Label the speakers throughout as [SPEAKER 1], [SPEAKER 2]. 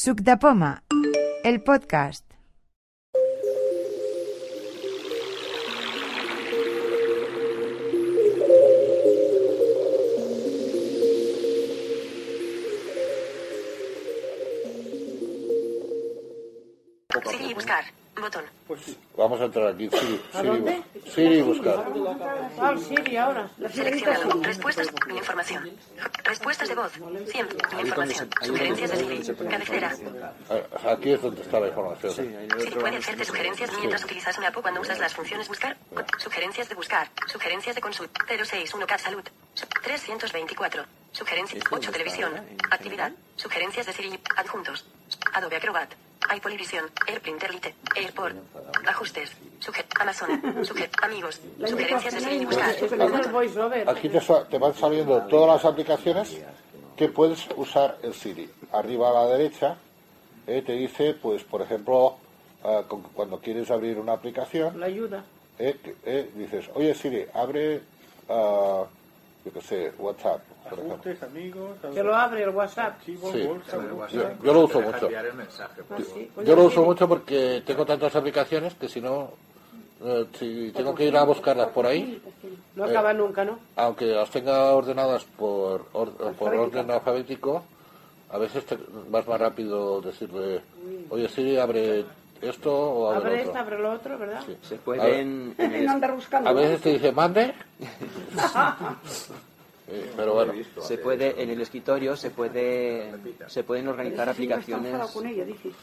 [SPEAKER 1] Suc de Poma, el podcast.
[SPEAKER 2] Siri buscar. Botón.
[SPEAKER 3] Vamos a entrar aquí. Siri, Siri, bu- Siri buscar.
[SPEAKER 4] Ah, Siri ahora.
[SPEAKER 2] Seleccionado. Respuestas. Mi información. Respuestas de voz. 100. Mi información. Sugerencias de Siri. Cabecera.
[SPEAKER 3] Ah, Aquí es donde está la información.
[SPEAKER 2] Siri puede hacerte sugerencias mientras utilizas una app o cuando usas las funciones buscar. Sugerencias de buscar. Sugerencias de consulta. 061 Cat Salud. Su- 324. Sugerencias. 8 televisión. Actividad. Sugerencias de Siri. Adjuntos. Adobe Acrobat. iPolivision. AirPrinter Lite. Airport. Ajustes. Suge Amazon. Suge amigos. Sugerencias de Siri. Buscar.
[SPEAKER 4] Tengo el voiceover.
[SPEAKER 3] Aquí te, sa- te van saliendo todas las aplicaciones que puedes usar el Siri. Arriba a la derecha eh, te dice, pues, por ejemplo, ah, con- cuando quieres abrir una aplicación,
[SPEAKER 4] La ayuda.
[SPEAKER 3] eh, que- eh, dices, oye Siri, abre, ah, yo qué sé, WhatsApp, por ejemplo.
[SPEAKER 5] Ajustes, amigos,
[SPEAKER 4] Que lo abre el WhatsApp. Ah,
[SPEAKER 5] archivos,
[SPEAKER 3] Sí.
[SPEAKER 5] bolsa, grupo.
[SPEAKER 3] Yo, yo lo uso mucho.
[SPEAKER 6] enviar el mensaje. por favor.
[SPEAKER 4] Sí, pues oye,
[SPEAKER 3] Yo lo uso
[SPEAKER 4] Siri,
[SPEAKER 3] mucho porque tengo tantas aplicaciones que si no, eh, si tengo que ir a buscarlas por ahí,
[SPEAKER 4] No
[SPEAKER 3] Eh,
[SPEAKER 4] acaba nunca, ¿no?
[SPEAKER 3] aunque las tenga ordenadas por, or- por orden alfabético, a veces te- vas más rápido decirle, oye Siri, abre esto o abre,
[SPEAKER 4] Abre
[SPEAKER 3] otro.
[SPEAKER 4] esta, abre lo otro, ¿verdad?
[SPEAKER 7] Se pueden. en el-
[SPEAKER 3] A veces te dice, mande. Eh, pero bueno,
[SPEAKER 7] se puede en el escritorio se puede se pueden organizar aplicaciones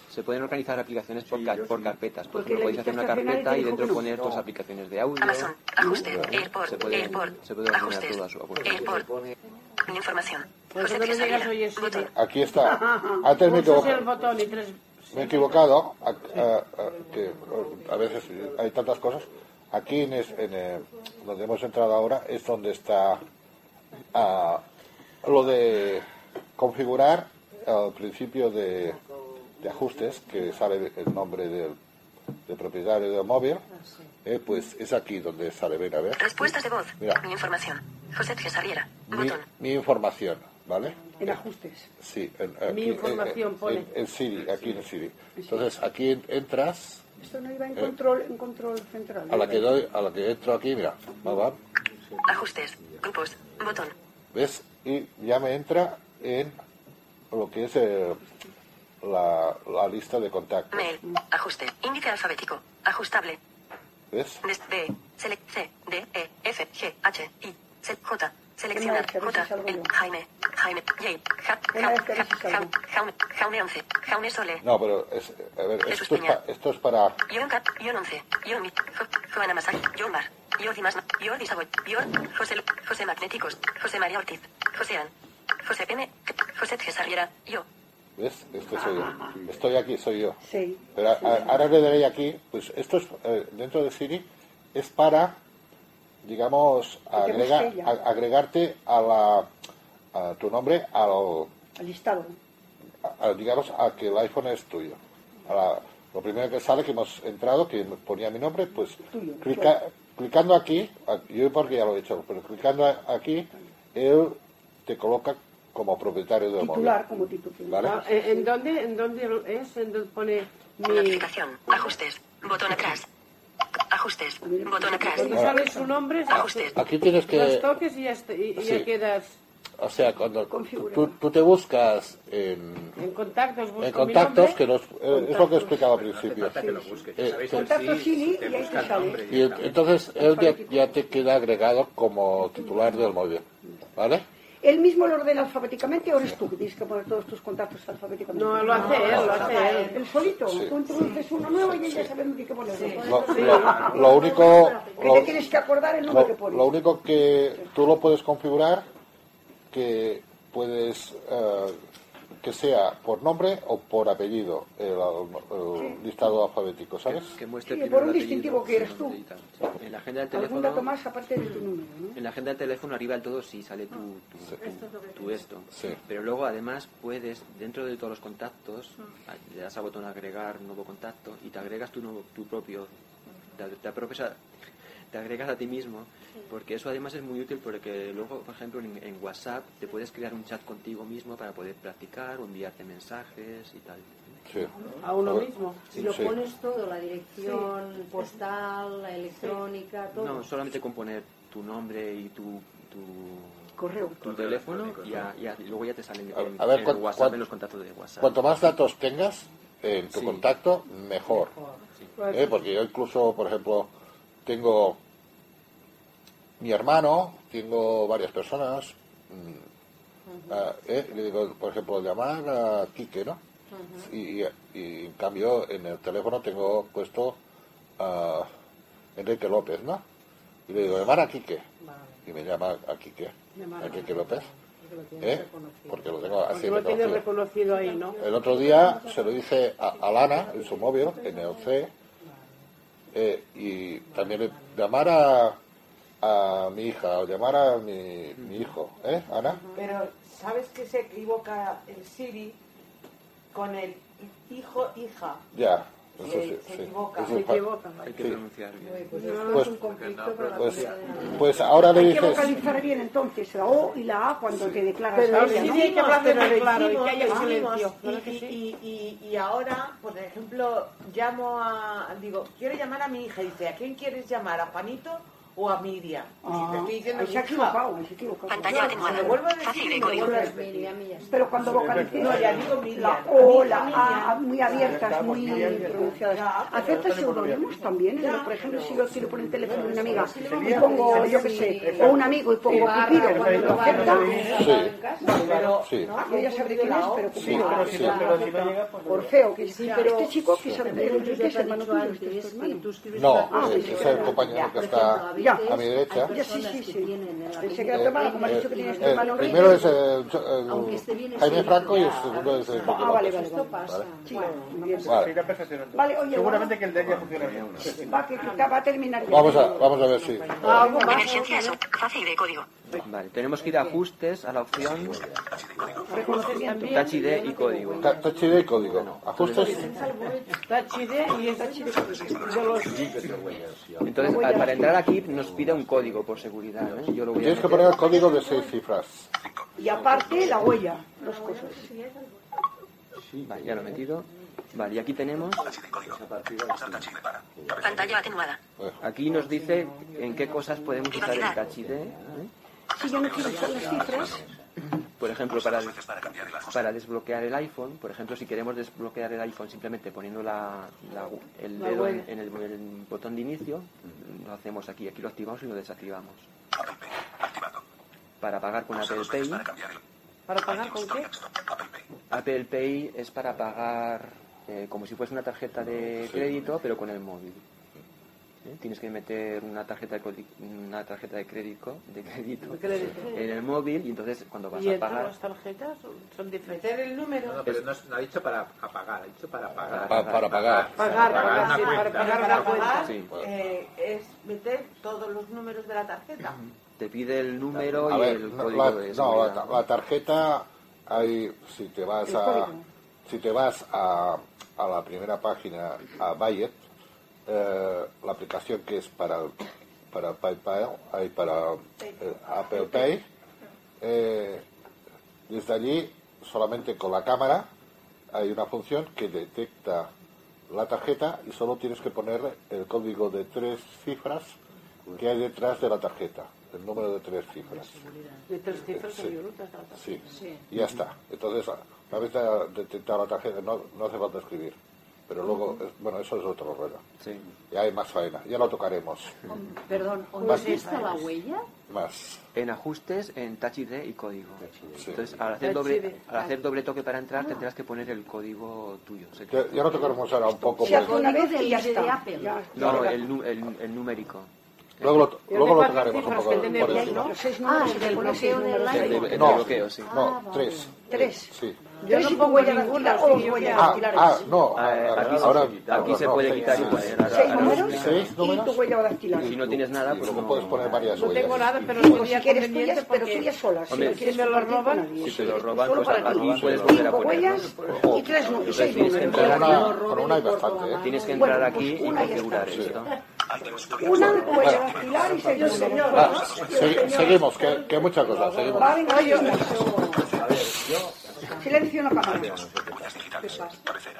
[SPEAKER 7] se pueden organizar aplicaciones por, ca- por carpetas por ejemplo podéis hacer una carpeta y dentro poner tus aplicaciones de audio
[SPEAKER 2] Amazon, ajuste, airport,
[SPEAKER 7] se puede-
[SPEAKER 2] airport,
[SPEAKER 7] se puede ordenar
[SPEAKER 2] ajustes,
[SPEAKER 7] todo a su acuerdo.
[SPEAKER 2] airport, mi información,
[SPEAKER 4] Por eso
[SPEAKER 2] José
[SPEAKER 4] que no Pues llegas,
[SPEAKER 2] Cristalina,
[SPEAKER 4] oye, Siri.
[SPEAKER 2] botón,
[SPEAKER 3] aquí está. Antes me
[SPEAKER 4] Pulsas
[SPEAKER 3] equivoqué.
[SPEAKER 4] el botón y tres...
[SPEAKER 3] Me he equivocado, a, a- a- que a veces hay tantas cosas. Aquí en, es- en, eh, donde hemos entrado ahora es donde está ah, lo de configurar al principio de, de ajustes, que sale el nombre del, del propietario del móvil.
[SPEAKER 4] Ah,
[SPEAKER 3] Eh, pues es aquí donde sale, ven a ver,
[SPEAKER 2] respuestas de voz,
[SPEAKER 3] Mira.
[SPEAKER 2] mi información, José Cesarriera,
[SPEAKER 3] mi,
[SPEAKER 2] botón,
[SPEAKER 3] mi información, ¿vale?
[SPEAKER 4] En ajustes.
[SPEAKER 3] Sí, en, aquí,
[SPEAKER 4] Mi información,
[SPEAKER 3] en-
[SPEAKER 4] pone.
[SPEAKER 3] en- en Siri, aquí en Siri. Entonces aquí en- entras.
[SPEAKER 8] Esto no iba en control, en control central.
[SPEAKER 3] Eh.
[SPEAKER 8] ¿eh?
[SPEAKER 3] A la que doy, a la que entro aquí, mira, va, va,
[SPEAKER 2] ajustes, grupos, botón,
[SPEAKER 3] ¿ves? Y ya me entra en lo que es eh, la, la lista de contactos,
[SPEAKER 2] mail, ajuste, índice alfabético, ajustable,
[SPEAKER 3] ¿ves?
[SPEAKER 2] des, B, select, C, D, E, F, G, H, I, Se- J, seleccionar,
[SPEAKER 4] este,
[SPEAKER 8] Venga,
[SPEAKER 2] J,
[SPEAKER 8] que a
[SPEAKER 2] N,
[SPEAKER 8] veces salgo yo.
[SPEAKER 2] Jaime, Jaime, J, Ja-
[SPEAKER 8] Venga,
[SPEAKER 2] Ja-
[SPEAKER 8] que a veces
[SPEAKER 2] Ja-
[SPEAKER 8] salgo.
[SPEAKER 2] Ja- Jaume, Jaume 11, Jaume Sole,
[SPEAKER 3] No, pero es, a ver,
[SPEAKER 2] Jesús
[SPEAKER 3] esto es,
[SPEAKER 2] Peña.
[SPEAKER 3] pa- esto es para,
[SPEAKER 2] Ion Cap, Ion 11, Ion Mi, Jo- Joana Masac, Ion Mar, Jordi Mas, Jordi Saboy, Ion, José, Lu- José Magnéticos, José María Ortiz, José An, José Pene, José Cesarriera, yo,
[SPEAKER 3] ¿ves? Este soy yo. Estoy aquí, soy yo.
[SPEAKER 8] Sí.
[SPEAKER 3] Pero a- a- ahora le daré aquí, pues esto es, eh, dentro de Siri, es para, digamos,
[SPEAKER 8] Que te
[SPEAKER 3] agrega-
[SPEAKER 8] busque ella.
[SPEAKER 3] a- agregarte a la, a tu nombre al,
[SPEAKER 8] Al listado.
[SPEAKER 3] a- a- digamos, a que el iPhone es tuyo. A la- lo primero que sale que hemos entrado, que ponía mi nombre, pues
[SPEAKER 8] Tuyo,
[SPEAKER 3] clica- clicando aquí, a- yo porque ya lo he hecho, pero clicando a- aquí, él te coloca como propietario del
[SPEAKER 8] Titular
[SPEAKER 3] móvil.
[SPEAKER 8] como titular.
[SPEAKER 3] ¿Vale?
[SPEAKER 8] eh,
[SPEAKER 4] Ah, ¿En en dónde? ¿En dónde es? ¿En dónde pone mi...?
[SPEAKER 2] notificación, ajustes, botón atrás, ajustes, botón atrás,
[SPEAKER 4] Cuando sabes su nombre,
[SPEAKER 2] ajustes,
[SPEAKER 3] Aquí tienes que,
[SPEAKER 4] los toques y ya, est- y- y ya
[SPEAKER 3] Sí.
[SPEAKER 4] quedas
[SPEAKER 3] o sea, cuando tú,
[SPEAKER 8] Configura.
[SPEAKER 3] tú- tú te buscas en,
[SPEAKER 4] en contactos. busco
[SPEAKER 3] en
[SPEAKER 4] mi
[SPEAKER 3] contactos,
[SPEAKER 4] nombre.
[SPEAKER 3] que los, eh, es lo que he explicado al principio.
[SPEAKER 6] Hasta que lo busques. ya
[SPEAKER 3] Eh,
[SPEAKER 6] sabéis,
[SPEAKER 8] Contacto
[SPEAKER 6] el sí,
[SPEAKER 8] Siri
[SPEAKER 6] te
[SPEAKER 8] y ahí
[SPEAKER 6] busca
[SPEAKER 8] te
[SPEAKER 6] el nombre
[SPEAKER 8] sale.
[SPEAKER 3] Y
[SPEAKER 7] eh,
[SPEAKER 3] en- entonces él ya, ya te queda agregado como titular del móvil. ¿Vale?
[SPEAKER 8] ¿Él mismo lo ordena alfabéticamente o eres tú que tienes que poner todos tus contactos alfabéticamente?
[SPEAKER 4] No, lo hace él, lo hace él.
[SPEAKER 8] Él solito. Tú introduces uno nuevo y él ya sabe dónde hay que ponerlo.
[SPEAKER 3] Lo, lo- lo único...
[SPEAKER 8] Y
[SPEAKER 3] lo-
[SPEAKER 8] te tienes que acordar el nombre
[SPEAKER 3] Lo,
[SPEAKER 8] que pones.
[SPEAKER 3] lo único que tú lo puedes configurar que puedes eh, que sea por nombre o por apellido el, el listado alfabético, ¿sabes?
[SPEAKER 7] que muestre
[SPEAKER 8] Sí,
[SPEAKER 7] primero
[SPEAKER 8] por
[SPEAKER 7] el
[SPEAKER 8] un
[SPEAKER 7] apellido,
[SPEAKER 8] distintivo que eres
[SPEAKER 7] si no
[SPEAKER 8] tú.
[SPEAKER 7] necesitan. en la agenda del
[SPEAKER 8] Algún dato
[SPEAKER 7] teléfono
[SPEAKER 8] más aparte de tu número, ¿no?
[SPEAKER 7] en la agenda del teléfono arriba del todo sí sale tu, tu, tu- tu esto
[SPEAKER 3] Sí.
[SPEAKER 7] pero luego además puedes dentro de todos los contactos a- le das al botón agregar nuevo contacto y te agregas tu nuevo- tu propio te, te apropias a- te agregas a ti mismo, porque eso además es muy útil porque luego, por ejemplo, en, en WhatsApp te puedes crear un chat contigo mismo para poder practicar o enviarte mensajes y tal.
[SPEAKER 3] Sí.
[SPEAKER 4] A uno
[SPEAKER 3] A ver.
[SPEAKER 4] mismo.
[SPEAKER 5] Si lo
[SPEAKER 3] Sí.
[SPEAKER 5] pones todo, la dirección postal, la electrónica, todo.
[SPEAKER 7] No, solamente con poner tu nombre y tu, tu,
[SPEAKER 8] Correo.
[SPEAKER 7] tu teléfono y, a- y a- y luego ya te salen
[SPEAKER 3] A ver,
[SPEAKER 7] en,
[SPEAKER 3] a ver,
[SPEAKER 7] en
[SPEAKER 3] ¿cuán-
[SPEAKER 7] WhatsApp,
[SPEAKER 3] cuán-
[SPEAKER 7] en los contactos de WhatsApp.
[SPEAKER 3] Cuanto más datos tengas en tu
[SPEAKER 7] Sí.
[SPEAKER 3] contacto, mejor. ¿Eh? Porque yo incluso, por ejemplo, tengo mi hermano, tengo varias personas. mm, ah, ¿eh? Y Le digo, por ejemplo, llamar a Quique, ¿no? y, y en cambio en el teléfono tengo puesto a Enrique López, ¿no? Y le digo, llamar a Quique. Y me llama a Quique, a Quique López. ¿Eh? Porque lo tengo así
[SPEAKER 4] Porque lo tienes
[SPEAKER 3] reconocido.
[SPEAKER 4] reconocido ahí, ¿no?
[SPEAKER 3] El otro día se lo hice a, a Lana en su móvil, en el C, eh, y también le- llamar a, a mi hija o llamar a mi, mi hijo, ¿eh, Ana?
[SPEAKER 6] Pero sabes que se equivoca el Siri con el hijo hija.
[SPEAKER 3] Ya, eso
[SPEAKER 6] Se-
[SPEAKER 3] sí,
[SPEAKER 6] se
[SPEAKER 3] sí.
[SPEAKER 6] equivoca.
[SPEAKER 3] Eso
[SPEAKER 4] Se
[SPEAKER 3] es fa-
[SPEAKER 4] equivoca.
[SPEAKER 7] Hay que
[SPEAKER 3] Sí.
[SPEAKER 7] pronunciar bien.
[SPEAKER 5] Pues esto
[SPEAKER 3] Pues-
[SPEAKER 5] es un conflicto para la
[SPEAKER 3] Pues,
[SPEAKER 5] comunidad.
[SPEAKER 3] pues ahora le
[SPEAKER 8] Hay que
[SPEAKER 3] dices...
[SPEAKER 8] vocalizar bien entonces la O y la A cuando te declaras
[SPEAKER 4] Pero
[SPEAKER 8] área,
[SPEAKER 4] sí
[SPEAKER 8] ¿no?
[SPEAKER 4] hay que hablar
[SPEAKER 6] Pero
[SPEAKER 4] bien
[SPEAKER 6] lo
[SPEAKER 4] claro y
[SPEAKER 6] hicimos,
[SPEAKER 4] que haya
[SPEAKER 6] lo
[SPEAKER 4] silencio,
[SPEAKER 6] hicimos,
[SPEAKER 4] claro
[SPEAKER 6] y-
[SPEAKER 4] que sí.
[SPEAKER 6] y- y- y ahora, por ejemplo, llamo a. Digo, quiero llamar a mi hija. y Dice, ¿a quién quieres llamar? ¿A Juanito o a Miriam? Y si te
[SPEAKER 8] Ah,
[SPEAKER 6] estoy diciendo
[SPEAKER 8] ahí se ha
[SPEAKER 6] mi hija.
[SPEAKER 8] equivocado, ahí se ha equivocado.
[SPEAKER 2] Pantalla
[SPEAKER 6] Se lo
[SPEAKER 2] atenuada.
[SPEAKER 6] vuelvo a decir
[SPEAKER 2] Fácil
[SPEAKER 6] y
[SPEAKER 2] de
[SPEAKER 6] lo vuelvo a
[SPEAKER 2] codificar.
[SPEAKER 5] Pues
[SPEAKER 6] repetir.
[SPEAKER 5] Miriam y ya está.
[SPEAKER 8] Pero cuando
[SPEAKER 6] No, ya digo
[SPEAKER 8] vocalicemos
[SPEAKER 6] Miriam.
[SPEAKER 8] la O,
[SPEAKER 6] Mi
[SPEAKER 8] la
[SPEAKER 6] familia.
[SPEAKER 8] A muy abiertas, muy pronunciadas.
[SPEAKER 6] Ya, pero
[SPEAKER 8] Acepta seudónimos también. ¿eh? Por ejemplo, si yo quiero poner el teléfono de una amiga y pongo, yo qué sé, o un amigo y pongo
[SPEAKER 5] Barra,
[SPEAKER 8] Piper,
[SPEAKER 5] cuando
[SPEAKER 8] ¿lo
[SPEAKER 5] lo van
[SPEAKER 8] acepta?
[SPEAKER 5] a
[SPEAKER 3] Sí.
[SPEAKER 5] usar en casa.
[SPEAKER 6] Pero,
[SPEAKER 3] Sí.
[SPEAKER 6] ¿no?
[SPEAKER 8] Ah, Yo ya sabré quién es, pero
[SPEAKER 3] Sí,
[SPEAKER 8] como
[SPEAKER 3] pero si no-
[SPEAKER 5] pero
[SPEAKER 8] Orfeo, que
[SPEAKER 5] Sí, pero-
[SPEAKER 8] este chico que sabe Pedro
[SPEAKER 5] Pero yo
[SPEAKER 8] Enrique
[SPEAKER 5] ya
[SPEAKER 8] es
[SPEAKER 5] te he
[SPEAKER 8] hermano
[SPEAKER 5] dicho
[SPEAKER 8] tuyo, este es
[SPEAKER 5] antes
[SPEAKER 8] tu
[SPEAKER 5] que
[SPEAKER 8] hermano.
[SPEAKER 5] tú escribes
[SPEAKER 3] No,
[SPEAKER 5] una cosa
[SPEAKER 3] ese
[SPEAKER 5] y
[SPEAKER 8] es
[SPEAKER 5] otra.
[SPEAKER 8] el compañero
[SPEAKER 5] Ya,
[SPEAKER 3] que
[SPEAKER 5] por
[SPEAKER 3] está
[SPEAKER 5] ejemplo,
[SPEAKER 8] ya,
[SPEAKER 5] veces
[SPEAKER 3] a mi derecha.
[SPEAKER 5] hay
[SPEAKER 8] Ya, sí, sí,
[SPEAKER 5] personas que
[SPEAKER 8] sí.
[SPEAKER 5] tienen el
[SPEAKER 8] El
[SPEAKER 5] apellido
[SPEAKER 8] secreto hermano, como has
[SPEAKER 5] Reyes
[SPEAKER 8] dicho que ¿eh? tienes
[SPEAKER 5] y
[SPEAKER 8] tu
[SPEAKER 5] no-
[SPEAKER 3] El
[SPEAKER 8] hermano
[SPEAKER 3] primero
[SPEAKER 8] Reyes.
[SPEAKER 3] es el, el
[SPEAKER 5] Aunque esté bien
[SPEAKER 3] Jaime
[SPEAKER 5] escrito,
[SPEAKER 3] Franco y el
[SPEAKER 5] ya.
[SPEAKER 3] segundo es el
[SPEAKER 5] Ah,
[SPEAKER 3] Quique
[SPEAKER 8] vale,
[SPEAKER 3] López.
[SPEAKER 8] vale,
[SPEAKER 5] Esto pasa.
[SPEAKER 8] Sí, muy bien.
[SPEAKER 3] Vale.
[SPEAKER 8] Vale, oye,
[SPEAKER 9] Seguramente
[SPEAKER 8] va,
[SPEAKER 9] que el de ella funciona bien.
[SPEAKER 8] va, que que va a terminar ya.
[SPEAKER 3] Vamos a, vamos a ver si.
[SPEAKER 2] Emergencia es fácil de código.
[SPEAKER 7] Vale, tenemos que ir a ajustes, a la opción
[SPEAKER 8] Reconocimiento.
[SPEAKER 7] Touch ID y código.
[SPEAKER 3] Ta- Tachi de código. Ah, Ajustes.
[SPEAKER 4] Está chide y está chide de los...
[SPEAKER 7] Entonces, al- para entrar aquí nos pide un código por seguridad. ¿eh? Yo lo voy a
[SPEAKER 3] Tienes que
[SPEAKER 7] meter.
[SPEAKER 3] poner el código de seis cifras.
[SPEAKER 8] Y aparte, la huella, las cosas.
[SPEAKER 7] Vale, ya lo he metido. Vale, y aquí tenemos,
[SPEAKER 2] Pantalla atenuada.
[SPEAKER 7] aquí nos dice en qué cosas podemos usar el Touch ID. ¿eh?
[SPEAKER 8] Si yo no quiero usar las cifras,
[SPEAKER 7] Por ejemplo, para, para desbloquear el iPhone, por ejemplo, si queremos desbloquear el iPhone simplemente poniendo la, la- el dedo en, en el, en el botón de inicio, lo hacemos aquí, aquí lo activamos y lo desactivamos. Para pagar con Apple Pay,
[SPEAKER 4] ¿Para pagar con qué?
[SPEAKER 7] Apple Pay es para pagar eh, como si fuese una tarjeta de crédito, pero con el móvil. ¿Eh? Tienes que meter una tarjeta de, codi- una tarjeta de crédito, de crédito
[SPEAKER 4] crédito.
[SPEAKER 7] en el móvil y entonces cuando vas
[SPEAKER 4] ¿Y
[SPEAKER 7] a
[SPEAKER 4] el-
[SPEAKER 7] pagar
[SPEAKER 4] las tarjetas son- son diferentes?
[SPEAKER 6] Meter el número.
[SPEAKER 10] No, pero no, es- no ha dicho para apagar, ha dicho para pagar.
[SPEAKER 3] Pa- para pagar.
[SPEAKER 4] Pagar,
[SPEAKER 10] Para
[SPEAKER 4] pagar,
[SPEAKER 10] una
[SPEAKER 4] sí, para
[SPEAKER 10] cuenta.
[SPEAKER 4] pagar
[SPEAKER 6] Para
[SPEAKER 4] la cuenta.
[SPEAKER 6] pagar
[SPEAKER 7] Sí.
[SPEAKER 6] eh, es meter todos los números de la tarjeta.
[SPEAKER 7] te pide el número
[SPEAKER 3] A
[SPEAKER 7] y
[SPEAKER 3] ver,
[SPEAKER 7] el
[SPEAKER 3] no,
[SPEAKER 7] código
[SPEAKER 3] la,
[SPEAKER 7] de
[SPEAKER 3] no, la
[SPEAKER 7] seguridad.
[SPEAKER 3] ta- la tarjeta, hay, si te vas
[SPEAKER 8] El
[SPEAKER 3] a,
[SPEAKER 8] código.
[SPEAKER 3] si te vas a, a la primera página, a Bayet, eh, la aplicación que es para, para PayPal, hay para eh, Apple Pay, eh, desde allí, solamente con la cámara, hay una función que detecta la tarjeta y solo tienes que poner el código de tres cifras que hay detrás de la tarjeta, el número de tres cifras.
[SPEAKER 4] De tres cifras
[SPEAKER 3] Sí.
[SPEAKER 4] son virutas, la tarjeta.
[SPEAKER 3] Sí. Y ya está. Entonces, una vez ha detectado la tarjeta, no, no hace falta escribir. Pero luego, eh, bueno, eso es otro rollo.
[SPEAKER 7] Sí.
[SPEAKER 3] Ya hay más faena. Ya lo tocaremos.
[SPEAKER 5] Perdón, ¿o
[SPEAKER 3] Más
[SPEAKER 5] está la huella?
[SPEAKER 3] Más.
[SPEAKER 7] En ajustes, en Touch ID y código.
[SPEAKER 3] Sí.
[SPEAKER 7] Entonces, al hacer,
[SPEAKER 4] Touch
[SPEAKER 7] doble,
[SPEAKER 4] ID.
[SPEAKER 7] al
[SPEAKER 8] Ah.
[SPEAKER 7] hacer doble toque para entrar, tendrás que poner el código tuyo.
[SPEAKER 3] Ya,
[SPEAKER 7] secreto.
[SPEAKER 3] ya lo tocaremos ahora un poco. pues,
[SPEAKER 8] se hace
[SPEAKER 3] porque
[SPEAKER 8] una
[SPEAKER 5] Código
[SPEAKER 8] vez
[SPEAKER 5] de
[SPEAKER 8] y ya
[SPEAKER 5] libre de
[SPEAKER 8] está.
[SPEAKER 5] Apple.
[SPEAKER 8] Ya.
[SPEAKER 7] No, el, nu- el- el numérico.
[SPEAKER 3] luego lo,
[SPEAKER 4] de
[SPEAKER 3] luego lo
[SPEAKER 4] cuatro
[SPEAKER 3] tocaremos un
[SPEAKER 4] cifras
[SPEAKER 3] poco
[SPEAKER 4] que
[SPEAKER 3] por
[SPEAKER 4] tenemos,
[SPEAKER 3] encima.
[SPEAKER 4] ¿no?
[SPEAKER 8] Los seis
[SPEAKER 5] Ah,
[SPEAKER 8] números
[SPEAKER 5] el
[SPEAKER 8] se
[SPEAKER 5] del
[SPEAKER 8] le pone seis
[SPEAKER 5] bloqueo del
[SPEAKER 8] números.
[SPEAKER 7] El de,
[SPEAKER 5] iPhone.
[SPEAKER 7] el de
[SPEAKER 3] No.
[SPEAKER 7] bloqueo, sí.
[SPEAKER 5] Ah,
[SPEAKER 3] No,
[SPEAKER 5] vale.
[SPEAKER 3] tres.
[SPEAKER 8] Tres.
[SPEAKER 3] Sí.
[SPEAKER 4] Yo
[SPEAKER 8] Tres
[SPEAKER 4] no
[SPEAKER 8] y
[SPEAKER 4] pongo
[SPEAKER 8] pongo ya
[SPEAKER 4] ninguna, oh,
[SPEAKER 8] ninguna,
[SPEAKER 4] sí,
[SPEAKER 8] o los
[SPEAKER 4] yo
[SPEAKER 8] voy
[SPEAKER 4] ya-
[SPEAKER 8] a
[SPEAKER 3] Ah,
[SPEAKER 8] alquilar.
[SPEAKER 3] ah, no.
[SPEAKER 7] Ah, eh,
[SPEAKER 3] Ahora,
[SPEAKER 7] aquí se
[SPEAKER 3] ahora-
[SPEAKER 7] puede- aquí se puede quitar y poner. Ahora-
[SPEAKER 8] Seis
[SPEAKER 7] ahora-
[SPEAKER 8] números
[SPEAKER 3] seis
[SPEAKER 8] y tu
[SPEAKER 3] números.
[SPEAKER 8] huella dactilar.
[SPEAKER 7] Si no tienes nada,
[SPEAKER 3] Y
[SPEAKER 7] pues
[SPEAKER 3] luego
[SPEAKER 7] no-
[SPEAKER 3] puedes poner varias
[SPEAKER 4] No tengo
[SPEAKER 3] huellas.
[SPEAKER 4] nada, pero
[SPEAKER 8] Cinco,
[SPEAKER 4] sería
[SPEAKER 8] si quieres
[SPEAKER 4] conveniente
[SPEAKER 8] tuyas, pero
[SPEAKER 4] porque-
[SPEAKER 8] tuyas solas. Si
[SPEAKER 7] Hombre,
[SPEAKER 8] no quieres
[SPEAKER 4] si me lo
[SPEAKER 8] compartir con
[SPEAKER 4] roban,
[SPEAKER 8] nadie.
[SPEAKER 7] Si te lo roban,
[SPEAKER 8] Solo
[SPEAKER 7] pues,
[SPEAKER 8] para
[SPEAKER 7] a-
[SPEAKER 8] ti.
[SPEAKER 7] a- puedes volver a
[SPEAKER 8] Cinco
[SPEAKER 7] poner,
[SPEAKER 8] huellas y tres nu- seis
[SPEAKER 7] Tienes que
[SPEAKER 8] números.
[SPEAKER 7] entrar
[SPEAKER 3] Con
[SPEAKER 7] aquí.
[SPEAKER 3] una, con una hay bastante. ¿eh?
[SPEAKER 7] Tienes que entrar
[SPEAKER 8] Bueno, pues
[SPEAKER 7] aquí y
[SPEAKER 8] una ya
[SPEAKER 7] configurar
[SPEAKER 8] está.
[SPEAKER 7] esto.
[SPEAKER 8] Una puede vacilar y se señor.
[SPEAKER 3] Va, segui- seguimos, que, que hay muchas cosas. Seguimos.
[SPEAKER 8] Va, venga, yo. Silencio en la cámara.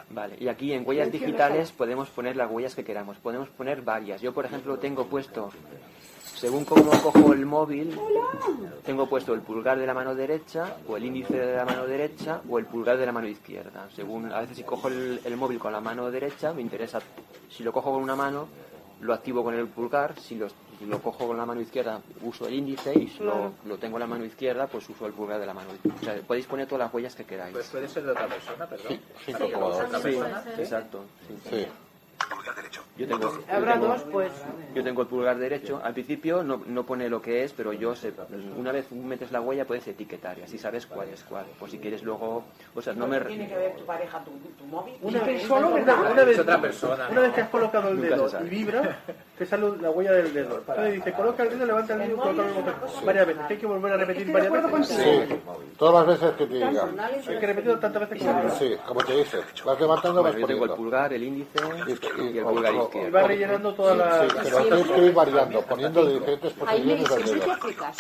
[SPEAKER 7] Vale, y aquí en huellas digitales podemos poner las huellas que queramos. Podemos poner varias. Yo, por ejemplo, tengo puesto, según cómo cojo el móvil, tengo puesto el pulgar de la mano derecha, o el índice de la mano derecha, o el pulgar de la mano izquierda. Según, a veces si cojo el, el móvil con la mano derecha, me interesa. Si lo cojo con una mano, lo activo con el pulgar. Si lo, si lo cojo con la mano izquierda, uso el índice. Y si lo, lo tengo en la mano izquierda, pues uso el pulgar de la mano. O sea, podéis poner todas las huellas que queráis.
[SPEAKER 10] Pues puede ser de otra persona, perdón.
[SPEAKER 3] Cinco como dos.
[SPEAKER 7] Sí, exacto. sí.
[SPEAKER 3] Sí.
[SPEAKER 7] Yo tengo,
[SPEAKER 4] Habrá
[SPEAKER 7] yo tengo-
[SPEAKER 4] dos, pues.
[SPEAKER 7] yo tengo el pulgar derecho. Al principio no, no pone lo que es, pero yo sé. Una vez metes la huella puedes etiquetar y así sabes cuál es cuál. Por si quieres luego. O sea, no me.
[SPEAKER 6] Tiene que ver tu pareja, tu, tu móvil.
[SPEAKER 9] Una vez,
[SPEAKER 8] Solo, ¿verdad?
[SPEAKER 9] una vez-
[SPEAKER 10] Es otra persona.
[SPEAKER 9] una vez que has colocado el
[SPEAKER 7] Nunca
[SPEAKER 9] dedo
[SPEAKER 7] se sabe.
[SPEAKER 9] y vibra, te sale la huella del dedo. Entonces dice, coloca el dedo, levanta el dedo, coloca el dedo. Varias veces, que hay que volver a repetir
[SPEAKER 8] Estoy de
[SPEAKER 9] varias
[SPEAKER 8] acuerdo
[SPEAKER 9] veces.
[SPEAKER 8] contigo.
[SPEAKER 3] Sí. Todas las veces que te digan.
[SPEAKER 9] Hay que repetirlo tantas veces como quieras.
[SPEAKER 3] Sí, como te dice. Vas levantando, vas
[SPEAKER 7] Bueno, yo tengo el
[SPEAKER 3] poniendo.
[SPEAKER 7] pulgar, el índice y el pulgar
[SPEAKER 9] Y
[SPEAKER 7] izquierdo.
[SPEAKER 9] va rellenando toda la...
[SPEAKER 3] Sí, pero tienes que ir variando, poniendo de diferentes posiciones del dedo.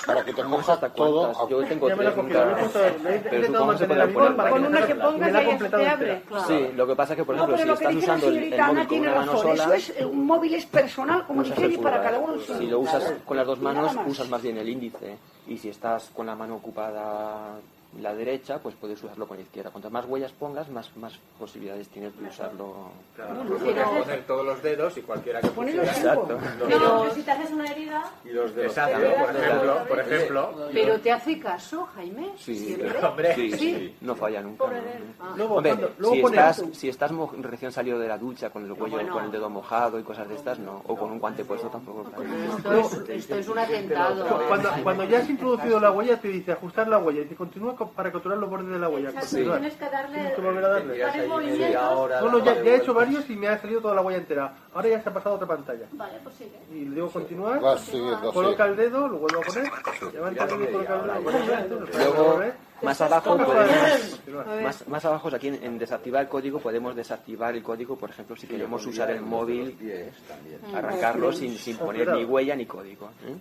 [SPEAKER 3] Para que te coja
[SPEAKER 7] ¿Hasta
[SPEAKER 3] todo.
[SPEAKER 7] cuántas? Yo tengo
[SPEAKER 9] Ya me lo he
[SPEAKER 7] tres
[SPEAKER 9] cogido, lo he
[SPEAKER 7] nunca.
[SPEAKER 9] puesto, lo he
[SPEAKER 7] Pero
[SPEAKER 9] intentado
[SPEAKER 7] supongo que se
[SPEAKER 9] mantener la misma
[SPEAKER 7] podrán poner
[SPEAKER 9] para que
[SPEAKER 4] Con
[SPEAKER 9] me
[SPEAKER 4] una
[SPEAKER 9] la-
[SPEAKER 4] que
[SPEAKER 9] me
[SPEAKER 4] pongas
[SPEAKER 9] la ha
[SPEAKER 4] ahí
[SPEAKER 9] completado
[SPEAKER 4] se abre.
[SPEAKER 9] entera.
[SPEAKER 7] Sí, lo que pasa es que, por
[SPEAKER 8] No,
[SPEAKER 7] ejemplo,
[SPEAKER 8] pero
[SPEAKER 7] si
[SPEAKER 8] lo que
[SPEAKER 7] estás
[SPEAKER 8] dice la
[SPEAKER 7] usando el, el
[SPEAKER 8] señorita Ana
[SPEAKER 7] móvil con
[SPEAKER 8] tiene
[SPEAKER 7] una mano
[SPEAKER 8] razón. Eso
[SPEAKER 7] sola,
[SPEAKER 8] es, eh, un móvil es personal, como
[SPEAKER 7] usas
[SPEAKER 8] dije,
[SPEAKER 7] el
[SPEAKER 8] y para
[SPEAKER 7] pulgar.
[SPEAKER 8] cada uno. su-
[SPEAKER 7] Si lo usas con las dos
[SPEAKER 8] Nada
[SPEAKER 7] manos,
[SPEAKER 8] más.
[SPEAKER 7] usas más bien el índice. Y si estás con la mano ocupada la derecha, pues puedes usarlo con la izquierda. Cuantas más huellas pongas, más, más posibilidades tienes de usarlo.
[SPEAKER 10] Claro, puedes poner todos los dedos y cualquiera que
[SPEAKER 8] Poner los
[SPEAKER 10] pusiera.
[SPEAKER 8] cinco.
[SPEAKER 5] Pero si te haces una herida,
[SPEAKER 10] Y los dedos. por ejemplo, por ejemplo.
[SPEAKER 5] pero te hace caso, Jaime.
[SPEAKER 7] Sí,
[SPEAKER 10] Hombre,
[SPEAKER 7] sí,
[SPEAKER 5] Sí.
[SPEAKER 7] no falla nunca. ¿no?
[SPEAKER 9] Ah. Luego,
[SPEAKER 7] Hombre,
[SPEAKER 9] cuando- luego
[SPEAKER 7] si
[SPEAKER 9] pone-
[SPEAKER 7] estás, si estás mo- recién salido de la ducha con el cuello, con el dedo mojado y cosas de estas, no. O con un guante puesto tampoco. claro.
[SPEAKER 5] Esto es, esto es un
[SPEAKER 9] Cu-
[SPEAKER 5] atentado.
[SPEAKER 9] Cuando, cuando ya has introducido la huella te dice ajustar la huella y te continúa co- para capturar los bordes de la huella. Continúa.
[SPEAKER 5] Tienes que darle
[SPEAKER 9] Tienes que volver a darle.
[SPEAKER 10] Tendrías ahí media
[SPEAKER 5] movimientos.
[SPEAKER 10] hora
[SPEAKER 9] No, no,
[SPEAKER 10] dándole
[SPEAKER 9] ya, ya he hecho
[SPEAKER 10] vueltas.
[SPEAKER 9] varios y me ha salido toda la huella entera. Ahora ya se ha pasado a otra pantalla.
[SPEAKER 5] Vale, pues sigue.
[SPEAKER 9] Y le digo continuar,
[SPEAKER 3] Vas siguiendo,
[SPEAKER 9] coloca
[SPEAKER 3] sí.
[SPEAKER 9] el dedo, lo vuelvo a poner, levanta el dedo y coloca el dedo.
[SPEAKER 7] Luego,
[SPEAKER 9] Luego, pues,
[SPEAKER 7] más abajo podemos...
[SPEAKER 9] Continúa.
[SPEAKER 7] Más, más abajo, aquí en, en desactivar el código, podemos desactivar el código, por ejemplo, si queremos usar el móvil, mm, arrancarlo sin, sin poner ni huella ni código. ¿eh?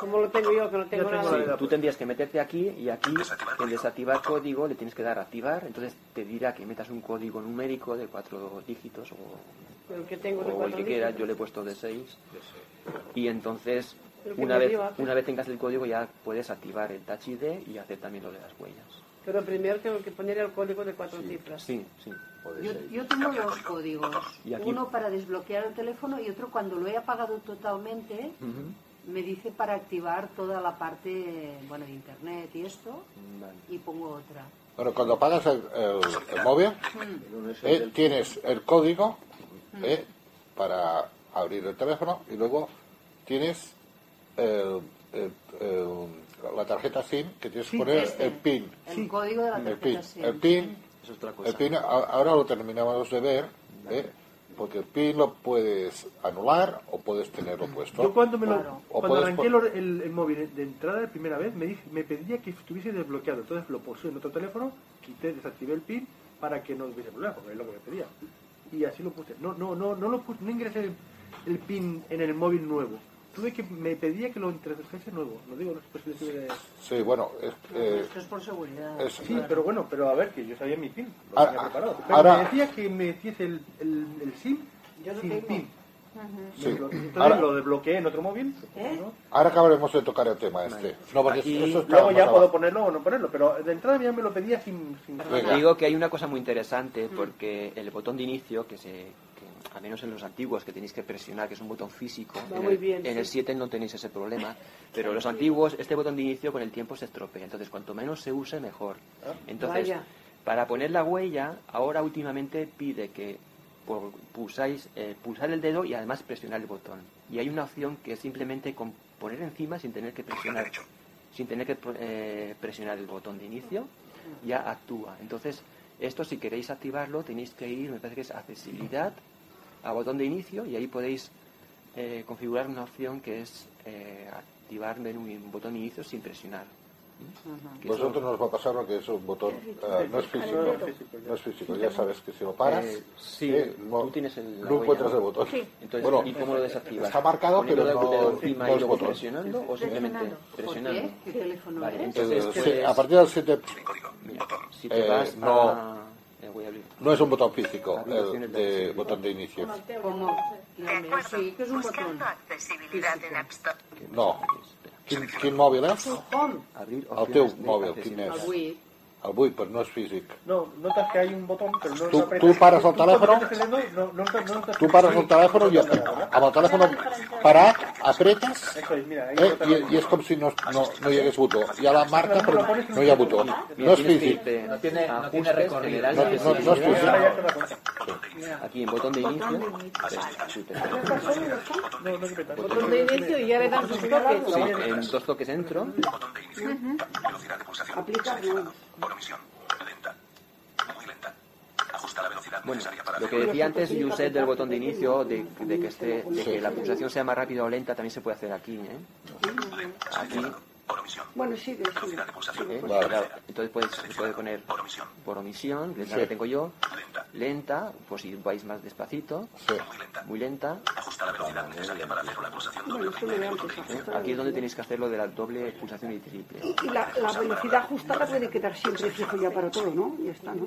[SPEAKER 4] Como lo tengo yo, que no tengo
[SPEAKER 9] Yo tengo
[SPEAKER 4] nada.
[SPEAKER 9] la
[SPEAKER 7] Sí,
[SPEAKER 9] de la
[SPEAKER 7] tú tendrías que meterte aquí y aquí, en desactivar código, le tienes que dar a activar, entonces te dirá que metas un código numérico de cuatro dígitos o,
[SPEAKER 4] El que tengo de
[SPEAKER 7] o el
[SPEAKER 4] cuatro
[SPEAKER 7] que
[SPEAKER 4] dígitos.
[SPEAKER 7] quieras, yo le he puesto de seis. Y entonces,
[SPEAKER 4] Pero que
[SPEAKER 7] una
[SPEAKER 4] me
[SPEAKER 7] vez,
[SPEAKER 4] dio asco.
[SPEAKER 7] una vez tengas el código, ya puedes activar el Touch ID y hacer también lo de las huellas.
[SPEAKER 4] Pero primero tengo que poner el código de cuatro cifras.
[SPEAKER 7] Sí, sí.
[SPEAKER 5] Yo, yo tengo dos códigos,
[SPEAKER 7] Y aquí-
[SPEAKER 5] uno para desbloquear el teléfono y otro cuando lo he apagado totalmente me dice para activar toda la parte bueno de internet y esto
[SPEAKER 7] Vale.
[SPEAKER 5] y pongo otra.
[SPEAKER 3] Bueno, cuando apagas el, el- el móvil, eh, tienes el código eh, para abrir el teléfono y luego tienes el- el- el- la tarjeta SIM que tienes que poner
[SPEAKER 5] Este,
[SPEAKER 3] el PIN.
[SPEAKER 5] el código de la
[SPEAKER 3] El
[SPEAKER 5] tarjeta
[SPEAKER 3] PIN,
[SPEAKER 5] SIM.
[SPEAKER 3] el PIN,
[SPEAKER 7] Eso es otra cosa.
[SPEAKER 3] el PIN a- ahora lo terminamos de ver, eh, porque el PIN lo puedes anular o puedes tenerlo puesto.
[SPEAKER 9] Yo cuando me lo
[SPEAKER 5] Claro.
[SPEAKER 3] O
[SPEAKER 9] cuando
[SPEAKER 3] puedes
[SPEAKER 9] arranqué
[SPEAKER 3] pon-
[SPEAKER 9] el, el- el móvil de entrada la primera vez me, dije- me pedía que estuviese desbloqueado, entonces lo puse en otro teléfono, quité, desactivé el pin para que no hubiese problema, porque es lo que me pedía. Y así lo puse. No, no, no, no lo puse, no ingresé el, el pin en el móvil nuevo. Tuve que me pedía que lo introdujese nuevo. No digo no es posible que-
[SPEAKER 3] Sí, bueno, es- eh,
[SPEAKER 5] Esto es por seguridad.
[SPEAKER 3] es-
[SPEAKER 9] Sí, pero bueno, pero a ver que yo sabía mi pin, lo
[SPEAKER 3] Ahora-
[SPEAKER 9] tenía preparado. Pero
[SPEAKER 3] Ah, ahora-
[SPEAKER 9] me decía que me hiciese el, el, el SIM sin pin.
[SPEAKER 3] Sí.
[SPEAKER 9] Desblo- Entonces
[SPEAKER 3] Ahora-
[SPEAKER 9] lo desbloqueé en otro móvil. ¿no?
[SPEAKER 3] ahora acabaremos de tocar el tema este. No, porque
[SPEAKER 7] Aquí-
[SPEAKER 3] eso está
[SPEAKER 9] Luego
[SPEAKER 3] más
[SPEAKER 9] ya
[SPEAKER 3] abajo.
[SPEAKER 9] puedo ponerlo o no ponerlo, pero de entrada ya me lo pedía sin... sin-
[SPEAKER 3] Venga.
[SPEAKER 7] Digo que hay una cosa muy interesante porque el botón de inicio, que se que, al menos en los antiguos que tenéis que presionar, que es un botón físico,
[SPEAKER 4] Va
[SPEAKER 7] en,
[SPEAKER 4] muy
[SPEAKER 7] el,
[SPEAKER 4] bien,
[SPEAKER 7] en el
[SPEAKER 4] sí.
[SPEAKER 7] 7 no tenéis ese problema, pero los antiguos, este botón de inicio con el tiempo se estropea, entonces cuanto menos se use, mejor. Entonces,
[SPEAKER 4] Vaya.
[SPEAKER 7] para poner la huella, ahora últimamente pide que por- pulsáis, eh, pulsar el dedo y además presionar el botón. Y hay una opción que es simplemente con poner encima sin tener que presionar sin tener que eh, presionar el botón de inicio, ya actúa. Entonces, esto si queréis activarlo, tenéis que ir, me parece que es accesibilidad, a botón de inicio y ahí podéis eh, configurar una opción que es eh, activar menú, un botón de inicio sin presionar.
[SPEAKER 3] Nosotros nos va a pasar lo que es un botón, eh, no es físico, no es físico, ya sabes que si lo paras,
[SPEAKER 7] Eh, sí,
[SPEAKER 3] eh, no,
[SPEAKER 7] tú tienes el,
[SPEAKER 3] no
[SPEAKER 7] la huella,
[SPEAKER 3] encuentras
[SPEAKER 7] ¿no?
[SPEAKER 3] el botón.
[SPEAKER 7] Entonces,
[SPEAKER 3] bueno,
[SPEAKER 7] ¿y cómo lo desactivas?
[SPEAKER 3] Está marcado, pero
[SPEAKER 7] ¿Poniendo
[SPEAKER 3] no,
[SPEAKER 7] el dedo encima
[SPEAKER 3] no
[SPEAKER 7] y
[SPEAKER 3] es
[SPEAKER 7] luego
[SPEAKER 3] botón.
[SPEAKER 7] presionando o simplemente presionando?
[SPEAKER 5] ¿Qué teléfono
[SPEAKER 7] Vale,
[SPEAKER 5] es?
[SPEAKER 7] entonces, pues,
[SPEAKER 3] Eh,
[SPEAKER 7] tú
[SPEAKER 3] sí,
[SPEAKER 7] eres-
[SPEAKER 3] a partir del 7
[SPEAKER 7] si te
[SPEAKER 3] eh,
[SPEAKER 7] vas
[SPEAKER 3] no.
[SPEAKER 7] a... eh, voy a abrir.
[SPEAKER 3] no es un botón físico,
[SPEAKER 7] Aplicaciones
[SPEAKER 3] el
[SPEAKER 7] de
[SPEAKER 3] de botón de inicio.
[SPEAKER 5] Como, sí, que es un botón.
[SPEAKER 2] accesibilidad en App Store.
[SPEAKER 3] No. Quin, quin mòbil és?
[SPEAKER 5] Home,
[SPEAKER 7] Abrir
[SPEAKER 3] El teu
[SPEAKER 7] opciones de
[SPEAKER 3] mòbil, quin
[SPEAKER 7] accesibilidad.
[SPEAKER 3] és?
[SPEAKER 5] avui.
[SPEAKER 3] El 8, però Ah, pues no és físic.
[SPEAKER 9] No, notas que hay un botón, pero no
[SPEAKER 3] Tú-
[SPEAKER 9] lo aprietas.
[SPEAKER 3] tú paras el
[SPEAKER 9] cuando
[SPEAKER 3] teléfono.
[SPEAKER 9] estás leyendo, no- no estás- no estás-
[SPEAKER 3] Tu pares el telèfon i ja està. Amb el telèfon parat, apretes
[SPEAKER 9] Eso es, mira, ahí
[SPEAKER 3] eh,
[SPEAKER 9] notas
[SPEAKER 3] i,
[SPEAKER 9] el-
[SPEAKER 3] i és com si no, no, no hi hagués botó. Hi ha la marca, però no hi ha botó.
[SPEAKER 7] Bien,
[SPEAKER 3] No és
[SPEAKER 7] tienes que
[SPEAKER 3] físic.
[SPEAKER 7] irte
[SPEAKER 10] No tiene- no tiene
[SPEAKER 7] ajustes,
[SPEAKER 10] recorrido.
[SPEAKER 7] general,
[SPEAKER 3] No, no, no és
[SPEAKER 9] Ahora ya
[SPEAKER 3] físic.
[SPEAKER 9] está la cosa.
[SPEAKER 7] Aquí en botón de inicio. shooter.
[SPEAKER 9] No, no se aprieta.
[SPEAKER 4] Botón de inicio y ya le dan sus toques.
[SPEAKER 7] Sí, en dos toques entro. Bueno, lo que decía antes, Yuset, del botón de inicio, de, de que esté, de que la pulsación sea más rápida o lenta, también se puede hacer aquí, ¿eh? Aquí,
[SPEAKER 8] Bueno, sigue, sigue.
[SPEAKER 7] ¿eh?
[SPEAKER 3] Vale.
[SPEAKER 7] Claro, entonces puedes, se puede poner por omisión, que es la que tengo yo, lenta, pues si vais más despacito,
[SPEAKER 3] Sí.
[SPEAKER 7] muy lenta.
[SPEAKER 8] Bueno, eso lo de antes.
[SPEAKER 7] ¿eh?
[SPEAKER 8] ajustar.
[SPEAKER 7] Aquí es donde tenéis que hacerlo de la doble pulsación y triple.
[SPEAKER 8] Y la, la velocidad ajustada puede quedar siempre fijo ya para todo, ¿no? Ya está, ¿no?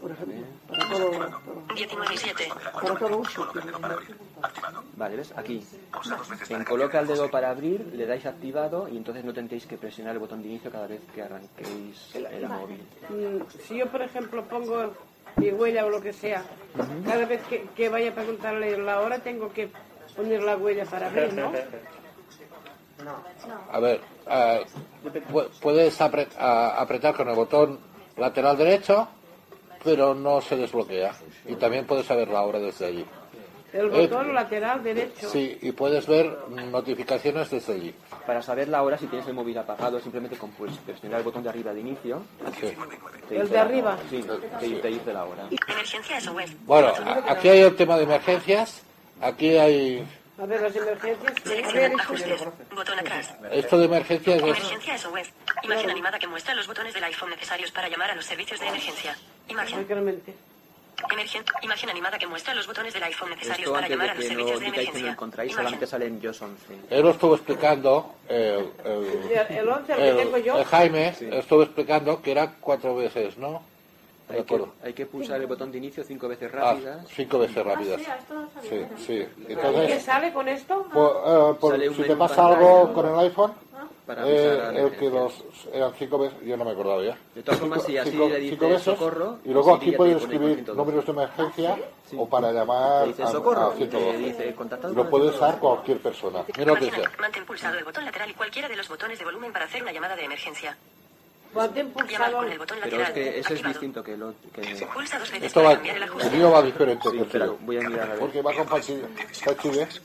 [SPEAKER 8] Por ejemplo, para todo, para,
[SPEAKER 2] 19.7.
[SPEAKER 8] para todo uso. quiero decir.
[SPEAKER 7] Vale, ¿ves? Aquí. En coloca el dedo para abrir, le dais activado y entonces no tendréis que presionar el botón de inicio cada vez que arranquéis el móvil.
[SPEAKER 4] Mm, Si yo, por ejemplo, pongo mi huella o lo que sea, cada vez que, que vaya a preguntarle la hora, tengo que poner la huella para abrir, ¿no?
[SPEAKER 3] A ver, eh, pu- puedes apre- a- apretar con el botón lateral derecho, pero no se desbloquea. Y también puedes saber la hora desde allí.
[SPEAKER 4] El botón lateral derecho.
[SPEAKER 3] Sí, y puedes ver notificaciones desde allí.
[SPEAKER 7] Para saber la hora, si tienes el móvil apagado, simplemente con pues, presionar el botón de arriba de inicio.
[SPEAKER 3] Sí.
[SPEAKER 7] te
[SPEAKER 4] ¿El
[SPEAKER 7] dice
[SPEAKER 4] de
[SPEAKER 7] la-
[SPEAKER 4] arriba?
[SPEAKER 7] Sí, te, te dice la hora.
[SPEAKER 2] Emergencia SOS.
[SPEAKER 3] Bueno, a- aquí hay el tema de emergencias. Aquí hay.
[SPEAKER 4] A ver, las emergencias. A ver,
[SPEAKER 2] Selecciona ajustes. Botón atrás.
[SPEAKER 3] Esto de emergencias es.
[SPEAKER 2] Emergencia SOS. Imagen animada que muestra los botones del iPhone necesarios para llamar a los servicios de emergencia. Imagen.
[SPEAKER 4] Exactamente.
[SPEAKER 2] Emergen. Imagen animada que muestra los botones del iPhone necesarios
[SPEAKER 7] Esto
[SPEAKER 2] para
[SPEAKER 7] antes
[SPEAKER 2] llamar a
[SPEAKER 7] de
[SPEAKER 2] los
[SPEAKER 7] que no
[SPEAKER 2] servicios de
[SPEAKER 7] digáis que no
[SPEAKER 2] emergencia.
[SPEAKER 7] encontráis,
[SPEAKER 2] Imagen.
[SPEAKER 7] solamente salen yo 11.
[SPEAKER 3] Él lo estuvo explicando. El,
[SPEAKER 4] Y
[SPEAKER 3] el,
[SPEAKER 4] El, el 11, el que tengo
[SPEAKER 3] el-
[SPEAKER 4] yo.
[SPEAKER 3] el Jaime estuvo explicando que era cuatro veces, ¿no? No me
[SPEAKER 7] Hay que,
[SPEAKER 3] acuerdo.
[SPEAKER 7] hay que pulsar el botón de inicio cinco veces
[SPEAKER 3] Ah,
[SPEAKER 7] rápidas.
[SPEAKER 3] cinco veces rápidas. Sí, sí.
[SPEAKER 4] ¿Qué
[SPEAKER 3] Entonces,
[SPEAKER 4] sale con esto?
[SPEAKER 3] por- eh, por-
[SPEAKER 7] Sale un
[SPEAKER 3] si te
[SPEAKER 7] menú
[SPEAKER 3] pasa
[SPEAKER 7] pantalla,
[SPEAKER 3] algo
[SPEAKER 7] ¿no?
[SPEAKER 3] con el iPhone,
[SPEAKER 7] Para avisar a
[SPEAKER 3] eh,
[SPEAKER 7] la
[SPEAKER 3] el que
[SPEAKER 7] emergencia.
[SPEAKER 3] los. Eran cinco veces, yo no me acordaba ya.
[SPEAKER 7] De todas formas, si así le
[SPEAKER 3] cinco
[SPEAKER 7] dices
[SPEAKER 3] veces,
[SPEAKER 7] socorro,
[SPEAKER 3] y luego
[SPEAKER 7] así
[SPEAKER 3] aquí
[SPEAKER 7] ya te
[SPEAKER 3] pueden
[SPEAKER 7] pone con
[SPEAKER 3] escribir
[SPEAKER 7] 112.
[SPEAKER 3] números de emergencia o para llamar
[SPEAKER 7] Le
[SPEAKER 3] a-
[SPEAKER 7] dices
[SPEAKER 3] a
[SPEAKER 7] socorro, y
[SPEAKER 3] 112.
[SPEAKER 7] te dice contactado.
[SPEAKER 3] ah, Lo
[SPEAKER 7] con
[SPEAKER 3] puede
[SPEAKER 7] el
[SPEAKER 3] usar cualquier persona. Mira lo que dice.
[SPEAKER 2] Página. Mantén pulsado el botón lateral y cualquiera de los botones de volumen para hacer una llamada de emergencia.
[SPEAKER 4] Mantén
[SPEAKER 2] Llamar
[SPEAKER 4] pulsado.
[SPEAKER 2] con el botón
[SPEAKER 7] Pero es
[SPEAKER 2] lateral.
[SPEAKER 7] que eso es
[SPEAKER 2] activado.
[SPEAKER 7] distinto que lo que...
[SPEAKER 2] Pulsa dos veces
[SPEAKER 3] Esto
[SPEAKER 2] para
[SPEAKER 3] va,
[SPEAKER 2] cambiar el
[SPEAKER 3] el
[SPEAKER 2] ajuste.
[SPEAKER 3] mío va diferente que
[SPEAKER 7] Sí,
[SPEAKER 3] el
[SPEAKER 7] espera,
[SPEAKER 3] tuyo.
[SPEAKER 7] voy a mirar a ver.
[SPEAKER 3] Porque va con fachi- fachides.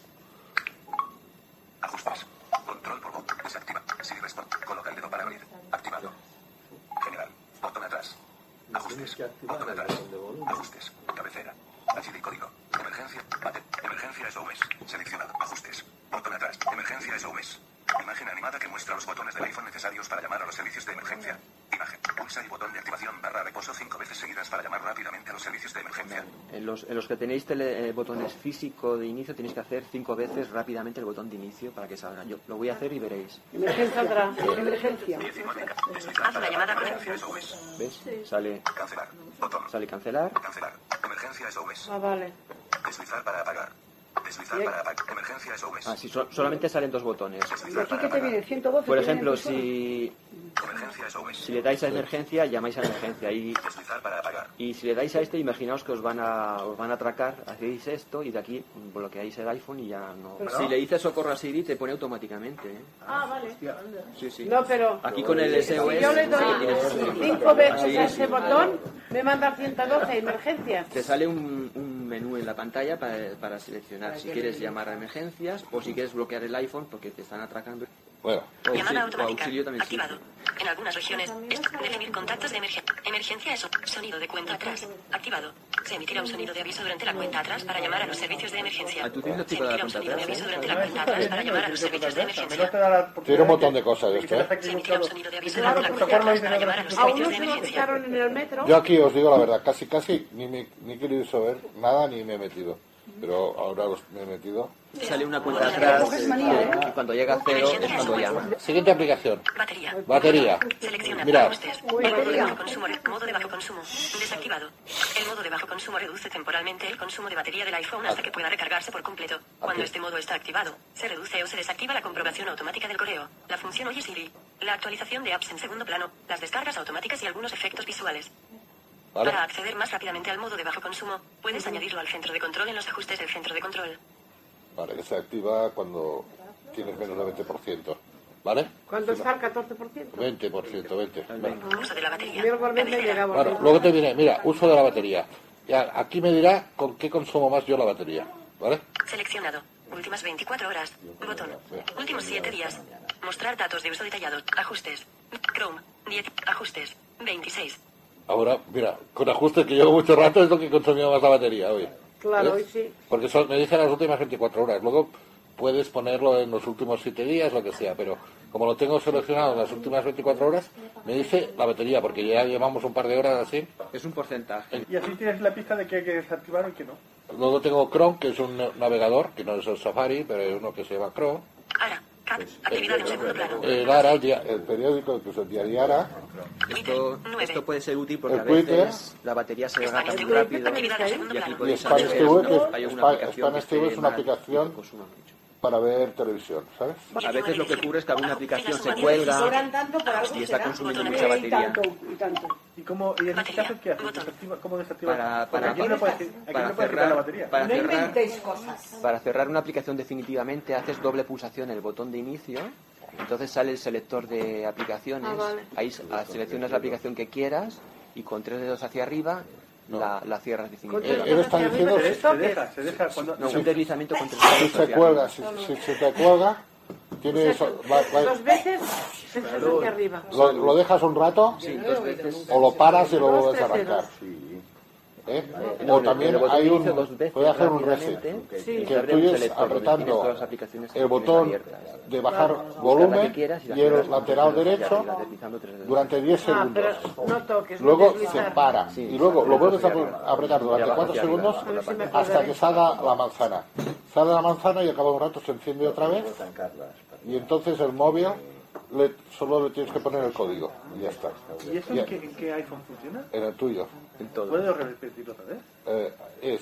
[SPEAKER 7] En los, en los que tenéis tele- eh, botones físico de inicio tenéis que hacer cinco veces rápidamente el botón de inicio para que salga. Yo lo voy a hacer y veréis.
[SPEAKER 4] Emergencia atrás.
[SPEAKER 8] Emergencia.
[SPEAKER 2] Haz una llamada con
[SPEAKER 7] ¿Ves? Sale Sale cancelar.
[SPEAKER 4] Ah, vale.
[SPEAKER 7] Ah, sí, so- solamente salen dos botones.
[SPEAKER 8] ¿Y aquí qué te viene?
[SPEAKER 7] Por
[SPEAKER 8] 112. te viene
[SPEAKER 7] ejemplo,
[SPEAKER 8] el
[SPEAKER 7] si,
[SPEAKER 8] teléfono.
[SPEAKER 7] si le dais a emergencia, llamáis a emergencia. Y, y si le dais a este, imaginaos que os van a, os van a atracar, hacéis esto y de aquí bloqueáis el iPhone y ya no. Si le dices socorro a Siri, te pone automáticamente. ¿eh?
[SPEAKER 6] Ah, vale.
[SPEAKER 7] Sí, sí.
[SPEAKER 4] No, pero.
[SPEAKER 7] Aquí con el SOS.
[SPEAKER 4] Si yo le
[SPEAKER 7] sí, tienes-
[SPEAKER 4] doy cinco veces a ese botón, me manda al 112, emergencia.
[SPEAKER 7] Te sale un, un menú en la pantalla para, para seleccionar si quieres llamar a emergencias o si quieres bloquear el iPhone porque te están atracando.
[SPEAKER 3] Bueno,
[SPEAKER 2] Llamada automática. Activado. En algunas regiones. es- recibir contactos de emergencia. Emergencia es un sonido de cuenta atrás. Activado. Se emitirá un sonido de aviso durante la cuenta atrás para llamar a los servicios de emergencia.
[SPEAKER 7] A tu tilde
[SPEAKER 2] Se
[SPEAKER 7] tipo de la
[SPEAKER 2] emitirá
[SPEAKER 7] cuenta
[SPEAKER 2] un sonido
[SPEAKER 7] atrás.
[SPEAKER 2] de
[SPEAKER 7] ¿eh?
[SPEAKER 2] aviso durante la cuenta atrás para llamar a los servicios de emergencia.
[SPEAKER 3] tiene un montón de cosas de esto, ¿eh?
[SPEAKER 2] Se emitirá un sonido de aviso durante la cuenta atrás para llamar a los
[SPEAKER 4] Aún
[SPEAKER 2] servicios de
[SPEAKER 4] no se lo
[SPEAKER 2] emergencia.
[SPEAKER 4] quitaron en el metro.
[SPEAKER 3] Yo aquí os digo la verdad, casi casi ni, me, ni he querido saber nada ni me he metido. Pero ahora los- me he metido.
[SPEAKER 7] Sale una cuenta atrás eh, y cuando llega a cero es cuando llama.
[SPEAKER 3] Siguiente aplicación.
[SPEAKER 2] Batería.
[SPEAKER 3] Batería.
[SPEAKER 2] Selecciona
[SPEAKER 3] Mira.
[SPEAKER 2] ajustes. El modo de bajo consumo. re- Modo de bajo consumo. Desactivado. El modo de bajo consumo reduce temporalmente el consumo de batería del iPhone hasta que pueda recargarse por completo. Cuando este modo está activado, se reduce o se desactiva la comprobación automática del correo, la función Oye Siri, la actualización de apps en segundo plano, las descargas automáticas y algunos efectos visuales.
[SPEAKER 3] Vale.
[SPEAKER 2] Para acceder más rápidamente al modo de bajo consumo, puedes añadirlo al centro de control en los ajustes del centro de control.
[SPEAKER 3] Vale, que se activa cuando tienes menos del 20%. ¿Vale?
[SPEAKER 4] Cuando está al 14%.
[SPEAKER 3] 20%, 20%. vale.
[SPEAKER 2] Uso de la batería.
[SPEAKER 4] Virtualmente llegamos.
[SPEAKER 3] Bueno, luego te diré, mira, uso de la batería. Ya, aquí me dirá con qué consumo más yo la batería. ¿Vale?
[SPEAKER 2] Seleccionado. Últimas 24 horas. Botón. Últimos 7 días. Mostrar datos de uso detallados. Ajustes. Chrome. 10. Ajustes. 26.
[SPEAKER 3] Ahora, mira, con ajustes que llevo mucho rato es lo que he consumido más la batería hoy.
[SPEAKER 4] Claro,
[SPEAKER 3] ¿Ves?
[SPEAKER 4] hoy sí.
[SPEAKER 3] Porque son, me dicen las últimas 24 horas. Luego puedes ponerlo en los últimos 7 días, lo que sea. Pero como lo tengo seleccionado en las últimas 24 horas, me dice la batería, porque ya llevamos un par de horas así.
[SPEAKER 7] Es un porcentaje.
[SPEAKER 9] Y así tienes la pista de que hay que desactivar o que no.
[SPEAKER 3] Luego tengo Chrome, que es un navegador, que no es el Safari, pero es uno que se llama Chrome.
[SPEAKER 2] Ara. Cat. Actividad en segundo plano.
[SPEAKER 3] El ARA, el, dia- el periódico, que es el diario ARA.
[SPEAKER 7] Esto, esto puede ser útil porque
[SPEAKER 3] El
[SPEAKER 7] a
[SPEAKER 3] Twitter.
[SPEAKER 7] veces la batería se gasta muy rápido y aquí
[SPEAKER 3] Y
[SPEAKER 7] podéis
[SPEAKER 3] Spanish
[SPEAKER 7] hacer
[SPEAKER 3] TV,
[SPEAKER 7] una- hay una
[SPEAKER 3] Spa-
[SPEAKER 7] aplicación que
[SPEAKER 3] Spanish TV es
[SPEAKER 7] se
[SPEAKER 3] una
[SPEAKER 7] llama-
[SPEAKER 3] aplicación para ver televisión, ¿sabes?
[SPEAKER 7] A
[SPEAKER 2] pues
[SPEAKER 7] veces lo que ocurre es que alguna aplicación se cuelga
[SPEAKER 6] Cobran tanto por algo
[SPEAKER 7] y
[SPEAKER 6] que
[SPEAKER 7] está
[SPEAKER 6] será.
[SPEAKER 7] consumiendo mucha batería.
[SPEAKER 8] y tanto.
[SPEAKER 9] ¿Y cómo, y en este caso, qué haces? ¿Desactiva- ¿Cómo desactivas?
[SPEAKER 7] Para,
[SPEAKER 9] Porque
[SPEAKER 7] para,
[SPEAKER 9] aquí no puedes, aquí
[SPEAKER 7] para
[SPEAKER 9] no puedes quitar la
[SPEAKER 7] cerrar,
[SPEAKER 9] batería.
[SPEAKER 7] para cerrar
[SPEAKER 6] cosas.
[SPEAKER 7] Para cerrar una aplicación definitivamente haces doble pulsación en el botón de inicio, entonces sale el selector de aplicaciones,
[SPEAKER 4] Ah, vale.
[SPEAKER 7] ahí s- ah, seleccionas la aplicación que quieras y con tres dedos hacia arriba la, la cierras
[SPEAKER 3] Él,
[SPEAKER 7] definitivamente.
[SPEAKER 3] él está diciendo
[SPEAKER 9] Se,
[SPEAKER 3] si,
[SPEAKER 9] se deja, se deja cuando...
[SPEAKER 7] No, un deslizamiento con tres
[SPEAKER 3] si
[SPEAKER 7] dedos
[SPEAKER 3] se
[SPEAKER 7] hacia
[SPEAKER 3] cuelga,
[SPEAKER 7] arriba.
[SPEAKER 3] si, si se te cuelga, tienes, va- va-
[SPEAKER 4] Dos veces se sube hacia arriba.
[SPEAKER 3] lo, lo dejas un rato
[SPEAKER 7] Sí, dos veces.
[SPEAKER 3] o lo paras y lo
[SPEAKER 4] Dos,
[SPEAKER 3] vuelves a
[SPEAKER 4] tres
[SPEAKER 3] arrancar. ¿Eh?
[SPEAKER 7] No,
[SPEAKER 3] O
[SPEAKER 7] en el- en
[SPEAKER 3] también
[SPEAKER 7] el botón
[SPEAKER 3] hay
[SPEAKER 7] de inicio
[SPEAKER 3] un...
[SPEAKER 7] dos veces
[SPEAKER 3] Puedes hacer un reset.
[SPEAKER 7] rápidamente
[SPEAKER 4] Sí.
[SPEAKER 7] y
[SPEAKER 3] Que
[SPEAKER 7] te abre
[SPEAKER 3] tú
[SPEAKER 7] un
[SPEAKER 3] tienes
[SPEAKER 7] selector donde
[SPEAKER 3] apretando
[SPEAKER 7] tienes todas las aplicaciones que
[SPEAKER 3] el
[SPEAKER 7] tienes
[SPEAKER 3] botón
[SPEAKER 7] abiertas.
[SPEAKER 3] de bajar
[SPEAKER 7] Buscar la
[SPEAKER 3] volumen
[SPEAKER 7] que quieras
[SPEAKER 3] y
[SPEAKER 7] la
[SPEAKER 3] el
[SPEAKER 7] cierras con tres
[SPEAKER 3] lateral
[SPEAKER 7] dedos hacia
[SPEAKER 3] derecho
[SPEAKER 7] arriba, deslizando tres dedos.
[SPEAKER 3] durante 10
[SPEAKER 4] Ah,
[SPEAKER 3] segundos.
[SPEAKER 4] pero no toques. no
[SPEAKER 3] Luego se
[SPEAKER 4] deslizar.
[SPEAKER 3] para
[SPEAKER 7] Sí,
[SPEAKER 3] y luego lo
[SPEAKER 7] abajo
[SPEAKER 3] vuelves a
[SPEAKER 7] hacia
[SPEAKER 3] apre-
[SPEAKER 7] arriba.
[SPEAKER 3] apretar durante
[SPEAKER 7] De abajo
[SPEAKER 3] 4
[SPEAKER 7] hacia arriba,
[SPEAKER 3] segundos
[SPEAKER 7] por la parte.
[SPEAKER 3] hasta que salga la manzana. Sale la manzana y al cabo de un rato se enciende otra vez y entonces el móvil le- solo le tienes que poner el código y ya está.
[SPEAKER 9] ¿Y eso
[SPEAKER 3] Ya,
[SPEAKER 9] en qué, en qué iPhone funciona?
[SPEAKER 3] en el tuyo.
[SPEAKER 7] En todo.
[SPEAKER 9] ¿Puedo repetirlo otra vez?
[SPEAKER 3] Eh, es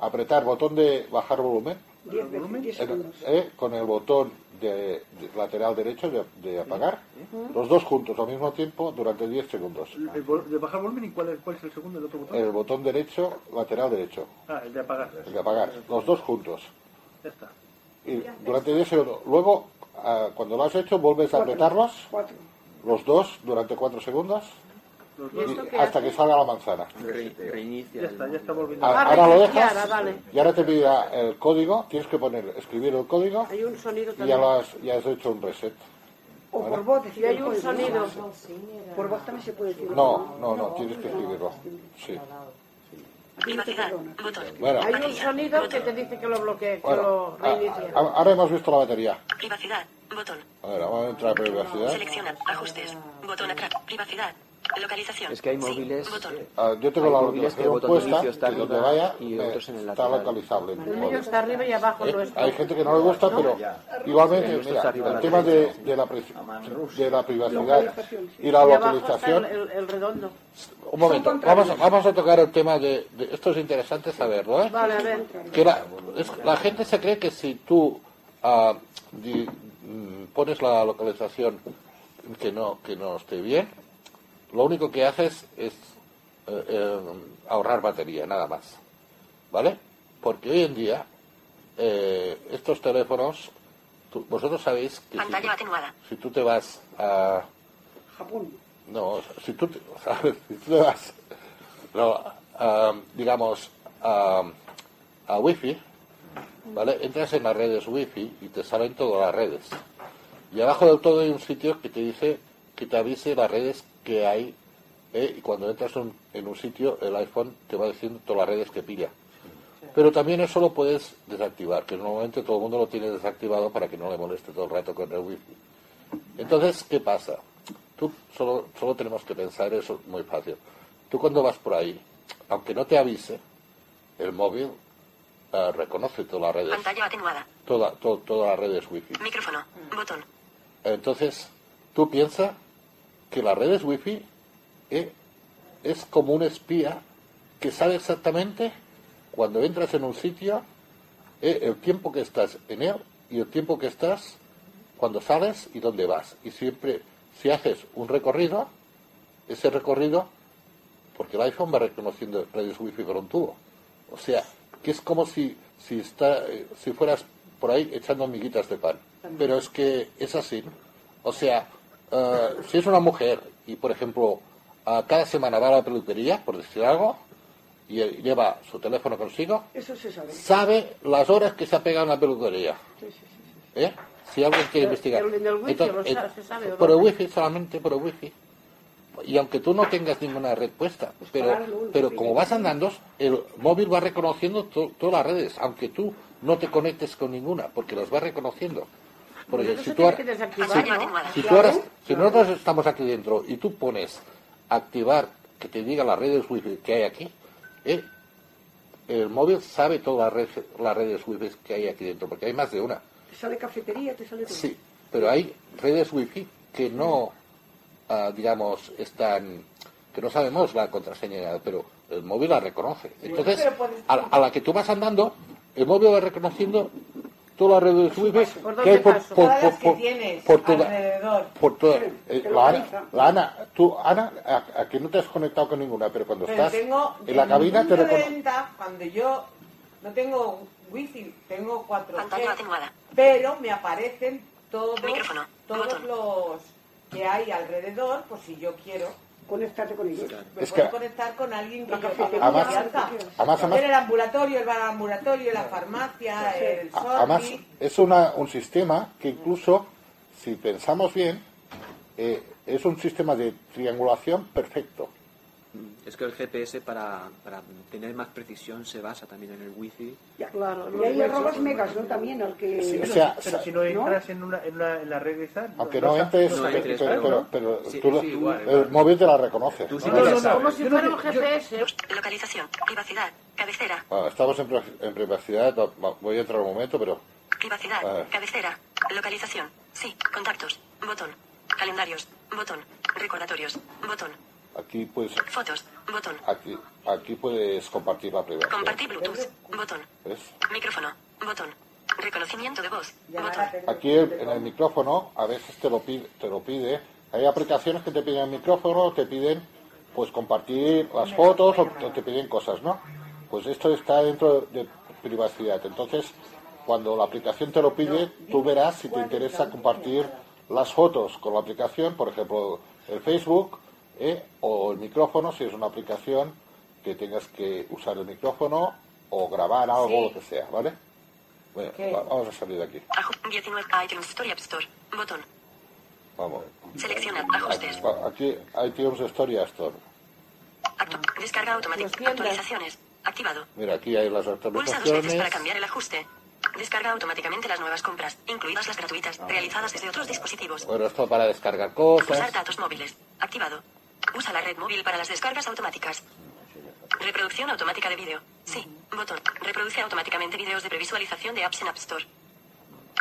[SPEAKER 3] apretar botón de bajar volumen
[SPEAKER 9] ¿El volumen?
[SPEAKER 3] en- eh, con el botón de, de lateral derecho de, de apagar los dos juntos al mismo tiempo durante 10 segundos.
[SPEAKER 9] El vol- ¿De bajar volumen y cuál es, cuál es el segundo, el otro botón?
[SPEAKER 3] El botón derecho, lateral derecho,
[SPEAKER 9] Ah, el de apagar.
[SPEAKER 3] el de apagar, los dos juntos.
[SPEAKER 9] Ya está.
[SPEAKER 3] Y durante 10 segundos. Luego, ah, cuando lo has hecho, vuelves a apretarlos,
[SPEAKER 8] Cuatro.
[SPEAKER 3] los dos, durante 4 segundos,
[SPEAKER 9] Los
[SPEAKER 4] ¿Y
[SPEAKER 9] dos.
[SPEAKER 4] esto
[SPEAKER 3] y
[SPEAKER 4] qué
[SPEAKER 3] hasta
[SPEAKER 4] hace?
[SPEAKER 3] que salga la manzana.
[SPEAKER 7] Re- reinicia
[SPEAKER 9] Ya
[SPEAKER 7] el-
[SPEAKER 9] está, ya está volviendo.
[SPEAKER 3] A-
[SPEAKER 4] Ah,
[SPEAKER 3] Ahora lo
[SPEAKER 4] reinicia,
[SPEAKER 3] dejas
[SPEAKER 4] ahora, vale.
[SPEAKER 3] y ahora te pide el código, tienes que poner, escribir el código
[SPEAKER 4] Hay un
[SPEAKER 3] y
[SPEAKER 4] sonido
[SPEAKER 3] ya,
[SPEAKER 4] también.
[SPEAKER 3] lo has, ya has hecho un reset.
[SPEAKER 8] O por voz, decir,
[SPEAKER 4] Y hay un
[SPEAKER 8] oye,
[SPEAKER 4] sonido.
[SPEAKER 8] Por voz también se puede decir.
[SPEAKER 3] No, no, no, tienes que escribirlo. Sí.
[SPEAKER 2] Privacidad. Botón.
[SPEAKER 3] Bueno,
[SPEAKER 4] Hay un sonido que te dice que lo bloquee, que
[SPEAKER 3] bueno, ah,
[SPEAKER 4] lo
[SPEAKER 3] a-
[SPEAKER 4] reinicie.
[SPEAKER 3] a- ahora hemos visto la batería.
[SPEAKER 2] Privacidad. Botón.
[SPEAKER 3] A ver, vamos a entrar a privacidad.
[SPEAKER 2] Selecciona. Ajustes. Botón atrás. Privacidad. Localización.
[SPEAKER 7] Es que hay
[SPEAKER 2] Sí.
[SPEAKER 7] móviles eh,
[SPEAKER 2] Botón.
[SPEAKER 3] Ah, yo tengo
[SPEAKER 7] Hay
[SPEAKER 3] la
[SPEAKER 7] móviles que el
[SPEAKER 3] localización
[SPEAKER 7] botón de
[SPEAKER 3] puesta
[SPEAKER 7] inicio está
[SPEAKER 3] y donde
[SPEAKER 7] arriba
[SPEAKER 3] vaya
[SPEAKER 7] y
[SPEAKER 3] eh,
[SPEAKER 7] otros en el
[SPEAKER 3] está
[SPEAKER 7] lateral.
[SPEAKER 3] localizable. en el
[SPEAKER 4] El mío
[SPEAKER 3] móvil.
[SPEAKER 4] está arriba y abajo
[SPEAKER 3] ¿Eh?
[SPEAKER 4] nuestro.
[SPEAKER 3] Hay gente que no le gusta, pero igualmente,
[SPEAKER 7] nuestro
[SPEAKER 3] mira,
[SPEAKER 7] está arriba a
[SPEAKER 3] el
[SPEAKER 7] la
[SPEAKER 3] tema de,
[SPEAKER 7] derecha.
[SPEAKER 3] de la, pri- de la privacidad y la
[SPEAKER 4] Y abajo está el,
[SPEAKER 3] localización.
[SPEAKER 4] el- el redondo.
[SPEAKER 3] Un momento, vamos, a- vamos a tocar el tema de, de- Esto es interesante saberlo, ¿eh?
[SPEAKER 4] Vale, a ver.
[SPEAKER 3] Que la, es- la gente se cree que si tú ah, di- mm, pones la localización que no, que no esté bien, lo único que haces es eh, eh, ahorrar batería, nada más. ¿Vale? Porque hoy en día eh, estos teléfonos, tú- vosotros sabéis que si-
[SPEAKER 2] Pantalla atenuada.
[SPEAKER 3] si tú te vas a
[SPEAKER 8] Japón.
[SPEAKER 3] no si tú te, si tú te vas no, a, digamos a, a wifi vale entras en las redes wifi y te salen todas las redes Y abajo del todo hay un sitio que te dice, que te avise las redes que hay. ¿eh? Y cuando entras un- en un sitio, el iPhone te va diciendo todas las redes que pilla. Pero también eso lo puedes desactivar, que normalmente todo el mundo lo tiene desactivado para que no le moleste todo el rato con el wifi. Entonces, ¿qué pasa? Tú solo, solo tenemos que pensar eso muy fácil. Tú cuando vas por ahí, aunque no te avise, el móvil eh, reconoce todas las redes,
[SPEAKER 2] Pantalla atenuada.
[SPEAKER 3] toda, to- todas las redes wifi.
[SPEAKER 2] Micrófono. Botón.
[SPEAKER 3] Entonces, tú piensas que las redes wifi eh, es como un espía que sabe exactamente cuando entras en un sitio eh, el tiempo que estás en él y el tiempo que estás cuando sales y dónde vas. Y siempre, si haces un recorrido, ese recorrido, porque el iPhone va reconociendo redes wifi con un tubo. O sea, que es como si, si, está, eh, si fueras por ahí echando miguitas de pan. Pero es que es así. ¿no? O sea, eh, si es una mujer y, por ejemplo, a cada semana va a la peluquería, por decir algo, y eh, lleva su teléfono consigo,
[SPEAKER 11] Eso se sabe.
[SPEAKER 3] sabe las horas que se ha pegado en la peluquería.
[SPEAKER 11] Sí, sí, sí.
[SPEAKER 3] ¿eh? Si alguien quiere investigar.
[SPEAKER 4] Pero- pero en el wifi lo
[SPEAKER 3] eh,
[SPEAKER 4] sabe, se sabe, ¿o
[SPEAKER 3] por el
[SPEAKER 4] no?
[SPEAKER 3] wifi, solamente por el wifi. Y aunque tú no tengas ninguna red puesta, pero,
[SPEAKER 4] pagarlo, un
[SPEAKER 3] pero
[SPEAKER 4] wifi.
[SPEAKER 3] como vas andando, el móvil va reconociendo to- todas las redes, aunque tú no te conectes con ninguna, porque las va reconociendo. Porque
[SPEAKER 4] Entonces
[SPEAKER 3] si
[SPEAKER 4] se
[SPEAKER 3] tú,
[SPEAKER 4] tiene
[SPEAKER 3] ahora-
[SPEAKER 4] que
[SPEAKER 3] si,
[SPEAKER 4] desactivar, ¿no?
[SPEAKER 3] si tú
[SPEAKER 4] Claro.
[SPEAKER 3] ahora- si nosotros estamos aquí dentro y tú pones activar que te diga las redes wifi que hay aquí, ¿eh? el móvil sabe todas las redes, las redes wifi que hay aquí dentro, porque hay más de una.
[SPEAKER 11] Te sale cafetería, te sale todo.
[SPEAKER 3] Sí, pero hay redes wifi que no, ah, digamos, están, que no sabemos la contraseña, pero el móvil la reconoce. Entonces,
[SPEAKER 6] pero puedes-
[SPEAKER 3] a, a la que tú vas andando, el móvil va reconociendo todas las redes wifi
[SPEAKER 6] ¿Por
[SPEAKER 3] que
[SPEAKER 6] dónde
[SPEAKER 3] hay por,
[SPEAKER 6] paso?
[SPEAKER 3] por,
[SPEAKER 6] Todas las
[SPEAKER 3] por,
[SPEAKER 6] que
[SPEAKER 3] por-
[SPEAKER 6] tienes
[SPEAKER 3] por toda,
[SPEAKER 6] alrededor.
[SPEAKER 3] por toda. eh,
[SPEAKER 6] que
[SPEAKER 3] la,
[SPEAKER 6] localiza.
[SPEAKER 3] Ana, la Ana, tú, Ana, a, a que no te has conectado con ninguna, pero cuando
[SPEAKER 6] Pero
[SPEAKER 3] estás
[SPEAKER 6] tengo,
[SPEAKER 3] en la
[SPEAKER 6] mi
[SPEAKER 3] cabina te
[SPEAKER 6] punto de
[SPEAKER 3] reconoce.
[SPEAKER 6] venta, cuando yo no tengo wifi, tengo 4G.
[SPEAKER 2] Pantalla atenuada.
[SPEAKER 6] Pero me aparecen todos,
[SPEAKER 2] Micrófono,
[SPEAKER 6] todos
[SPEAKER 2] botón.
[SPEAKER 6] los que hay alrededor, por si yo quiero.
[SPEAKER 11] Conectarte con ellos.
[SPEAKER 6] Me
[SPEAKER 3] Es
[SPEAKER 6] puedo
[SPEAKER 3] que-
[SPEAKER 6] conectar con alguien que yo
[SPEAKER 11] cafetería,
[SPEAKER 6] tenga
[SPEAKER 3] Además-
[SPEAKER 6] confianza.
[SPEAKER 3] además- además-
[SPEAKER 6] Ver el ambulatorio, el bar ambulatorio, la farmacia, el
[SPEAKER 3] A-
[SPEAKER 6] shopping.
[SPEAKER 3] Además, es una- un sistema que incluso, si pensamos bien, eh, es un sistema de triangulación perfecto.
[SPEAKER 7] Es que el GPS para, para tener más precisión se basa también en el wifi.
[SPEAKER 11] Ya,
[SPEAKER 4] claro.
[SPEAKER 11] Y ahí le robas megas, ¿no? También al que...
[SPEAKER 3] Sí, o
[SPEAKER 9] Pero,
[SPEAKER 3] sea,
[SPEAKER 9] pero si no entras en, una, en, una- en la red esa... no-
[SPEAKER 3] Aunque
[SPEAKER 9] no
[SPEAKER 3] no
[SPEAKER 9] sa-
[SPEAKER 3] entres,
[SPEAKER 9] no
[SPEAKER 3] pero,
[SPEAKER 9] entres,
[SPEAKER 3] pero-
[SPEAKER 9] claro.
[SPEAKER 3] pero
[SPEAKER 9] Sí,
[SPEAKER 3] tú lo-
[SPEAKER 9] sí, igual,
[SPEAKER 3] el
[SPEAKER 9] igual.
[SPEAKER 3] móvil te la reconoce.
[SPEAKER 7] Tú sí
[SPEAKER 3] No,
[SPEAKER 7] que
[SPEAKER 3] no,
[SPEAKER 7] lo
[SPEAKER 3] no.
[SPEAKER 7] sabes.
[SPEAKER 4] Como
[SPEAKER 9] Yo
[SPEAKER 4] si
[SPEAKER 9] no
[SPEAKER 4] fuera
[SPEAKER 9] sé,
[SPEAKER 4] un
[SPEAKER 9] yo-
[SPEAKER 4] GPS.
[SPEAKER 3] Ah.
[SPEAKER 2] Localización. Privacidad. Cabecera.
[SPEAKER 3] Bueno, estamos en, pri- en privacidad, va- va- voy a entrar un momento, pero
[SPEAKER 2] Privacidad.
[SPEAKER 3] Ah.
[SPEAKER 2] Cabecera. Localización. Sí. Contactos. Botón. Calendarios. Botón. Recordatorios. Botón.
[SPEAKER 3] aquí pues
[SPEAKER 2] Fotos. Botón.
[SPEAKER 3] aquí aquí puedes compartir la privacidad.
[SPEAKER 2] Compartir Bluetooth. Botón.
[SPEAKER 3] ¿ves?
[SPEAKER 2] Micrófono. Botón. Reconocimiento de voz.
[SPEAKER 6] llamar
[SPEAKER 2] Botón.
[SPEAKER 6] a teléfono.
[SPEAKER 3] Aquí el- en el micrófono a veces te lo pide, te lo pide. ¿eh? Hay aplicaciones que te piden el micrófono, te piden pues compartir las fotos o, o te piden cosas, ¿no? Pues esto está dentro de privacidad. Entonces, cuando la aplicación te lo pide, tú verás si te interesa compartir las fotos con la aplicación, por ejemplo, el Facebook ¿eh? o el micrófono, si es una aplicación que tengas que usar el micrófono o grabar algo,
[SPEAKER 6] Sí.
[SPEAKER 3] lo que sea, ¿vale? Bueno, va- vamos a salir de aquí.
[SPEAKER 2] Aju- 19. iTunes Store y App Store. Botón.
[SPEAKER 3] Vamos.
[SPEAKER 2] Selecciona. Ajustes.
[SPEAKER 3] Aquí hay tienes Story Store.
[SPEAKER 2] Actu- Descarga automática. Actualizaciones. Activado.
[SPEAKER 3] Mira, aquí hay las
[SPEAKER 2] Pulsa dos veces para
[SPEAKER 3] actualizaciones.
[SPEAKER 2] cambiar el ajuste. Descarga automáticamente las nuevas compras, incluidas las gratuitas, realizadas desde otros dispositivos.
[SPEAKER 3] Bueno, esto para descargar
[SPEAKER 2] Usar
[SPEAKER 3] cosas.
[SPEAKER 2] datos móviles. Activado. Usa la red móvil para las descargas automáticas. Reproducción automática de vídeo. Sí. Botón. Reproduce automáticamente vídeos de previsualización de apps en App Store.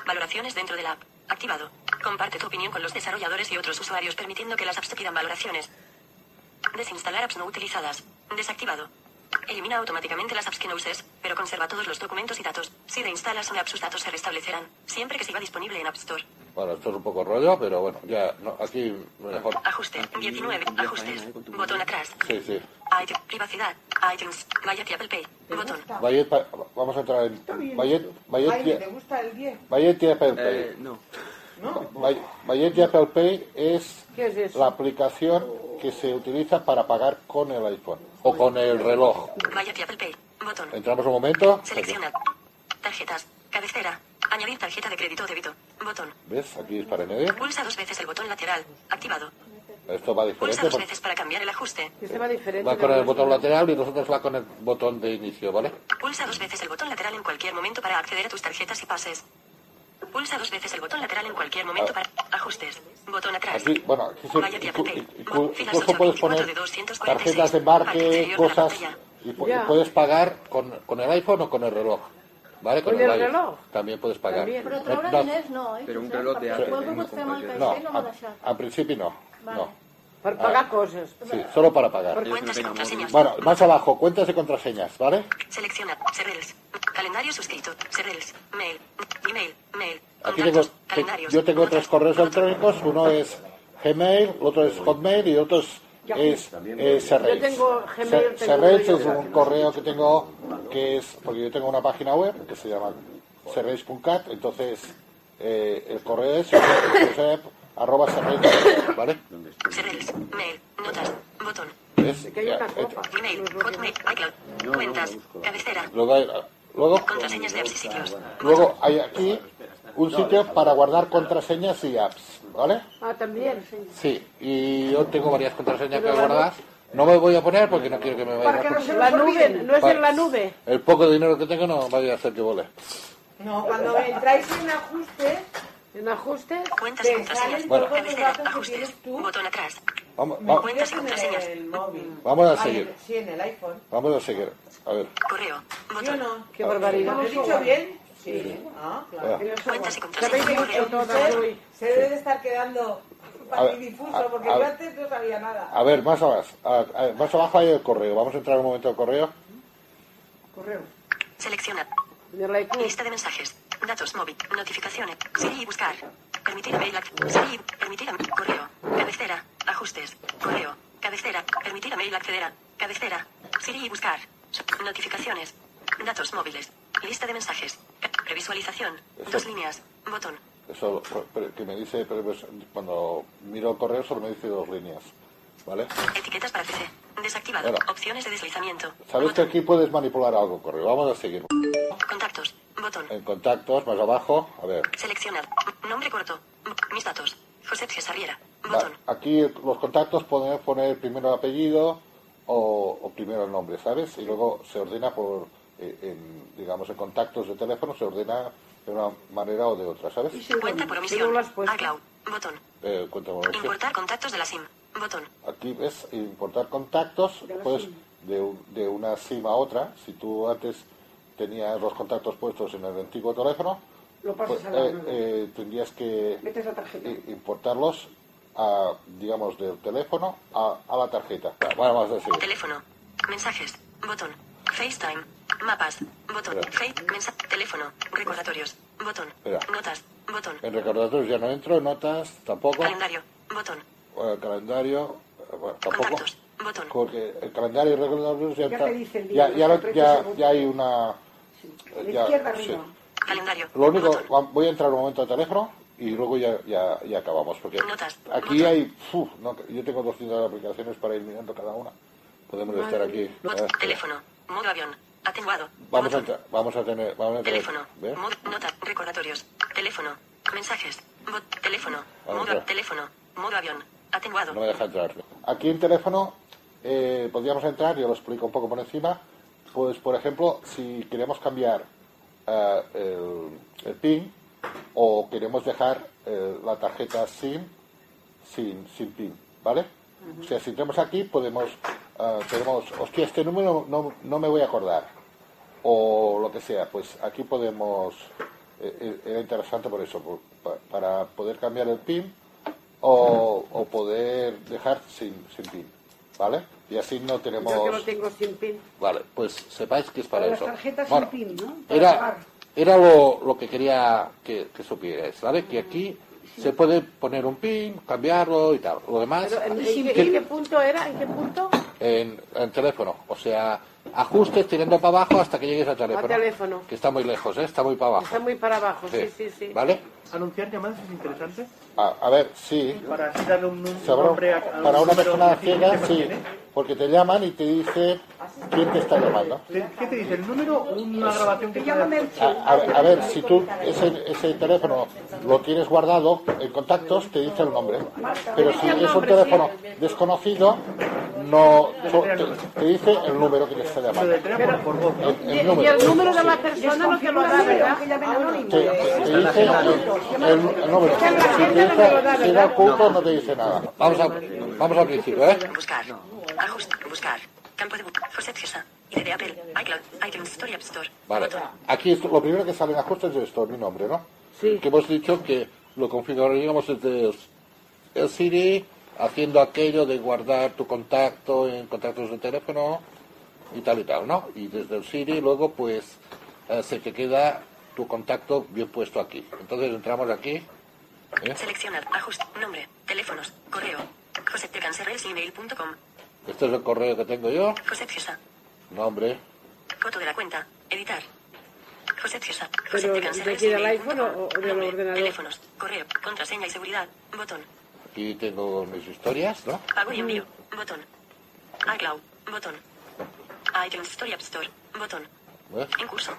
[SPEAKER 2] Valoraciones dentro de la app. Activado. Comparte tu opinión con los desarrolladores y otros usuarios permitiendo que las apps te pidan valoraciones. Desinstalar apps no utilizadas. Desactivado. Elimina automáticamente las apps que no uses, pero conserva todos los documentos y datos. Si reinstalas una app, sus datos se restablecerán, siempre que siga disponible en App Store.
[SPEAKER 3] Bueno, esto es un poco rollo, pero bueno, ya, no, aquí mejor.
[SPEAKER 2] Ajuste 19. Ajustes. Botón atrás.
[SPEAKER 3] Sí, sí.
[SPEAKER 2] iTunes, privacidad. iTunes. Vaya Apple Pay. Botón.
[SPEAKER 3] Vayet, pa- vamos a entrar en. Vayet, Vayet,
[SPEAKER 6] Ay, ¿te
[SPEAKER 3] y-
[SPEAKER 6] gusta el 10?
[SPEAKER 3] Vayet y Apple
[SPEAKER 7] Eh,
[SPEAKER 3] Pay.
[SPEAKER 7] no.
[SPEAKER 3] Vay- Vayet y Apple Pay es
[SPEAKER 4] ¿Qué es eso?
[SPEAKER 3] la aplicación que se utiliza para pagar con el iPhone o con el reloj.
[SPEAKER 2] Vaya Apple Pay. Botón.
[SPEAKER 3] Entramos un momento.
[SPEAKER 2] Selecciona. Tarjetas. Cabecera. Añadir tarjeta de crédito o débito. Botón.
[SPEAKER 3] ¿Ves? Aquí es para medio.
[SPEAKER 2] Pulsa dos veces el botón lateral. Activado.
[SPEAKER 3] Esto va
[SPEAKER 2] Pulsa
[SPEAKER 3] diferente.
[SPEAKER 2] dos
[SPEAKER 3] porque
[SPEAKER 2] veces para cambiar el ajuste.
[SPEAKER 3] Va con el botón lateral y nosotros va con el botón de inicio, ¿vale?
[SPEAKER 2] Pulsa dos veces el botón lateral en cualquier momento para acceder a tus tarjetas y pases. Pulsa dos veces el botón lateral en cualquier momento para ajustes. Botón atrás.
[SPEAKER 3] Aquí, bueno, aquí se,
[SPEAKER 2] Vaya
[SPEAKER 3] inclu-
[SPEAKER 2] diapete.
[SPEAKER 3] inclu-
[SPEAKER 2] Filas
[SPEAKER 3] incluso puedes
[SPEAKER 2] 824 de
[SPEAKER 3] poner
[SPEAKER 2] 246.
[SPEAKER 3] tarjetas de
[SPEAKER 2] Parte
[SPEAKER 3] embarque,
[SPEAKER 2] exterior de la
[SPEAKER 3] cosas,
[SPEAKER 2] pantalla.
[SPEAKER 3] y, pu-
[SPEAKER 2] Ya.
[SPEAKER 3] y puedes pagar con, con el iPhone o con el reloj. ¿Vale? Con,
[SPEAKER 12] Con el
[SPEAKER 3] iPhone.
[SPEAKER 12] reloj.
[SPEAKER 3] También puedes pagar.
[SPEAKER 12] También. Però
[SPEAKER 3] No-
[SPEAKER 12] treure
[SPEAKER 3] no-
[SPEAKER 12] diners no, eh, Però un Josep, reloj perquè té Apple, vuelvo no vostè amb el compra.
[SPEAKER 3] No,
[SPEAKER 12] caixer i no m'ha
[SPEAKER 3] a-
[SPEAKER 12] deixat.
[SPEAKER 3] al principio no.
[SPEAKER 12] Vale.
[SPEAKER 3] no.
[SPEAKER 4] Per pagar coses.
[SPEAKER 3] Sí, solo para pagar.
[SPEAKER 2] Por cuentas y contraseñas.
[SPEAKER 3] Bueno, más abajo, cuentas y contraseñas, ¿vale?
[SPEAKER 2] Selecciona. Serrels. Calendario suscrito. Serrels. Mail. Gmail. Mail.
[SPEAKER 3] Aquí tengo,
[SPEAKER 2] Calendarios.
[SPEAKER 3] yo tengo tres correos electrónicos, uno es Gmail, otro es Hotmail y otro es, es, es Serrails.
[SPEAKER 4] Yo tengo Gmail,
[SPEAKER 3] Se-
[SPEAKER 4] tengo
[SPEAKER 3] Serrails
[SPEAKER 4] uno
[SPEAKER 3] es
[SPEAKER 4] yo.
[SPEAKER 3] un correo que tengo que es, porque yo tengo una página web que se llama serrails.cat, entonces eh, el correo es josep arroba serrails.cat, ¿vale?
[SPEAKER 2] Serrels. Mail. Notas. Botón.
[SPEAKER 3] ¿Ves? Ya, eh,
[SPEAKER 2] Gmail. Hotmail. iCloud. Cuentas. Cabecera.
[SPEAKER 3] luego, hay- luego,
[SPEAKER 2] Contraseñas de apps y sitios.
[SPEAKER 3] luego hay aquí un sitio para guardar contraseñas y apps, ¿vale?
[SPEAKER 4] Ah, también.
[SPEAKER 3] Sí, y yo tengo varias contraseñas que
[SPEAKER 4] Pero la
[SPEAKER 3] guardadas. No me voy a poner porque no quiero que me
[SPEAKER 4] Para
[SPEAKER 3] vaya
[SPEAKER 4] que no se
[SPEAKER 3] a
[SPEAKER 4] la nube, no es en la nube.
[SPEAKER 3] El poco dinero que tengo no vaya a hacer que vole.
[SPEAKER 6] No, cuando entráis en ajustes,
[SPEAKER 4] en ajustes,
[SPEAKER 2] Cuentas,
[SPEAKER 6] te
[SPEAKER 2] contraseñas.
[SPEAKER 6] salen
[SPEAKER 3] Bueno.
[SPEAKER 6] todos los datos que tienes tú.
[SPEAKER 2] Botón atrás.
[SPEAKER 3] Vamos, va-
[SPEAKER 6] Metidos en el móvil.
[SPEAKER 3] Vamos a
[SPEAKER 6] Ah,
[SPEAKER 3] seguir.
[SPEAKER 6] en- Sí, en el iPhone.
[SPEAKER 3] vamos a seguir. A ver.
[SPEAKER 2] Correo.
[SPEAKER 6] ¿Sí o no?
[SPEAKER 3] Qué barbaridad.
[SPEAKER 6] ¿Lo he dicho bien? Sí. Ah, claro.
[SPEAKER 3] Bueno.
[SPEAKER 6] Cuentas y
[SPEAKER 2] contraseñas.
[SPEAKER 6] Se, se debe de estar quedando
[SPEAKER 3] A ver,
[SPEAKER 6] patidifuso,
[SPEAKER 3] a-
[SPEAKER 6] porque
[SPEAKER 3] a
[SPEAKER 6] yo
[SPEAKER 3] ver.
[SPEAKER 6] antes no sabía nada.
[SPEAKER 3] A ver, más abajo. a- a- más abajo hay el correo. Vamos a entrar un momento al correo.
[SPEAKER 4] Correo.
[SPEAKER 2] Selecciona. Lista de mensajes. Datos móvil. Notificaciones. Siri y buscar. Permitir mail. ac- Siri. Permitir a correo. Cabecera. Ajustes. Correo. Cabecera. Permitir a mail acceder a. Cabecera. Siri y buscar. Notificaciones. Datos móviles. Lista de mensajes. Previsualización. Dos líneas. Botón.
[SPEAKER 3] Eso pero- pero que me dice, pero pues, cuando miro el correo solo me dice dos líneas. ¿Vale?
[SPEAKER 2] Etiquetas para PC. Desactivado.
[SPEAKER 3] Bueno.
[SPEAKER 2] Opciones de deslizamiento.
[SPEAKER 4] Ah.
[SPEAKER 3] Sabes que aquí puedes manipular algo, correo. Vamos a seguir.
[SPEAKER 2] Contactos. Botón.
[SPEAKER 3] En contactos, más abajo. A ver.
[SPEAKER 2] Seleccionar. Nombre corto. Mis datos. José Cesarriera.
[SPEAKER 3] Va, Aquí los contactos podemos poner primero el apellido o, o primero el nombre, ¿sabes? Y luego se ordena por, eh, en, digamos, en contactos de teléfono, se ordena de una manera o de otra, ¿sabes?
[SPEAKER 2] Cuenta por omisión.
[SPEAKER 8] pues,
[SPEAKER 2] Ah, iCloud. Botón.
[SPEAKER 3] Eh, cuenta por omisión.
[SPEAKER 2] Importar contactos de la SIM. Botón.
[SPEAKER 3] Aquí ves importar contactos,
[SPEAKER 2] De la
[SPEAKER 3] puedes
[SPEAKER 2] SIM.
[SPEAKER 3] de, un- de una SIM a otra. Si tú antes tenías los contactos puestos en el antiguo teléfono,
[SPEAKER 11] Lo pasas
[SPEAKER 3] pues,
[SPEAKER 11] a la
[SPEAKER 3] eh, eh, tendrías que
[SPEAKER 11] Metes la tarjeta.
[SPEAKER 3] i- importarlos, a, digamos, del teléfono a, a la tarjeta. Bueno, vamos a seguir.
[SPEAKER 2] Teléfono. Mensajes. Botón. FaceTime. Mapas. Botón.
[SPEAKER 3] Espera.
[SPEAKER 2] Face. Mensaje. Teléfono. Recordatorios. Botón.
[SPEAKER 3] Espera. Eh,
[SPEAKER 2] Notas. Botón.
[SPEAKER 3] En recordatorios ya no entro, notas tampoco,
[SPEAKER 2] Calendario. Botón.
[SPEAKER 3] eh, calendario, eh, bueno, tampoco,
[SPEAKER 2] Botón.
[SPEAKER 3] porque el calendario y recordatorios ya,
[SPEAKER 2] Ya
[SPEAKER 3] está-
[SPEAKER 2] te dice el
[SPEAKER 3] ya,
[SPEAKER 2] día,
[SPEAKER 3] ya,
[SPEAKER 2] los
[SPEAKER 3] lo-
[SPEAKER 2] trece
[SPEAKER 3] ya-
[SPEAKER 2] segundos.
[SPEAKER 3] ya hay una... ya- sí.
[SPEAKER 2] Calendario.
[SPEAKER 3] Lo único, Ah, va- voy a entrar un momento al teléfono y luego ya, ya, ya acabamos, porque
[SPEAKER 2] Notas.
[SPEAKER 3] aquí hay... uf, no, yo tengo 200 aplicaciones para ir mirando cada una. Podemos estar aquí. a
[SPEAKER 2] Botón.
[SPEAKER 3] ver.
[SPEAKER 2] Teléfono. Modo avión. Atenuado.
[SPEAKER 3] Vamos a, entrar- vamos a tener... Vamos a tener
[SPEAKER 2] Teléfono.
[SPEAKER 3] ¿ves?
[SPEAKER 2] Modo. Nota. Recordatorios. Teléfono. Mensajes. Bot. Teléfono.
[SPEAKER 3] Vamos
[SPEAKER 2] Modo.
[SPEAKER 3] allá.
[SPEAKER 2] Teléfono. Modo avión. Atenuado.
[SPEAKER 3] No me deja entrar. Aquí en teléfono eh, podríamos entrar, yo lo explico un poco por encima. Pues, por ejemplo, si queremos cambiar eh, el, el PIN o queremos dejar eh, la tarjeta SIM sin, sin PIN, ¿vale? O sea, si entramos aquí podemos, eh, tenemos, hostia, este número no, no me voy a acordar o lo que sea, pues aquí podemos, eh, eh, era interesante por eso, por- pa- para poder cambiar el PIN o, o poder dejar sin, sin PIN, ¿vale? Y así no tenemos...
[SPEAKER 4] Yo que lo tengo sin pin.
[SPEAKER 3] Vale, pues sepáis que es para,
[SPEAKER 4] Para las
[SPEAKER 3] eso.
[SPEAKER 4] tarjetas
[SPEAKER 3] Bueno,
[SPEAKER 4] sin PIN, ¿no? Para
[SPEAKER 3] Era,
[SPEAKER 4] pagar.
[SPEAKER 3] era lo, lo que quería que, que supierais, ¿vale? Que aquí se puede poner un PIN, cambiarlo y tal. Lo demás
[SPEAKER 4] Pero, ¿en, en
[SPEAKER 3] que-
[SPEAKER 4] qué, en qué punto era? ¿En qué punto?
[SPEAKER 3] en, en teléfono. O sea, ajustes tirando para abajo hasta que llegues al teléfono.
[SPEAKER 4] Al teléfono.
[SPEAKER 3] Que está muy lejos, ¿eh? está muy para abajo.
[SPEAKER 4] Está muy para abajo, sí, sí, sí.
[SPEAKER 3] ¿Vale?
[SPEAKER 9] Anunciar llamadas es interesante
[SPEAKER 3] Ah, A, a ver, sí.
[SPEAKER 9] para así darle un, un
[SPEAKER 3] Sabrá-
[SPEAKER 9] nombre a, a un
[SPEAKER 3] para una
[SPEAKER 9] número
[SPEAKER 3] persona
[SPEAKER 9] difícil
[SPEAKER 3] ciega,
[SPEAKER 9] que
[SPEAKER 3] sí.
[SPEAKER 9] tiene.
[SPEAKER 3] Porque te llaman y te dice quién te está llamando.
[SPEAKER 9] ¿Qué, qué te dice? ¿El número o una grabación que
[SPEAKER 3] A, a ver- a ver, si tú ese, ese teléfono lo tienes guardado en contactos, te dice el nombre. Pero si es un teléfono desconocido, no so- te, te dice el número que le está llamando. El, el
[SPEAKER 4] Y
[SPEAKER 3] número.
[SPEAKER 4] el número de la persona no te lo da, ¿verdad?
[SPEAKER 3] Te, te dice el, el número. Si te dice, si da oculto, no te dice nada. Vamos, a, vamos al principio, ¿eh?
[SPEAKER 2] Buscar. Ajust. Buscar. Campo de búsqueda. Forset Gesa. ID de Apple. iCloud. iTunes Store y App Store.
[SPEAKER 3] Vale. Aquí esto- lo primero que sale en ajustes es esto, mi nombre, ¿no? Sí. Que hemos dicho que lo configuraríamos desde el Siri haciendo aquello de guardar tu contacto en contactos de teléfono y tal y tal, ¿no? Y desde el Siri luego pues eh, se te queda tu contacto bien puesto aquí. Entonces entramos aquí. ¿eh?
[SPEAKER 2] Seleccionar. Ajuste. Nombre. Teléfonos. Correo. Josep de Cancerrels email.com.
[SPEAKER 3] Este es el correo que tengo yo.
[SPEAKER 2] Josep Gesa.
[SPEAKER 3] Nombre.
[SPEAKER 2] Foto de la cuenta. Editar. Josep Gesa. Josep
[SPEAKER 4] Pero,
[SPEAKER 2] de
[SPEAKER 4] ¿de
[SPEAKER 2] Cancerrels
[SPEAKER 4] aquí del
[SPEAKER 2] email.
[SPEAKER 4] iPhone o, o del ordenador?
[SPEAKER 2] Teléfonos. Correo. Contraseña y seguridad. Botón.
[SPEAKER 3] Aquí tengo mis historias, ¿no?
[SPEAKER 2] Pago y envío. Botón. iCloud. Botón. iTunes Store y App Store. Botón.
[SPEAKER 3] ¿Eh?
[SPEAKER 2] En curso.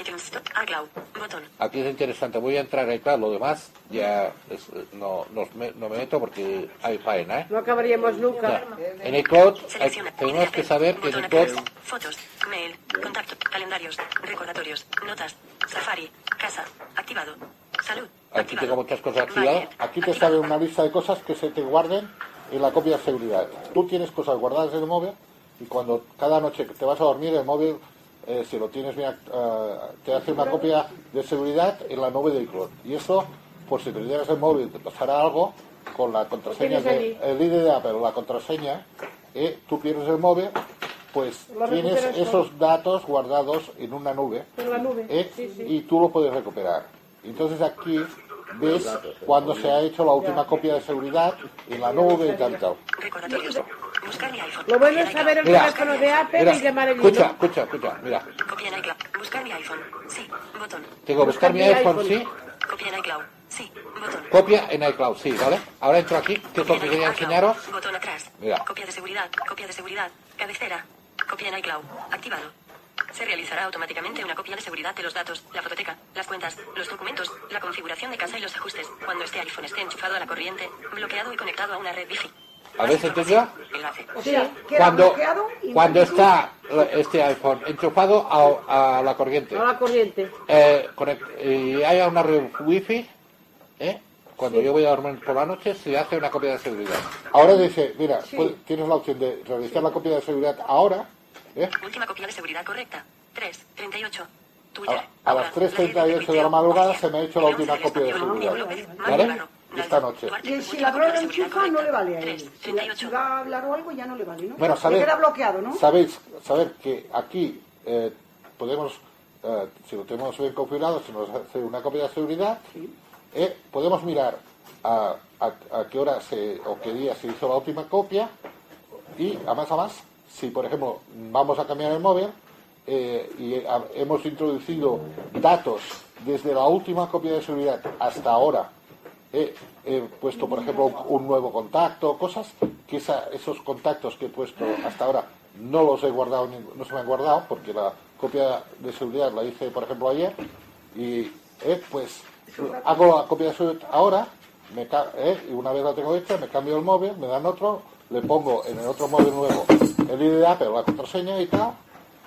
[SPEAKER 2] iTunes Store. iCloud. Botón.
[SPEAKER 3] Aquí es interesante, voy a entrar a iCloud, lo demás ya es- eh, no, no me, no me meto porque hay faena, ¿eh?
[SPEAKER 4] No acabaríamos nunca.
[SPEAKER 3] En iCloud hay- tenemos que saber que en iCloud,
[SPEAKER 2] Fotos, mail, contacto, calendarios, recordatorios, notas, safari, casa, activado, salud,
[SPEAKER 3] aquí tengo muchas cosas activadas, aquí te sale una lista de cosas que se te guarden en la copia de seguridad. Tú tienes cosas guardadas en el móvil y cuando cada noche que te vas a dormir el móvil, eh, si lo tienes bien, act- ah, te hace una copia de seguridad en la nube de iCloud. Y eso, por si perdieras el móvil, te pasará algo con la contraseña,
[SPEAKER 4] tienes
[SPEAKER 3] de, el ID de Apple, la contraseña, eh, tú pierdes el móvil, pues
[SPEAKER 4] Lo
[SPEAKER 3] tienes
[SPEAKER 4] recuperas
[SPEAKER 3] esos datos guardados en una nube
[SPEAKER 4] En la nube.
[SPEAKER 3] ¿eh?
[SPEAKER 4] Sí, sí.
[SPEAKER 3] y tú lo puedes recuperar. Entonces aquí ves cuando se ha hecho la última copia de seguridad en la nube y tal y tal.
[SPEAKER 2] recordatorios, buscar mi iPhone.
[SPEAKER 4] Lo bueno es saber el
[SPEAKER 3] Mira,
[SPEAKER 4] teléfono de Apple
[SPEAKER 3] mira,
[SPEAKER 4] y llamar el
[SPEAKER 3] escucha, escucha, escucha, mira.
[SPEAKER 2] Copia en iCloud, buscar mi iPhone, sí, botón.
[SPEAKER 3] Tengo buscar mi iPhone, sí,
[SPEAKER 2] Copia en iCloud, sí, botón.
[SPEAKER 3] copia en iCloud, sí, ¿vale? Ahora entro aquí, que es lo que quería enseñaros.
[SPEAKER 2] Botón atrás.
[SPEAKER 3] Mira.
[SPEAKER 2] Copia de seguridad. Copia de seguridad. Cabecera. Copia en iCloud. Activado. Se realizará automáticamente una copia de seguridad de los datos, la fototeca, las cuentas, los documentos, la configuración de casa y los ajustes, cuando este iPhone esté enchufado a la corriente, bloqueado y conectado a una red Wi-Fi.
[SPEAKER 3] A ver, ¿entendió?
[SPEAKER 2] Enlace.
[SPEAKER 11] O sea, queda
[SPEAKER 3] Cuando,
[SPEAKER 11] bloqueado y
[SPEAKER 3] cuando
[SPEAKER 11] entonces-
[SPEAKER 3] está este iPhone enchufado a, a la corriente,
[SPEAKER 4] No la corriente.
[SPEAKER 3] eh, conect- y haya una red wifi, ¿eh? cuando yo voy a dormir por la noche, se hace una copia de seguridad. Ahora dice, mira, puedes- tienes la opción de realizar la copia de seguridad ahora, ¿eh?
[SPEAKER 2] Última copia de seguridad correcta. 3. 38. Twitter.
[SPEAKER 3] a, a las 3.38 de la madrugada se me ha hecho la última copia de seguridad, ¿vale? Y Esta noche.
[SPEAKER 11] Y el- si la droga enchufa no le vale a él. Si, la- si va a hablar o algo ya no le vale, ¿no?
[SPEAKER 3] Bueno,
[SPEAKER 11] Se
[SPEAKER 3] saber,
[SPEAKER 11] queda bloqueado, ¿no?
[SPEAKER 3] Sabéis, saber que aquí eh, podemos, eh, si lo tenemos bien configurado, si nos hace una copia de seguridad, eh, podemos mirar a, a- a qué hora se, o qué día se hizo la última copia y a más a más, si por ejemplo vamos a cambiar el móvil eh, y ha- hemos introducido datos desde la última copia de seguridad hasta ahora, eh, he puesto por ejemplo un, un nuevo contacto, cosas que esa- esos contactos que he puesto hasta ahora no los he guardado, ni- no se me han guardado porque la copia de seguridad la hice por ejemplo ayer y eh, pues hago la copia de seguridad ahora me ca- eh, y una vez la tengo hecha me cambio el móvil, me dan otro, le pongo en el otro móvil nuevo el ID de Apple, la contraseña y tal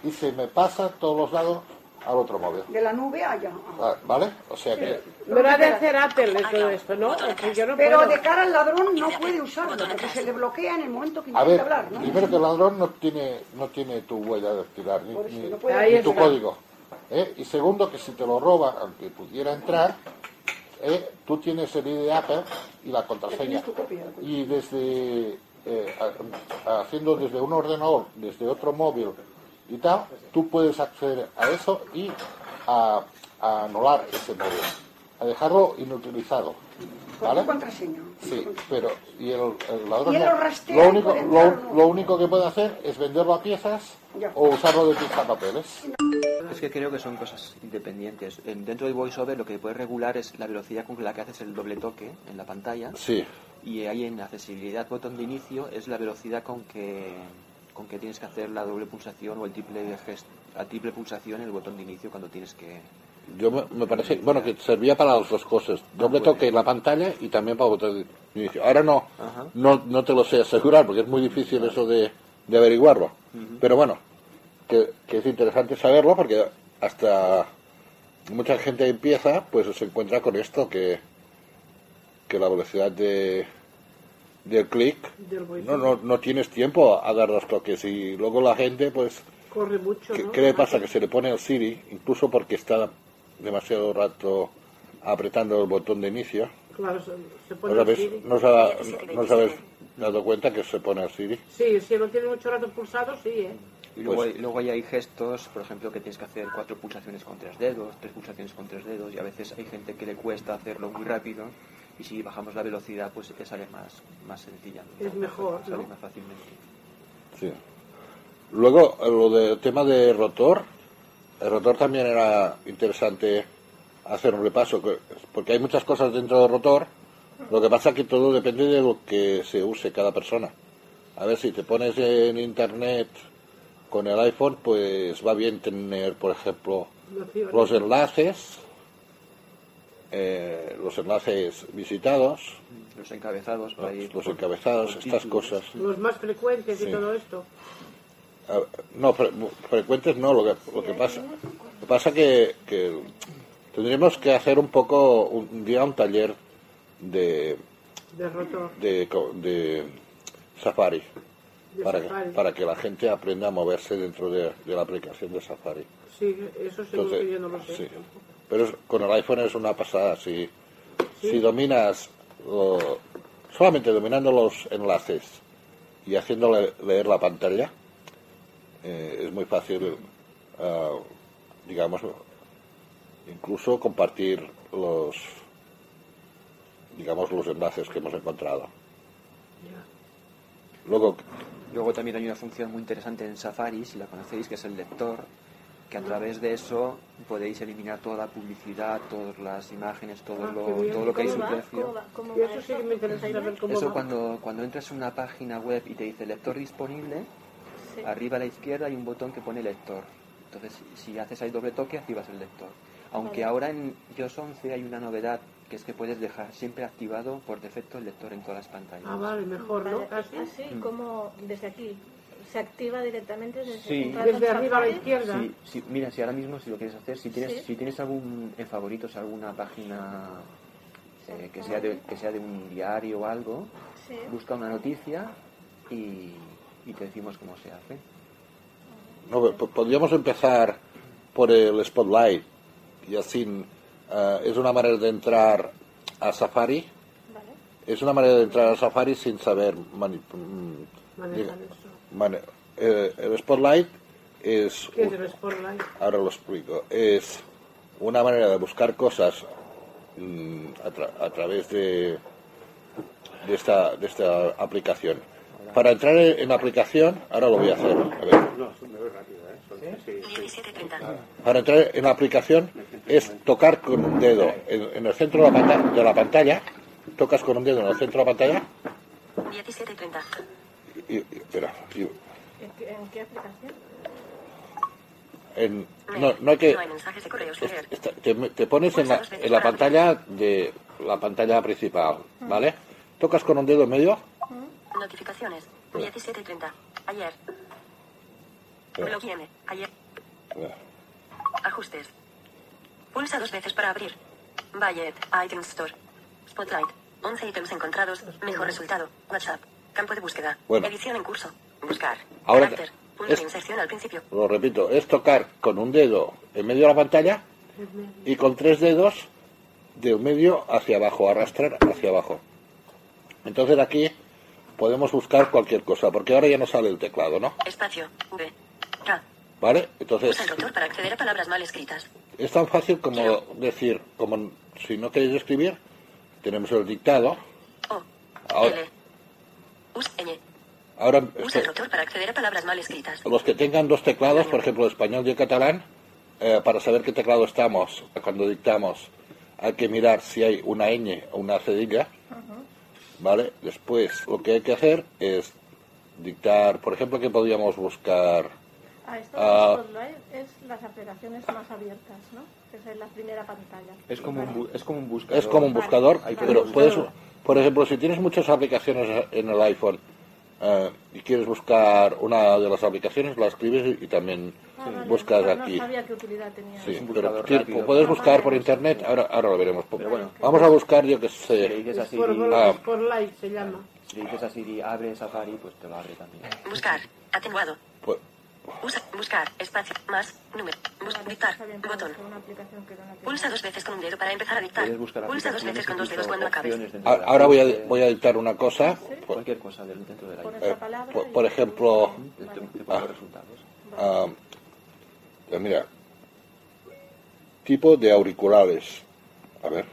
[SPEAKER 3] y se me pasa todos los datos al otro móvil.
[SPEAKER 11] De la nube allá.
[SPEAKER 3] Ah, ¿Vale? O sea que...
[SPEAKER 4] Pero ha de hacer Apple de todo esto, ¿no? Porque yo no
[SPEAKER 11] Pero
[SPEAKER 4] puedo.
[SPEAKER 11] de cara al ladrón no puede usarlo, porque se le bloquea en el momento que
[SPEAKER 3] A
[SPEAKER 11] intenta
[SPEAKER 3] ver,
[SPEAKER 11] hablar, ¿no?
[SPEAKER 3] primero que el ladrón no tiene, no tiene tu huella dactilar ni,
[SPEAKER 11] Por eso
[SPEAKER 3] ni-
[SPEAKER 11] no puede
[SPEAKER 3] ni tu
[SPEAKER 11] entrar.
[SPEAKER 3] código. ¿eh? Y segundo, que si te lo roba, aunque pudiera entrar, ¿eh? tú tienes el ID de Apple y la contraseña.
[SPEAKER 11] Tienes tu copia. pues,
[SPEAKER 3] Y desde eh, ha- haciendo desde un ordenador, desde otro móvil y tal, tú puedes acceder a eso y a, a anular ese móvil, a dejarlo inutilizado.
[SPEAKER 11] Con
[SPEAKER 3] ¿Vale?
[SPEAKER 11] tu contraseña.
[SPEAKER 3] Sí, pero y el, el ladrón
[SPEAKER 11] Y él
[SPEAKER 3] no.
[SPEAKER 11] lo rastrea y
[SPEAKER 3] único,
[SPEAKER 11] puede
[SPEAKER 3] lo,
[SPEAKER 11] entrar, ¿no?
[SPEAKER 3] lo único que puede hacer es venderlo a piezas o usarlo de papeles.
[SPEAKER 7] Es que creo que son cosas independientes. En- Dentro del voiceover lo que puedes regular es la velocidad con la que haces el doble toque en la pantalla.
[SPEAKER 3] Sí.
[SPEAKER 7] Y ahí en accesibilidad, botón de inicio, es la velocidad con que, con que tienes que hacer la doble pulsación o el triple gest- la triple pulsación en el botón de inicio cuando tienes que...
[SPEAKER 3] Yo me, me parece, bueno, que servía para las dos cosas.
[SPEAKER 7] Ah,
[SPEAKER 3] Doble toque en la pantalla y también para botar de inicio. Ahora no,
[SPEAKER 7] Ajá.
[SPEAKER 3] no, no te lo sé asegurar porque es muy difícil eso de, de averiguarlo.
[SPEAKER 7] Ujú.
[SPEAKER 3] Pero bueno, que, que es interesante saberlo porque hasta mucha gente empieza, pues se encuentra con esto, que, que la velocidad de del clic, no, no, no tienes tiempo a dar los toques y luego la gente, pues,
[SPEAKER 4] Corre mucho,
[SPEAKER 3] ¿Qué,
[SPEAKER 4] ¿no?
[SPEAKER 3] qué le pasa? Que se le pone el Siri, incluso porque está demasiado rato apretando el botón de inicio.
[SPEAKER 4] Claro, se,
[SPEAKER 3] ¿No,
[SPEAKER 4] se pone el Siri.
[SPEAKER 3] sabéis, no, os ha- no os habéis dado cuenta que se pone el Siri?
[SPEAKER 4] Sí, si lo tiene mucho rato pulsado, sí, ¿eh?
[SPEAKER 7] Y
[SPEAKER 3] Pues
[SPEAKER 7] luego, hay- luego ahí hay gestos, por ejemplo, que tienes que hacer cuatro pulsaciones con tres dedos, tres pulsaciones con tres dedos, y a veces hay gente que le cuesta hacerlo muy rápido, y si bajamos la velocidad, pues te sale más, más sencilla.
[SPEAKER 4] Es mejor,
[SPEAKER 7] Sale
[SPEAKER 4] ¿no?
[SPEAKER 7] más fácilmente.
[SPEAKER 3] Sí. Luego, eh, lo del tema de rotor, el rotor también era interesante hacer un repaso, que- porque hay muchas cosas dentro del rotor, lo que pasa que todo depende de lo que se use cada persona. A ver, si te pones en internet con el iPhone, pues va bien tener, por ejemplo, los enlaces, eh, los enlaces visitados,
[SPEAKER 7] Los encabezados, para ir
[SPEAKER 3] Ah, los
[SPEAKER 7] por-
[SPEAKER 3] encabezados,
[SPEAKER 7] por
[SPEAKER 3] estas
[SPEAKER 7] títulos.
[SPEAKER 3] cosas.
[SPEAKER 4] Los más frecuentes
[SPEAKER 3] Sí.
[SPEAKER 4] y todo esto.
[SPEAKER 3] A ver, No, fre- frecuentes no, lo que, lo que pasa. Lo que pasa que, que tendríamos que hacer un poco, un un día un taller de,
[SPEAKER 4] De rotor.
[SPEAKER 3] de, co- de Safari,
[SPEAKER 4] De
[SPEAKER 3] para,
[SPEAKER 4] Safari.
[SPEAKER 3] Que, para que la gente aprenda a moverse dentro de, de la aplicación de Safari.
[SPEAKER 4] Sí, eso seguro
[SPEAKER 3] Entonces,
[SPEAKER 4] que yo no lo sé.
[SPEAKER 3] sí. Pero es- con el iPhone es una pasada. Si, si dominas, lo- solamente dominando los enlaces y haciéndole leer la pantalla, eh, es muy fácil, ah, digamos, incluso compartir los, digamos, los enlaces que hemos encontrado. Luego,
[SPEAKER 7] Luego también hay una función muy interesante en Safari, si la conocéis, que es el lector, que a través de eso podéis eliminar toda la publicidad, todas las imágenes, todo, lo, todo lo que hay
[SPEAKER 4] Ah, ¿Cómo va?
[SPEAKER 7] subterfáneo.
[SPEAKER 4] Y eso sí que me interesa saber cómo
[SPEAKER 7] Eso
[SPEAKER 4] va.
[SPEAKER 7] cuando, cuando entras en una página web y te dice lector disponible,
[SPEAKER 4] Sí.
[SPEAKER 7] arriba a la izquierda hay un botón que pone lector. Entonces, si haces ahí doble toque, activas el lector. Aunque
[SPEAKER 13] Vale.
[SPEAKER 7] ahora en iOS 11 hay una novedad, que es que puedes dejar siempre activado por defecto el lector en todas las pantallas.
[SPEAKER 4] Ah, vale, Ah, mejor, ¿no?
[SPEAKER 13] Vale,
[SPEAKER 4] Casi.
[SPEAKER 13] Así
[SPEAKER 7] Mm.
[SPEAKER 13] como desde aquí. Se activa directamente desde,
[SPEAKER 7] Sí.
[SPEAKER 13] entrar en
[SPEAKER 4] Desde arriba a la
[SPEAKER 13] Safari.
[SPEAKER 4] izquierda.
[SPEAKER 7] Sí, sí, mira, si ahora mismo si lo quieres hacer, si tienes,
[SPEAKER 13] Sí.
[SPEAKER 7] si tienes algún en favoritos alguna página eh, que sea de, que sea de un diario o algo,
[SPEAKER 13] Sí.
[SPEAKER 7] busca una noticia y, y te decimos cómo se hace.
[SPEAKER 3] No, pero po- podríamos empezar por el Spotlight y así eh, es una manera de entrar a Safari. Es una manera de entrar a Safari sin saber mani- mm,
[SPEAKER 4] Manejar
[SPEAKER 3] diga-
[SPEAKER 4] eso.
[SPEAKER 3] mane- eh, el Spotlight es
[SPEAKER 4] ¿Qué es
[SPEAKER 3] un-
[SPEAKER 4] el Spotlight?
[SPEAKER 3] ahora lo explico es una manera de buscar cosas mm, a, tra- a través de de esta de esta aplicación. Para entrar en en la aplicación ahora lo voy a hacer. A ver.
[SPEAKER 9] No, son- me voy rápido, ¿eh? Son- sí, sí.
[SPEAKER 3] Para entrar en la aplicación es tocar con un dedo en, en el centro de la, panta- de la pantalla. Tocas con un dedo en el centro de la pantalla.
[SPEAKER 2] 17 y 30.
[SPEAKER 3] Y, y- espera, y-
[SPEAKER 13] ¿En qué, en qué aplicación?
[SPEAKER 3] en- no, no hay que.
[SPEAKER 2] No hay mensajes de correos leer.
[SPEAKER 3] esta- te, te pones en la, en la pantalla de la pantalla principal,
[SPEAKER 13] Mm.
[SPEAKER 3] ¿vale? Tocas con un dedo en medio.
[SPEAKER 2] Notificaciones. 17 y 30. Ayer.
[SPEAKER 3] Espera,
[SPEAKER 2] Bloqueame. Ayer.
[SPEAKER 3] espera.
[SPEAKER 2] Ajustes. Pulsa dos veces para abrir. Budget. Item Store. Spotlight. 11 ítems encontrados. Mejor resultado. WhatsApp. Campo de búsqueda.
[SPEAKER 3] Bueno.
[SPEAKER 2] Edición en curso. Buscar.
[SPEAKER 3] Ahora
[SPEAKER 2] Carácter. Punto
[SPEAKER 3] es-
[SPEAKER 2] de inserción al principio.
[SPEAKER 3] Lo repito, es tocar con un dedo en medio de la pantalla y con tres dedos del medio hacia abajo, arrastrar hacia abajo. Entonces aquí podemos buscar cualquier cosa, porque ahora ya no sale el teclado, ¿no?
[SPEAKER 2] Espacio. V. K.
[SPEAKER 3] ¿Vale?
[SPEAKER 2] Usa el
[SPEAKER 3] Entonces
[SPEAKER 2] rotor para acceder a palabras mal escritas.
[SPEAKER 3] es tan fácil como decir, como si no queréis escribir, tenemos el dictado.
[SPEAKER 2] O.
[SPEAKER 3] Ahora,
[SPEAKER 2] L. Us. Ñ.
[SPEAKER 3] Ahora, eh,
[SPEAKER 2] Usa
[SPEAKER 3] esto-
[SPEAKER 2] el rotor para acceder a palabras mal escritas.
[SPEAKER 3] los que tengan dos teclados, por ejemplo, español y catalán, eh, para saber qué teclado estamos cuando dictamos, hay que mirar si hay una ñ o una cedilla, ¿vale? Después, lo que hay que hacer es dictar, por ejemplo, que podríamos buscar
[SPEAKER 13] Ah, esto
[SPEAKER 3] Ah.
[SPEAKER 13] de Spotlight es las aplicaciones más abiertas, ¿no? Esa es la primera pantalla.
[SPEAKER 7] Es como un, bu- es como un buscador.
[SPEAKER 3] Es como un buscador,
[SPEAKER 7] Ahí
[SPEAKER 3] pero
[SPEAKER 7] podemos
[SPEAKER 3] puedes,
[SPEAKER 7] buscar.
[SPEAKER 3] por ejemplo, si tienes muchas aplicaciones en el iPhone eh, y quieres buscar una de las aplicaciones, la escribes y, y también
[SPEAKER 13] Ah, vale,
[SPEAKER 3] buscas
[SPEAKER 13] no
[SPEAKER 3] aquí.
[SPEAKER 13] sabía qué utilidad tenía.
[SPEAKER 3] Sí,
[SPEAKER 7] Es un
[SPEAKER 3] pero
[SPEAKER 7] buscador
[SPEAKER 3] ti-
[SPEAKER 7] rápido.
[SPEAKER 3] puedes
[SPEAKER 13] Ah,
[SPEAKER 3] buscar por
[SPEAKER 13] vale.
[SPEAKER 3] internet, ahora, ahora lo veremos.
[SPEAKER 7] Pero bueno.
[SPEAKER 3] Vamos a buscar, yo que sé.
[SPEAKER 7] así,
[SPEAKER 4] Por, por,
[SPEAKER 3] ah,
[SPEAKER 4] por like se llama.
[SPEAKER 7] Si le dices a Siri, abre Safari, pues te lo abre también.
[SPEAKER 2] Buscar. Atenuado.
[SPEAKER 3] Pues-
[SPEAKER 2] Usa, buscar, espacio, más, número, bus- dictar, botón. Pulsa dos veces con un dedo para empezar a dictar.
[SPEAKER 7] Puedes buscar
[SPEAKER 2] Pulsa dos veces con dos dedos cuando acabes.
[SPEAKER 7] aplicaciones,
[SPEAKER 3] a- ahora voy a, voy a dictar una cosa, pues,
[SPEAKER 7] Cualquier cosa del- dentro del iPhone.
[SPEAKER 3] eh, por, por ejemplo, ah, ah, eh, mira, tipo de auriculares. A ver,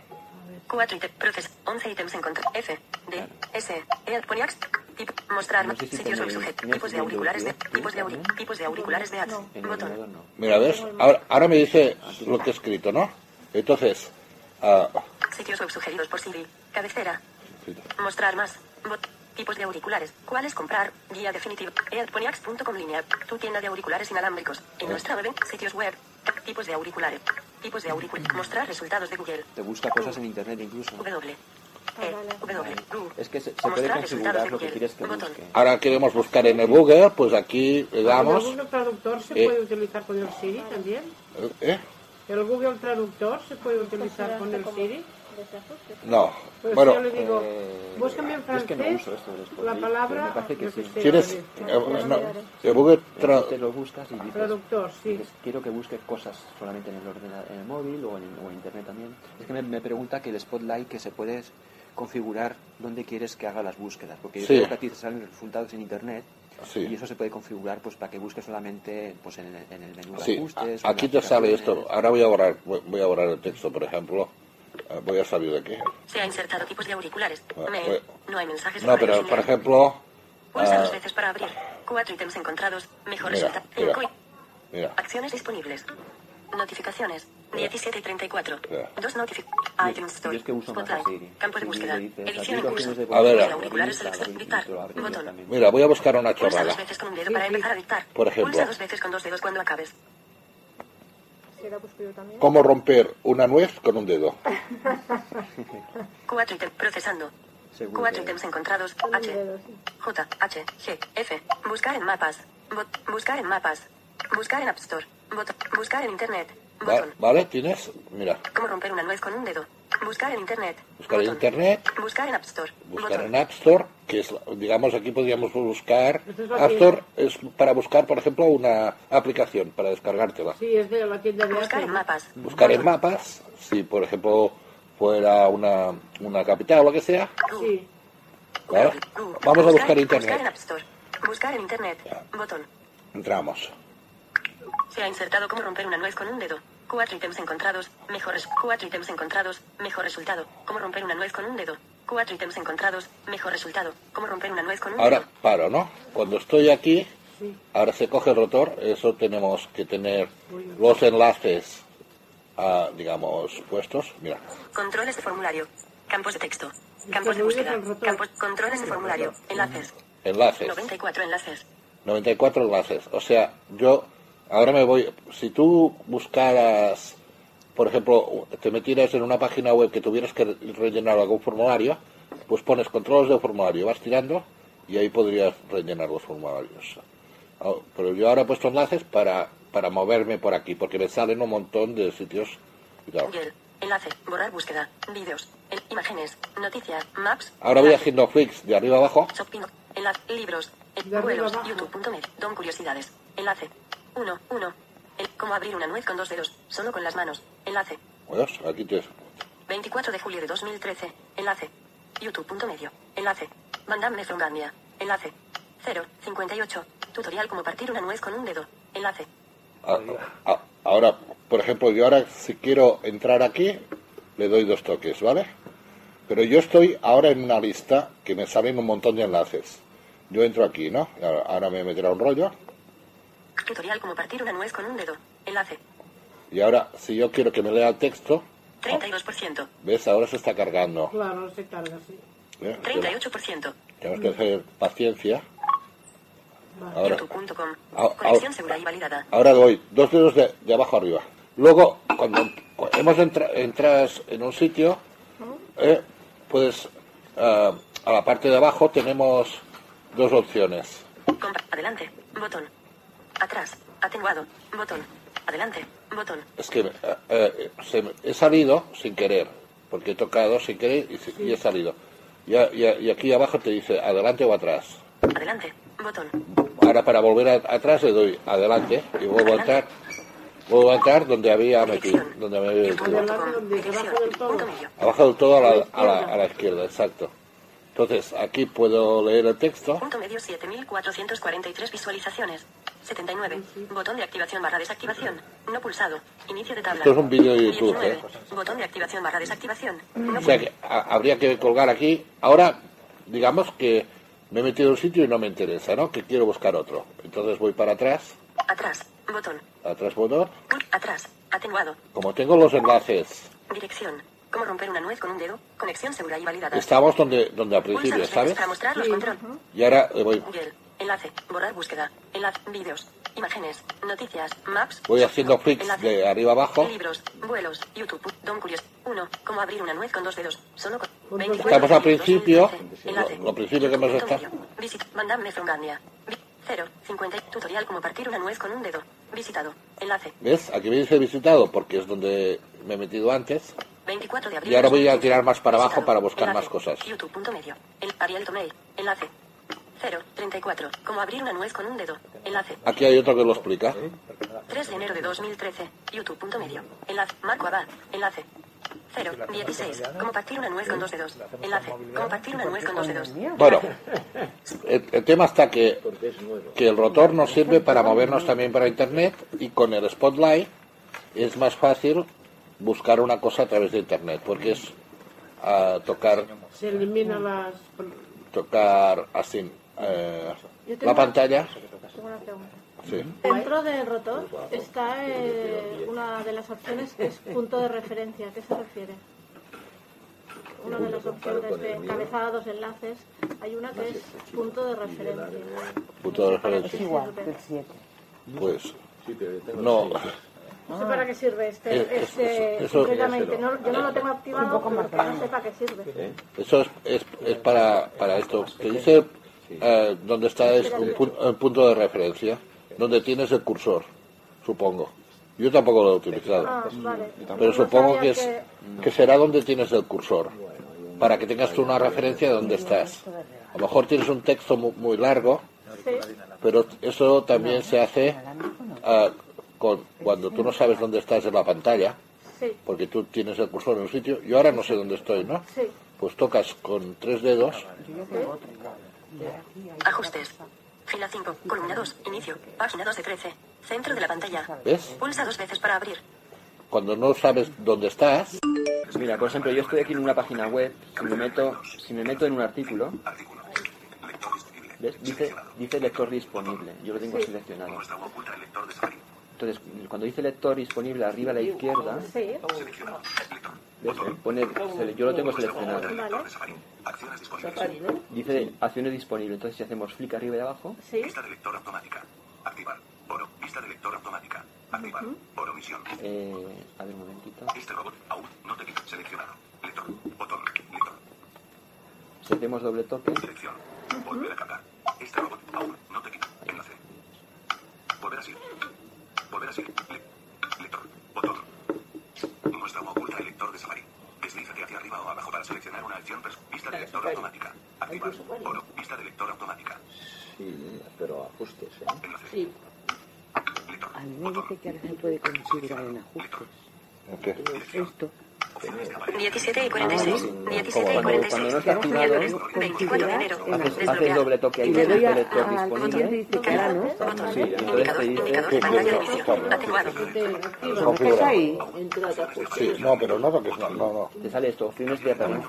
[SPEAKER 2] 4 ítems, proces, 11 ítems en contra, F, D, S, E, poniax, tipo, mostrar,
[SPEAKER 7] No sé si
[SPEAKER 2] sitios o
[SPEAKER 7] tiene-
[SPEAKER 2] sujeto,
[SPEAKER 7] tiene
[SPEAKER 2] tipos de
[SPEAKER 7] sentido
[SPEAKER 2] auriculares de,
[SPEAKER 7] divertido,
[SPEAKER 2] tipos de, auri- tipos de auriculares de ads, botón,
[SPEAKER 3] mira, ves, ahora, ahora me dice lo que he escrito, ¿no? Entonces, ah,
[SPEAKER 2] sitios web sugeridos por Siri, cabecera, mostrar más, bot- tipos de auriculares, cuáles comprar, guía definitivo, E, earponiax.com línea, tu tienda de auriculares inalámbricos, en nuestra web, sitios web, tipos de auriculares, tipos de auriculares, mostrar resultados de Google,
[SPEAKER 7] Te busca cosas en internet incluso.
[SPEAKER 2] W, E,
[SPEAKER 7] Ah,
[SPEAKER 2] W, Google,
[SPEAKER 7] Es que se, se puede
[SPEAKER 2] Mostrar resultados
[SPEAKER 7] configurar
[SPEAKER 2] de
[SPEAKER 7] lo que
[SPEAKER 2] Google.
[SPEAKER 7] quieres que
[SPEAKER 2] Botón.
[SPEAKER 7] busque.
[SPEAKER 3] ahora queremos buscar en el Google, pues aquí le damos.
[SPEAKER 4] Ah, ¿El Google Traductor se
[SPEAKER 3] Eh.
[SPEAKER 4] puede utilizar con el Siri también?
[SPEAKER 3] ¿eh?
[SPEAKER 4] ¿El Google Traductor se puede utilizar con el Siri?
[SPEAKER 3] No,
[SPEAKER 4] Pues
[SPEAKER 3] bueno,
[SPEAKER 4] yo le digo,
[SPEAKER 3] eh,
[SPEAKER 4] búscame en
[SPEAKER 3] yo es que no
[SPEAKER 4] francés
[SPEAKER 3] uso esto del
[SPEAKER 4] la
[SPEAKER 7] Spotlight, pero me
[SPEAKER 4] palabra
[SPEAKER 7] parece que
[SPEAKER 4] yo qué
[SPEAKER 7] sí.
[SPEAKER 4] sé,
[SPEAKER 3] ¿Quieres?
[SPEAKER 4] vale.
[SPEAKER 3] eh, no, el Google tra-
[SPEAKER 7] Te lo buscas y dices,
[SPEAKER 4] Traductor, sí.
[SPEAKER 7] dices, quiero que busque cosas solamente en el, ordena- en el móvil o en, o en internet también. Es que me, me pregunta que el Spotlight que se puede configurar dónde quieres que haga las búsquedas, porque yo
[SPEAKER 3] Sí.
[SPEAKER 7] creo que a ti te salen resultados en internet
[SPEAKER 3] Sí.
[SPEAKER 7] y eso se puede configurar pues para que busque solamente pues en el, en el menú de
[SPEAKER 3] Sí,
[SPEAKER 7] ajustes.
[SPEAKER 3] a-
[SPEAKER 7] o en
[SPEAKER 3] aquí
[SPEAKER 7] las
[SPEAKER 3] te sale esto.
[SPEAKER 7] aplicaciones.
[SPEAKER 3] Ahora voy a borrar, voy voy a borrar el texto, por ejemplo. Eh, Voy a salir de aquí.
[SPEAKER 2] se ha insertado tipos de auriculares,
[SPEAKER 3] Bueno,
[SPEAKER 2] mail,
[SPEAKER 3] Ah, bueno.
[SPEAKER 2] no hay mensajes de
[SPEAKER 3] No,
[SPEAKER 2] correo
[SPEAKER 3] pero
[SPEAKER 2] sin
[SPEAKER 3] por
[SPEAKER 2] leer.
[SPEAKER 3] ejemplo,
[SPEAKER 2] Pulsa
[SPEAKER 3] ah,
[SPEAKER 2] dos veces para abrir. Cuatro ítems encontrados. Mejor
[SPEAKER 3] Mira,
[SPEAKER 2] resulta.
[SPEAKER 3] mira.
[SPEAKER 2] Cinco. y-
[SPEAKER 3] mira,
[SPEAKER 2] Acciones disponibles. Notificaciones. 17 y 34. Dos notificaciones. iTunes
[SPEAKER 7] Yo
[SPEAKER 2] Store.
[SPEAKER 7] es que uso más a Siri.
[SPEAKER 2] Spotlight. Campo de
[SPEAKER 7] Siri
[SPEAKER 2] búsqueda.
[SPEAKER 7] le dices,
[SPEAKER 2] Edición en
[SPEAKER 7] "Aplicaciones
[SPEAKER 2] curso.
[SPEAKER 7] de
[SPEAKER 3] A ver,
[SPEAKER 2] Tipos de
[SPEAKER 3] a-
[SPEAKER 2] auriculares selección. Dictar. Botón.
[SPEAKER 3] mira, voy a buscar una
[SPEAKER 2] Pulsa
[SPEAKER 3] chorrada.
[SPEAKER 2] dos veces con un dedo para empezar a dictar.
[SPEAKER 3] Por ejemplo.
[SPEAKER 2] Pulsa dos veces con dos dedos cuando acabes.
[SPEAKER 13] ¿Será busco yo también?
[SPEAKER 3] ¿Cómo romper una nuez con un dedo?
[SPEAKER 2] Cuatro ítems. Procesando.
[SPEAKER 3] Seguro
[SPEAKER 2] Cuatro
[SPEAKER 3] que-
[SPEAKER 2] ítems encontrados. H. J. H. G. F. Buscar en mapas. Bot- Buscar en mapas. Buscar en App Store. Botón. Buscar en Internet.
[SPEAKER 3] Va- ¿Vale? ¿Tienes? Mira,
[SPEAKER 2] ¿Cómo romper una nuez con un dedo? Buscar en Internet.
[SPEAKER 3] buscar en Internet,
[SPEAKER 2] Buscar en App Store.
[SPEAKER 3] buscar en App Store, que es, digamos, aquí podríamos buscar.
[SPEAKER 4] Eso es lo
[SPEAKER 3] App
[SPEAKER 4] que-
[SPEAKER 3] Store es para buscar, por ejemplo, una aplicación para descargártela.
[SPEAKER 4] Sí, es de la tienda de
[SPEAKER 2] Buscar en
[SPEAKER 4] Apple.
[SPEAKER 2] mapas.
[SPEAKER 3] Buscar en mapas, si por ejemplo fuera una, una capital o lo que sea,
[SPEAKER 4] Sí.
[SPEAKER 3] ¿vale? Vamos a buscar
[SPEAKER 2] Buscar en
[SPEAKER 3] internet.
[SPEAKER 2] App Store. Buscar en Internet. Botón.
[SPEAKER 3] Entramos.
[SPEAKER 2] Se ha insertado como romper una nuez con un dedo. Cuatro ítems encontrados. Mejor res- Cuatro ítems encontrados. Mejor resultado. Cómo romper una nuez con un dedo. Cuatro ítems encontrados. Mejor resultado. Cómo romper una nuez con un
[SPEAKER 3] Ahora
[SPEAKER 2] dedo.
[SPEAKER 3] paro, ¿no? Cuando estoy aquí,
[SPEAKER 2] Sí.
[SPEAKER 3] ahora se coge el rotor, eso tenemos que tener los enlaces, ah, digamos, puestos. Mira,
[SPEAKER 2] Controles de formulario. Campos de texto. Campos de
[SPEAKER 4] lo digo
[SPEAKER 2] búsqueda.
[SPEAKER 4] con rotor.
[SPEAKER 2] Campos. Controles de formulario. Enlaces.
[SPEAKER 3] enlaces,
[SPEAKER 2] 94 enlaces.
[SPEAKER 3] 94 enlaces. O sea, yo ahora me voy, si tú buscaras, por ejemplo, te metieras en una página web que tuvieras que re- rellenar algún formulario, pues pones controles de formulario, vas tirando y ahí podrías rellenar los formularios. Ah, Pero yo ahora he puesto enlaces para, para moverme por aquí, porque me salen un montón de sitios. y tal.
[SPEAKER 2] Google. Enlaces. Borrar búsqueda. Vídeos. En- Imágenes. Noticias. Maps.
[SPEAKER 3] Ahora voy
[SPEAKER 2] Enlace.
[SPEAKER 3] haciendo flicks de arriba abajo.
[SPEAKER 2] Shopping. Enlace. Libros. Eh,
[SPEAKER 3] De arriba
[SPEAKER 2] Vuelos.
[SPEAKER 3] abajo.
[SPEAKER 2] YouTube.net. Don Curiosidades. Enlace. 1. 1. Cómo abrir una nuez con dos dedos. Solo con las manos. Enlace.
[SPEAKER 3] ¿Ves? Aquí tienes.
[SPEAKER 2] 24 de julio de 2013. Enlace. YouTube.medio. Enlace. Mandame from Gambia. Enlace. 0. 58. Tutorial cómo partir una nuez con un dedo. Enlace.
[SPEAKER 3] Ah, ah, Ahora, por ejemplo, yo ahora si quiero entrar aquí, le doy dos toques, ¿vale? Pero yo estoy ahora en una lista que me salen un montón de enlaces. Yo entro aquí, ¿no? Y Ahora, ahora me meterá un rollo.
[SPEAKER 2] Tutorial como partir una nuez con un dedo. Enlace.
[SPEAKER 3] Y ahora, si yo quiero que me lea el texto,
[SPEAKER 2] 32%.
[SPEAKER 3] ¿ves? Ahora se está cargando.
[SPEAKER 4] Claro, se carga, sí.
[SPEAKER 3] ¿eh?
[SPEAKER 2] 38%.
[SPEAKER 3] Tenemos que hacer paciencia. Ahora,
[SPEAKER 2] YouTube.com.
[SPEAKER 3] Ah,
[SPEAKER 2] Conexión
[SPEAKER 3] ah.
[SPEAKER 2] segura y validada.
[SPEAKER 3] Ahora doy dos dedos de, de abajo arriba. Luego, cuando cu- hemos entra- entras en un sitio, ¿eh? pues ah, a la parte de abajo tenemos dos opciones.
[SPEAKER 2] Compa- Adelante. Botón. Atrás. Atenuado. Botón. Adelante. Botón.
[SPEAKER 3] Es que eh, eh, se me- he salido sin querer, porque he tocado sin querer y, se- y he salido. Y, a- y a- y aquí abajo te dice adelante o atrás.
[SPEAKER 2] Adelante. Botón.
[SPEAKER 3] Ahora para volver a- atrás le doy adelante y vuelvo a entrar. Vuelvo a entrar donde había metido, donde me había metido.
[SPEAKER 4] Adelante donde debajo del todo.
[SPEAKER 3] Abajo del todo a la, a la- a la izquierda, exacto. Entonces aquí puedo leer el texto.
[SPEAKER 2] Punto medio 7443 visualizaciones. 79. Botón de activación barra desactivación. No pulsado. Inicio de tabla.
[SPEAKER 3] Esto es un vídeo de YouTube,
[SPEAKER 2] 19.
[SPEAKER 3] ¿eh? Mm.
[SPEAKER 2] Botón de activación barra desactivación. No
[SPEAKER 3] O sea que a- habría que colgar aquí. Ahora, digamos que me he metido en un sitio y no me interesa, ¿no? Que quiero buscar otro. Entonces voy para atrás,
[SPEAKER 2] pul- Atrás. Botón.
[SPEAKER 3] atrás botón.
[SPEAKER 2] Pul- Atrás. Atenuado.
[SPEAKER 3] Como tengo los enlaces,
[SPEAKER 2] Dirección. ¿Cómo romper una nuez con un dedo? Conexión segura y validada.
[SPEAKER 3] estamos donde, donde al
[SPEAKER 2] Pulsa
[SPEAKER 3] principio,
[SPEAKER 2] dos veces
[SPEAKER 3] ¿sabes?
[SPEAKER 2] para mostrar los control.
[SPEAKER 3] Y ahora le voy,
[SPEAKER 2] Google. Enlace. Borrar búsqueda. Enlace. Vídeos. Imágenes. Noticias. Maps.
[SPEAKER 3] voy haciendo clics
[SPEAKER 2] Enlace.
[SPEAKER 3] de arriba abajo.
[SPEAKER 2] Libros, vuelos, YouTube, Don Curios. 1. Cómo abrir una nuez con dos dedos. Solo con
[SPEAKER 3] Estamos al principio,
[SPEAKER 2] Enlace.
[SPEAKER 3] lo, lo principio que hemos estado.
[SPEAKER 2] Visit Van Damme from Gambia. Vi- 0. 50. Tutorial cómo partir una nuez con un dedo. Visitado. Enlace.
[SPEAKER 3] ¿Ves? Aquí me dice visitado porque es donde me he metido antes.
[SPEAKER 2] 24 de abril.
[SPEAKER 3] Y ahora voy a
[SPEAKER 2] 2015.
[SPEAKER 3] tirar más para abajo
[SPEAKER 2] Visitado.
[SPEAKER 3] para buscar
[SPEAKER 2] Enlace.
[SPEAKER 3] más cosas.
[SPEAKER 2] YouTube punto medio. El Ariel Tomei. Enlace. 0. 34. Cómo abrir una nuez con un dedo. Enlace.
[SPEAKER 3] Aquí hay otro que lo explica.
[SPEAKER 2] 3 de enero de 2013. YouTube punto medio. Enlace. Marco Abad. Enlace. 0. 16. Cómo partir una nuez con dos dedos. Enlace. Cómo partir una nuez con dos dedos.
[SPEAKER 3] Bueno, el, el tema está que, que el rotor nos sirve para movernos también para Internet y con el Spotlight es más fácil buscar una cosa a través de Internet porque es ah, tocar,
[SPEAKER 4] Se elimina las...
[SPEAKER 3] tocar así eh,
[SPEAKER 13] Yo tengo-
[SPEAKER 3] la pantalla.
[SPEAKER 13] Tengo una pregunta.
[SPEAKER 3] Sí.
[SPEAKER 13] Dentro del rotor está eh, una de las opciones que es punto de referencia. ¿A qué se refiere? Una de las opciones de encabezados, enlaces. Hay una que es punto de referencia.
[SPEAKER 3] Punto este de referencia.
[SPEAKER 13] Es igual que el
[SPEAKER 3] Pues no.
[SPEAKER 13] No sé para qué sirve este.
[SPEAKER 3] Eh,
[SPEAKER 13] este
[SPEAKER 3] eso- eso-
[SPEAKER 13] concretamente. No- yo no lo tengo activado porque no sé para qué sirve.
[SPEAKER 3] Eso es, es, es para, para esto. Te dice eh, dónde está el, un pu- el punto de referencia, donde tienes el cursor, supongo. Yo tampoco lo he utilizado.
[SPEAKER 13] Ah, vale.
[SPEAKER 3] Pero
[SPEAKER 13] No
[SPEAKER 3] supongo
[SPEAKER 13] sabía
[SPEAKER 3] que, es, que será donde tienes el cursor, para que tengas tú una referencia de dónde estás. A lo mejor tienes un texto mu- muy, largo,
[SPEAKER 13] Sí.
[SPEAKER 3] pero eso también se hace ah, con, cuando tú no sabes dónde estás en la pantalla,
[SPEAKER 13] Sí.
[SPEAKER 3] porque tú tienes el cursor en un sitio. Yo ahora no sé dónde estoy, ¿no?
[SPEAKER 13] Sí.
[SPEAKER 3] Pues tocas con tres dedos
[SPEAKER 2] Ajustes. Fila 5, columna 2, inicio, página 2 de 13. Centro de la pantalla.
[SPEAKER 3] ¿Ves?
[SPEAKER 2] Pulsa dos veces para abrir.
[SPEAKER 3] cuando no sabes dónde estás.
[SPEAKER 7] Pues mira, por ejemplo, yo estoy aquí en una página web, si me meto, si me meto en un artículo, ¿ves? Dice, dice lector disponible, yo lo tengo
[SPEAKER 13] Sí.
[SPEAKER 7] seleccionado. Entonces, cuando dice lector disponible arriba a la izquierda,
[SPEAKER 13] Sí.
[SPEAKER 7] ¿ves? Pone- sele- yo lo tengo seleccionado.
[SPEAKER 13] Vale.
[SPEAKER 7] Dice acciones disponibles, entonces si hacemos clic arriba y abajo,
[SPEAKER 13] Sí.
[SPEAKER 7] eh, a ver un momentito. Si hacemos doble toque,
[SPEAKER 14] Volver a cargar. Este robot aún no te quita. Enlace. Volver así. Volver así. Le- lector. Botón. Muestra o oculta el lector de Safari. Deslízate hacia arriba o abajo para seleccionar una acción. pers- Vista de lector automática. Activar. Oro. Vista de lector automática.
[SPEAKER 15] Sí, pero ajustes, ¿eh?
[SPEAKER 11] Sí. A mí me dice que ahora se puede configurar en ajustes. Esto.
[SPEAKER 2] 17 y 46.
[SPEAKER 7] Ah, no.
[SPEAKER 2] 17 y
[SPEAKER 7] Cuando-
[SPEAKER 2] 46.
[SPEAKER 7] cuando no está activado,
[SPEAKER 2] 24 de enero.
[SPEAKER 7] haces, haces
[SPEAKER 2] Desbloquear.
[SPEAKER 7] doble toque ahí,
[SPEAKER 2] Y le
[SPEAKER 7] dice
[SPEAKER 2] doy a-
[SPEAKER 7] lector
[SPEAKER 2] al
[SPEAKER 7] disponible. Sí, entonces eh, te dice
[SPEAKER 3] Sí, no, pero no toques, no, no, no.
[SPEAKER 7] Te sale esto, opciones de apariencia.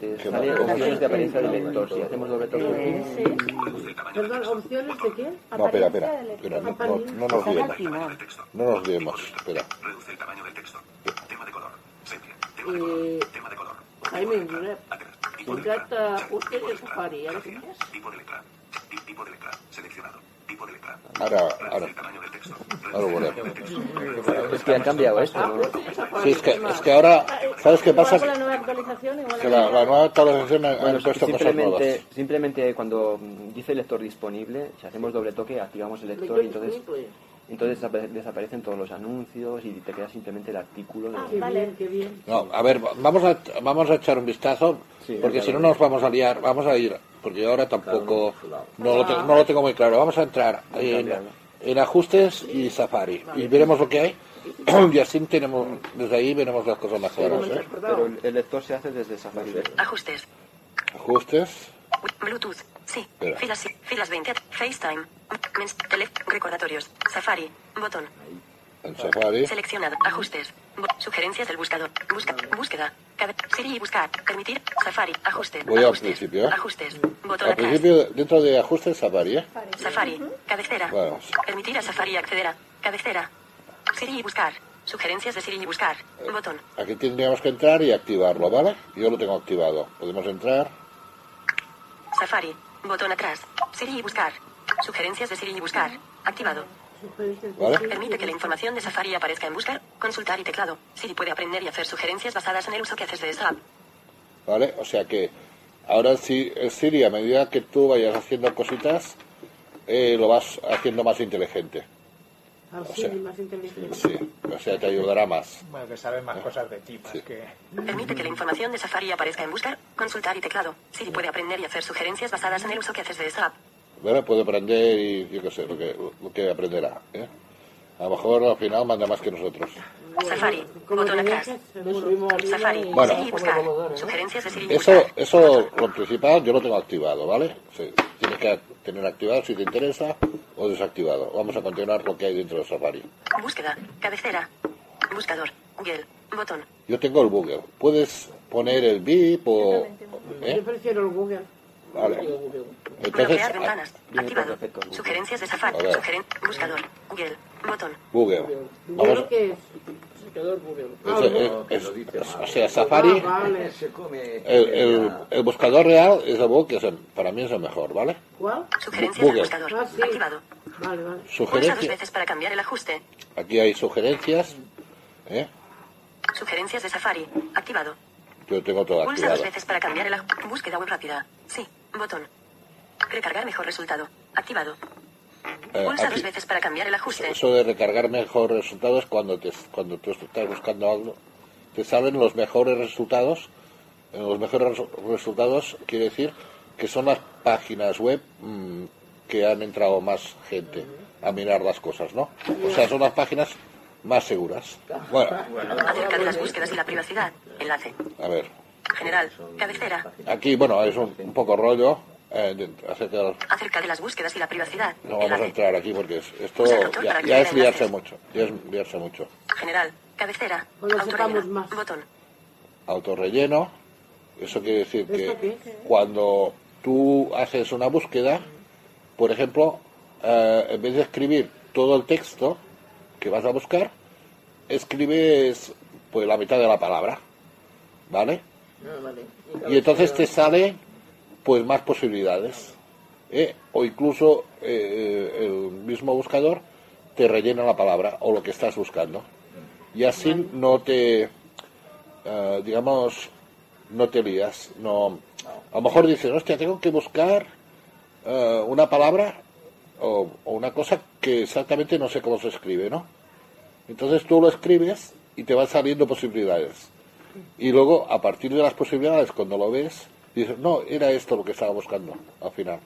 [SPEAKER 7] te salen opciones de apariencia de lector. Si hacemos doble toque aquí,
[SPEAKER 12] Perdón, ¿opciones de qué?
[SPEAKER 3] No, espera, espera.
[SPEAKER 12] Apariencia
[SPEAKER 3] espera, no, no,
[SPEAKER 12] electrónica.
[SPEAKER 3] no nos guiemos. No nos guiemos. Espera.
[SPEAKER 16] Eh, Jaime, una contrata
[SPEAKER 4] uh,
[SPEAKER 16] usted de su paría, ¿lo tenías?
[SPEAKER 3] Ahora, ahora. Ahora volvemos.
[SPEAKER 7] Es que ha cambiado esto. ¿no?
[SPEAKER 3] Sí, es que, es que ahora, ¿sabes qué pasa?
[SPEAKER 13] Igual con la nueva actualización, igual
[SPEAKER 3] Que la, la nueva actualización ha- ha
[SPEAKER 7] Bueno,
[SPEAKER 3] puesto cosas nuevas.
[SPEAKER 7] simplemente, simplemente cuando mm, dice lector disponible, si hacemos doble toque, activamos el lector y entonces,
[SPEAKER 2] pues.
[SPEAKER 7] entonces desapare- desaparecen todos los anuncios y te queda simplemente el artículo.
[SPEAKER 2] Ah,
[SPEAKER 7] de-
[SPEAKER 13] Vale, qué bien.
[SPEAKER 3] No, a ver, va- vamos a, vamos a echar un vistazo, porque si no nos vamos a liar, vamos a ir, porque yo ahora tampoco, no lo, te- no lo tengo muy claro. Vamos a entrar en, en ajustes y Safari, y veremos lo que hay, y así tenemos, desde ahí veremos las cosas más
[SPEAKER 7] Pero,
[SPEAKER 3] claras. ¿eh?
[SPEAKER 7] pero el- el lector se hace desde Safari.
[SPEAKER 2] Ajustes.
[SPEAKER 3] Ajustes,
[SPEAKER 2] Bluetooth. Sí.
[SPEAKER 3] Espera.
[SPEAKER 2] Filas, sí. filas 20. FaceTime. Mens, tele, recordatorios. Safari. Botón.
[SPEAKER 3] en Safari,
[SPEAKER 2] Seleccionado. Ajustes. Bo- sugerencias del buscador. Busca, búsqueda. Cabe, Siri y buscar. Permitir. Safari. Ajuste.
[SPEAKER 3] voy al
[SPEAKER 2] ajustes.
[SPEAKER 3] principio, ¿eh?
[SPEAKER 2] Ajustes. Botón
[SPEAKER 3] Al
[SPEAKER 2] atrás.
[SPEAKER 3] principio, dentro de ajustes, Safari, ¿eh?
[SPEAKER 2] Safari. Cabecera.
[SPEAKER 3] Vamos.
[SPEAKER 2] Permitir a Safari acceder a. Cabecera. Siri y buscar. Sugerencias de Siri y buscar. Botón.
[SPEAKER 3] Aquí tendríamos que entrar y activarlo, ¿vale? Yo lo tengo activado. Podemos entrar.
[SPEAKER 2] Safari. Botón atrás. Siri y buscar. Sugerencias de Siri y buscar. Activado.
[SPEAKER 3] ¿Vale?
[SPEAKER 2] Permite que la información de Safari aparezca en buscar, consultar y teclado. Siri puede aprender y hacer sugerencias basadas en el uso que haces de esta app.
[SPEAKER 3] ¿Vale? O sea que ahora sí, eh, Siri, a medida que tú vayas haciendo cositas, eh, lo vas haciendo más inteligente.
[SPEAKER 4] Así,
[SPEAKER 3] sea,
[SPEAKER 4] más inteligente.
[SPEAKER 3] Sí, o sea, te ayudará más.
[SPEAKER 10] Bueno, que saben
[SPEAKER 3] Eh.
[SPEAKER 10] más cosas de ti, más que...
[SPEAKER 2] Permite que la información de Safari aparezca en buscar, consultar y teclado. Siri puede aprender y hacer sugerencias basadas en el uso que haces de esta app.
[SPEAKER 3] Bueno, puede aprender y yo qué sé, lo que, lo que aprenderá. ¿eh? A lo mejor al final manda más que nosotros.
[SPEAKER 2] Safari. Botón atrás. Safari.
[SPEAKER 3] Bueno.
[SPEAKER 2] Siri y buscar. Sugerencias de Siri y
[SPEAKER 3] Eso,
[SPEAKER 2] buscar.
[SPEAKER 3] eso lo principal, yo lo tengo activado, ¿vale? Sí, tienes que tener activado si te interesa o desactivado. Vamos a continuar lo que hay dentro de Safari.
[SPEAKER 2] Búsqueda. Cabecera. Buscador. Google. Botón.
[SPEAKER 3] Yo tengo el Google. Puedes poner el VIP o... ¿eh?
[SPEAKER 4] Yo prefiero el Google.
[SPEAKER 3] Vale. Entonces,
[SPEAKER 2] Bloquear ventanas.
[SPEAKER 3] ah,
[SPEAKER 2] Activado. Sugerencias de Safari.
[SPEAKER 3] A ver.
[SPEAKER 2] Sugeren- Buscador. Google. Botón.
[SPEAKER 3] Google.
[SPEAKER 4] Yo
[SPEAKER 3] Vamos.
[SPEAKER 4] creo que es.
[SPEAKER 3] Es- es- es- o sea, Safari,
[SPEAKER 2] Ah,
[SPEAKER 4] Ah,
[SPEAKER 3] el, el, el buscador real es el Google, que es el- para mí es el mejor, ¿vale?
[SPEAKER 4] ¿Cuál?
[SPEAKER 2] Sugerencias
[SPEAKER 3] Google.
[SPEAKER 2] del buscador. Activado.
[SPEAKER 4] Vale, vale.
[SPEAKER 2] Pulsa dos
[SPEAKER 3] Sugerencias.
[SPEAKER 2] veces para cambiar el ajuste.
[SPEAKER 3] Aquí hay sugerencias. ¿eh?
[SPEAKER 2] Sugerencias de Safari. Activado.
[SPEAKER 3] Yo tengo todo
[SPEAKER 2] Pulsa dos
[SPEAKER 3] activado.
[SPEAKER 2] veces para cambiar el aj- búsqueda web rápida. Sí, botón. Recargar mejor resultado. Activado.
[SPEAKER 3] Eh,
[SPEAKER 2] Pulsa
[SPEAKER 3] aquí-
[SPEAKER 2] dos veces para cambiar el ajuste.
[SPEAKER 3] Eso de recargar mejores resultados cuando te, cuando tú estás buscando algo, te salen los mejores resultados. Eh, Los mejores resu- resultados quiere decir que son las páginas web mm, que han entrado más gente a mirar las cosas, ¿no? O sea, son las páginas más seguras. Bueno,
[SPEAKER 2] Acerca de las búsquedas y la privacidad. Enlace.
[SPEAKER 3] a ver,
[SPEAKER 2] General. Cabecera.
[SPEAKER 3] aquí, bueno, es un, un poco rollo eh, de- acerca de los-
[SPEAKER 2] Acerca de las búsquedas y la privacidad.
[SPEAKER 3] No vamos a entrar aquí porque es- esto
[SPEAKER 2] Usa el botón
[SPEAKER 3] ya,
[SPEAKER 2] para
[SPEAKER 3] ya es
[SPEAKER 2] activar
[SPEAKER 3] liarse
[SPEAKER 2] enlaces.
[SPEAKER 3] mucho, ya es liarse mucho.
[SPEAKER 2] General. Cabecera. Autorrelleno. Botón.
[SPEAKER 3] Autorrelleno, eso quiere decir que...
[SPEAKER 2] ¿Esto qué?
[SPEAKER 3] cuando tú haces una búsqueda, por ejemplo, eh, en vez de escribir todo el texto que vas a buscar, escribes pues la mitad de la palabra, ¿vale?
[SPEAKER 2] Ah,
[SPEAKER 3] Y entonces te salen pues más posibilidades. ¿eh? O incluso eh, el mismo buscador te rellena la palabra o lo que estás buscando. Y así no te, eh, digamos, no te lías. No, a lo mejor dices, hostia, tengo que buscar eh, una palabra o, o una cosa que exactamente no sé cómo se escribe, ¿no? Entonces tú lo escribes y te van saliendo posibilidades. Y luego, a partir de las posibilidades, cuando lo ves, dices, no, era esto lo que estaba buscando al final.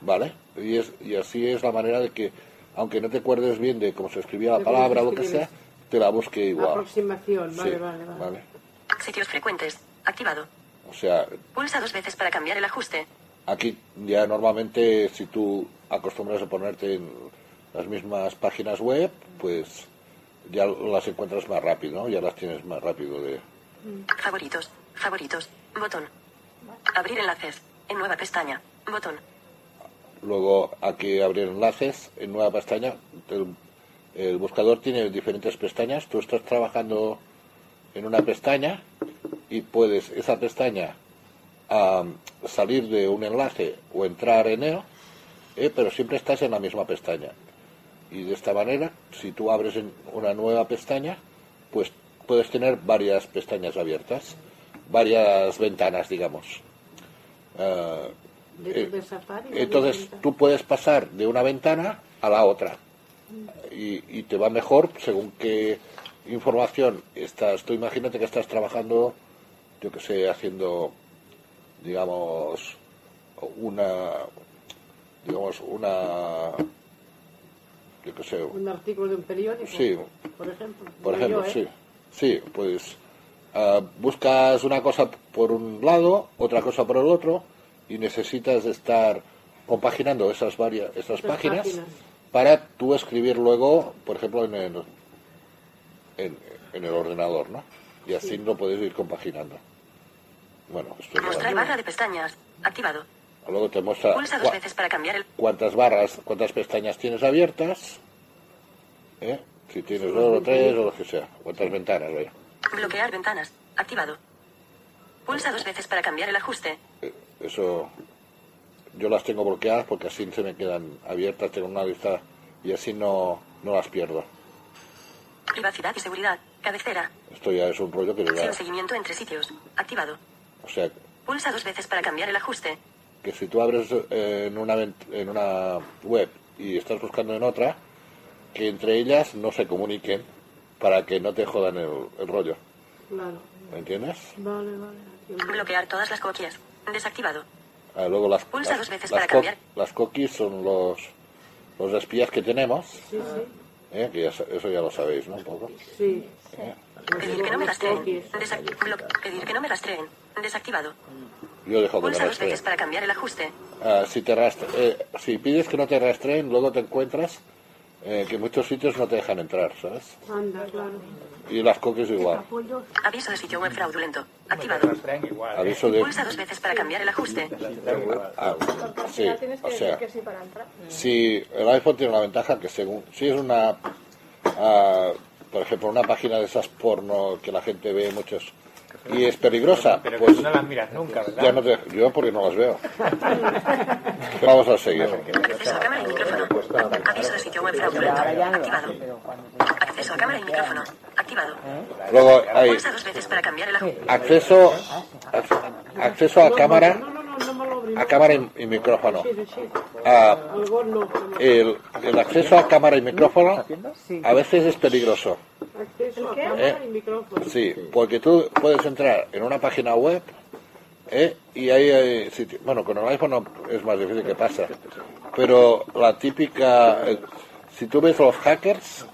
[SPEAKER 3] ¿Vale? Y, es, y así es la manera de que, aunque no te acuerdes bien de cómo se escribía la
[SPEAKER 4] De cómo
[SPEAKER 3] palabra
[SPEAKER 4] se
[SPEAKER 3] o lo que
[SPEAKER 4] escribe.
[SPEAKER 3] sea, te la busque igual.
[SPEAKER 4] Aproximación. Vale,
[SPEAKER 3] Sí,
[SPEAKER 4] vale, vale.
[SPEAKER 3] ¿vale?
[SPEAKER 2] Sitios frecuentes. Activado.
[SPEAKER 3] O sea,
[SPEAKER 2] Pulsa dos veces para cambiar el ajuste.
[SPEAKER 3] aquí ya normalmente si tú acostumbras a ponerte en las mismas páginas web, pues ya las encuentras más rápido, ¿no? Ya las tienes más rápido de...
[SPEAKER 2] Favoritos. Favoritos. Botón. Abrir enlaces. En nueva pestaña. Botón.
[SPEAKER 3] Luego aquí abrir enlaces en nueva pestaña. El, el buscador tiene diferentes pestañas. Tú estás trabajando en una pestaña y puedes esa pestaña am, salir de un enlace o entrar en él, eh, pero siempre estás en la misma pestaña. Y de esta manera, si tú abres en una nueva pestaña, pues puedes tener varias pestañas abiertas, varias ventanas, digamos. Ah, eh,
[SPEAKER 12] Dentro de Safari. no
[SPEAKER 3] entonces
[SPEAKER 12] había
[SPEAKER 3] tú puedes pasar de una ventana a la otra y, y te va mejor según qué información estás. Tú imagínate que estás trabajando, yo que sé, haciendo, digamos, una, digamos, una, yo que sé,
[SPEAKER 4] Un artículo de un periódico.
[SPEAKER 3] Sí.
[SPEAKER 4] Por ejemplo.
[SPEAKER 3] por
[SPEAKER 4] Digo
[SPEAKER 3] ejemplo,
[SPEAKER 4] yo, ¿eh?
[SPEAKER 3] sí. Sí, pues ah, buscas una cosa por un lado, otra cosa por el otro, y necesitas estar compaginando esas varias esas
[SPEAKER 4] Las
[SPEAKER 3] páginas, para tú escribir luego, por ejemplo, en el, en, en el ordenador, ¿no? Y así
[SPEAKER 2] Sí.
[SPEAKER 3] lo puedes ir compaginando. Bueno, esto es
[SPEAKER 2] Mostrar
[SPEAKER 3] bueno.
[SPEAKER 2] barra de pestañas. Activado.
[SPEAKER 3] Luego te muestra
[SPEAKER 2] Pulsa dos
[SPEAKER 3] cua-
[SPEAKER 2] veces para cambiar el.
[SPEAKER 3] cuántas barras, cuántas pestañas tienes abiertas, ¿eh? si tienes dos o tres o lo que sea, cuántas ventanas, vaya.
[SPEAKER 2] Bloquear ventanas. Activado. Pulsa dos veces para cambiar el ajuste.
[SPEAKER 3] Eso yo las tengo bloqueadas porque así se me quedan abiertas, tengo una lista y así no, no las pierdo.
[SPEAKER 2] Privacidad y seguridad. Cabecera.
[SPEAKER 3] Esto ya es un rollo que ya,
[SPEAKER 2] Sin seguimiento entre sitios. Activado.
[SPEAKER 3] o sea,
[SPEAKER 2] Pulsa dos veces para cambiar el ajuste.
[SPEAKER 3] que si tú abres eh, en una vent- en una web y estás buscando en otra, que entre ellas no se comuniquen para que no te jodan el, el rollo,
[SPEAKER 4] Claro.
[SPEAKER 3] ¿me entiendes?
[SPEAKER 4] Vale, vale.
[SPEAKER 2] Bloquear todas las coquillas. Desactivado.
[SPEAKER 3] Ah, luego las,
[SPEAKER 2] Pulsa
[SPEAKER 3] las-
[SPEAKER 2] dos veces
[SPEAKER 3] las
[SPEAKER 2] para
[SPEAKER 3] co-
[SPEAKER 2] cambiar.
[SPEAKER 3] las cookies son los los espías que tenemos,
[SPEAKER 4] Sí, sí.
[SPEAKER 3] ¿eh? que ya sa- eso ya lo sabéis, ¿no? Un poco.
[SPEAKER 4] Sí.
[SPEAKER 2] Pedir que no me rastreen. Desac- bloc- Pedir que no me rastreen. Desactivado.
[SPEAKER 3] Yo dejo que me
[SPEAKER 2] Pulsa dos
[SPEAKER 3] rastreen.
[SPEAKER 2] veces para cambiar el ajuste.
[SPEAKER 3] Ah, si, te rastre- eh, si pides que no te rastreen, luego te encuentras eh, que muchos sitios no te dejan entrar, ¿sabes?
[SPEAKER 4] Anda, claro.
[SPEAKER 3] Y las cookies igual.
[SPEAKER 2] Aviso de sitio web fraudulento. Activado.
[SPEAKER 10] ¿eh?
[SPEAKER 3] Aviso de...
[SPEAKER 2] Pulsa dos veces para cambiar el ajuste.
[SPEAKER 3] Ah, sí, o sea,
[SPEAKER 13] sí para entrar.
[SPEAKER 3] si el iPhone tiene la ventaja que según... Si es una... ah, por ejemplo, una página de esas porno que la gente ve muchos y es peligrosa,
[SPEAKER 10] Pero
[SPEAKER 3] pues
[SPEAKER 10] que tú no las miras nunca, ¿verdad?
[SPEAKER 3] ya no te... Yo porque no las veo. Vamos a seguir.
[SPEAKER 2] Acceso a cámara y micrófono. Aviso de sitio web fraudulento. Activado. Acceso a cámara y micrófono. Activado.
[SPEAKER 3] Luego hay
[SPEAKER 2] Pulsa dos veces para cambiar el ajuste.
[SPEAKER 3] acceso, ac- acceso a cámara
[SPEAKER 4] No, no, no, no me lo abrí.
[SPEAKER 3] a cámara y, y micrófono.
[SPEAKER 4] Sí, sí, sí.
[SPEAKER 3] Ah,
[SPEAKER 4] Algo no.
[SPEAKER 3] el, el acceso a cámara y micrófono a veces es peligroso.
[SPEAKER 4] Acceso a
[SPEAKER 13] qué?
[SPEAKER 4] cámara y micrófono.
[SPEAKER 3] Sí, porque tú puedes entrar en una página web ¿eh? y ahí hay sitio- Bueno, con el iPhone no- es más difícil que pasa. Pero la típica... eh, si tú ves los hackers,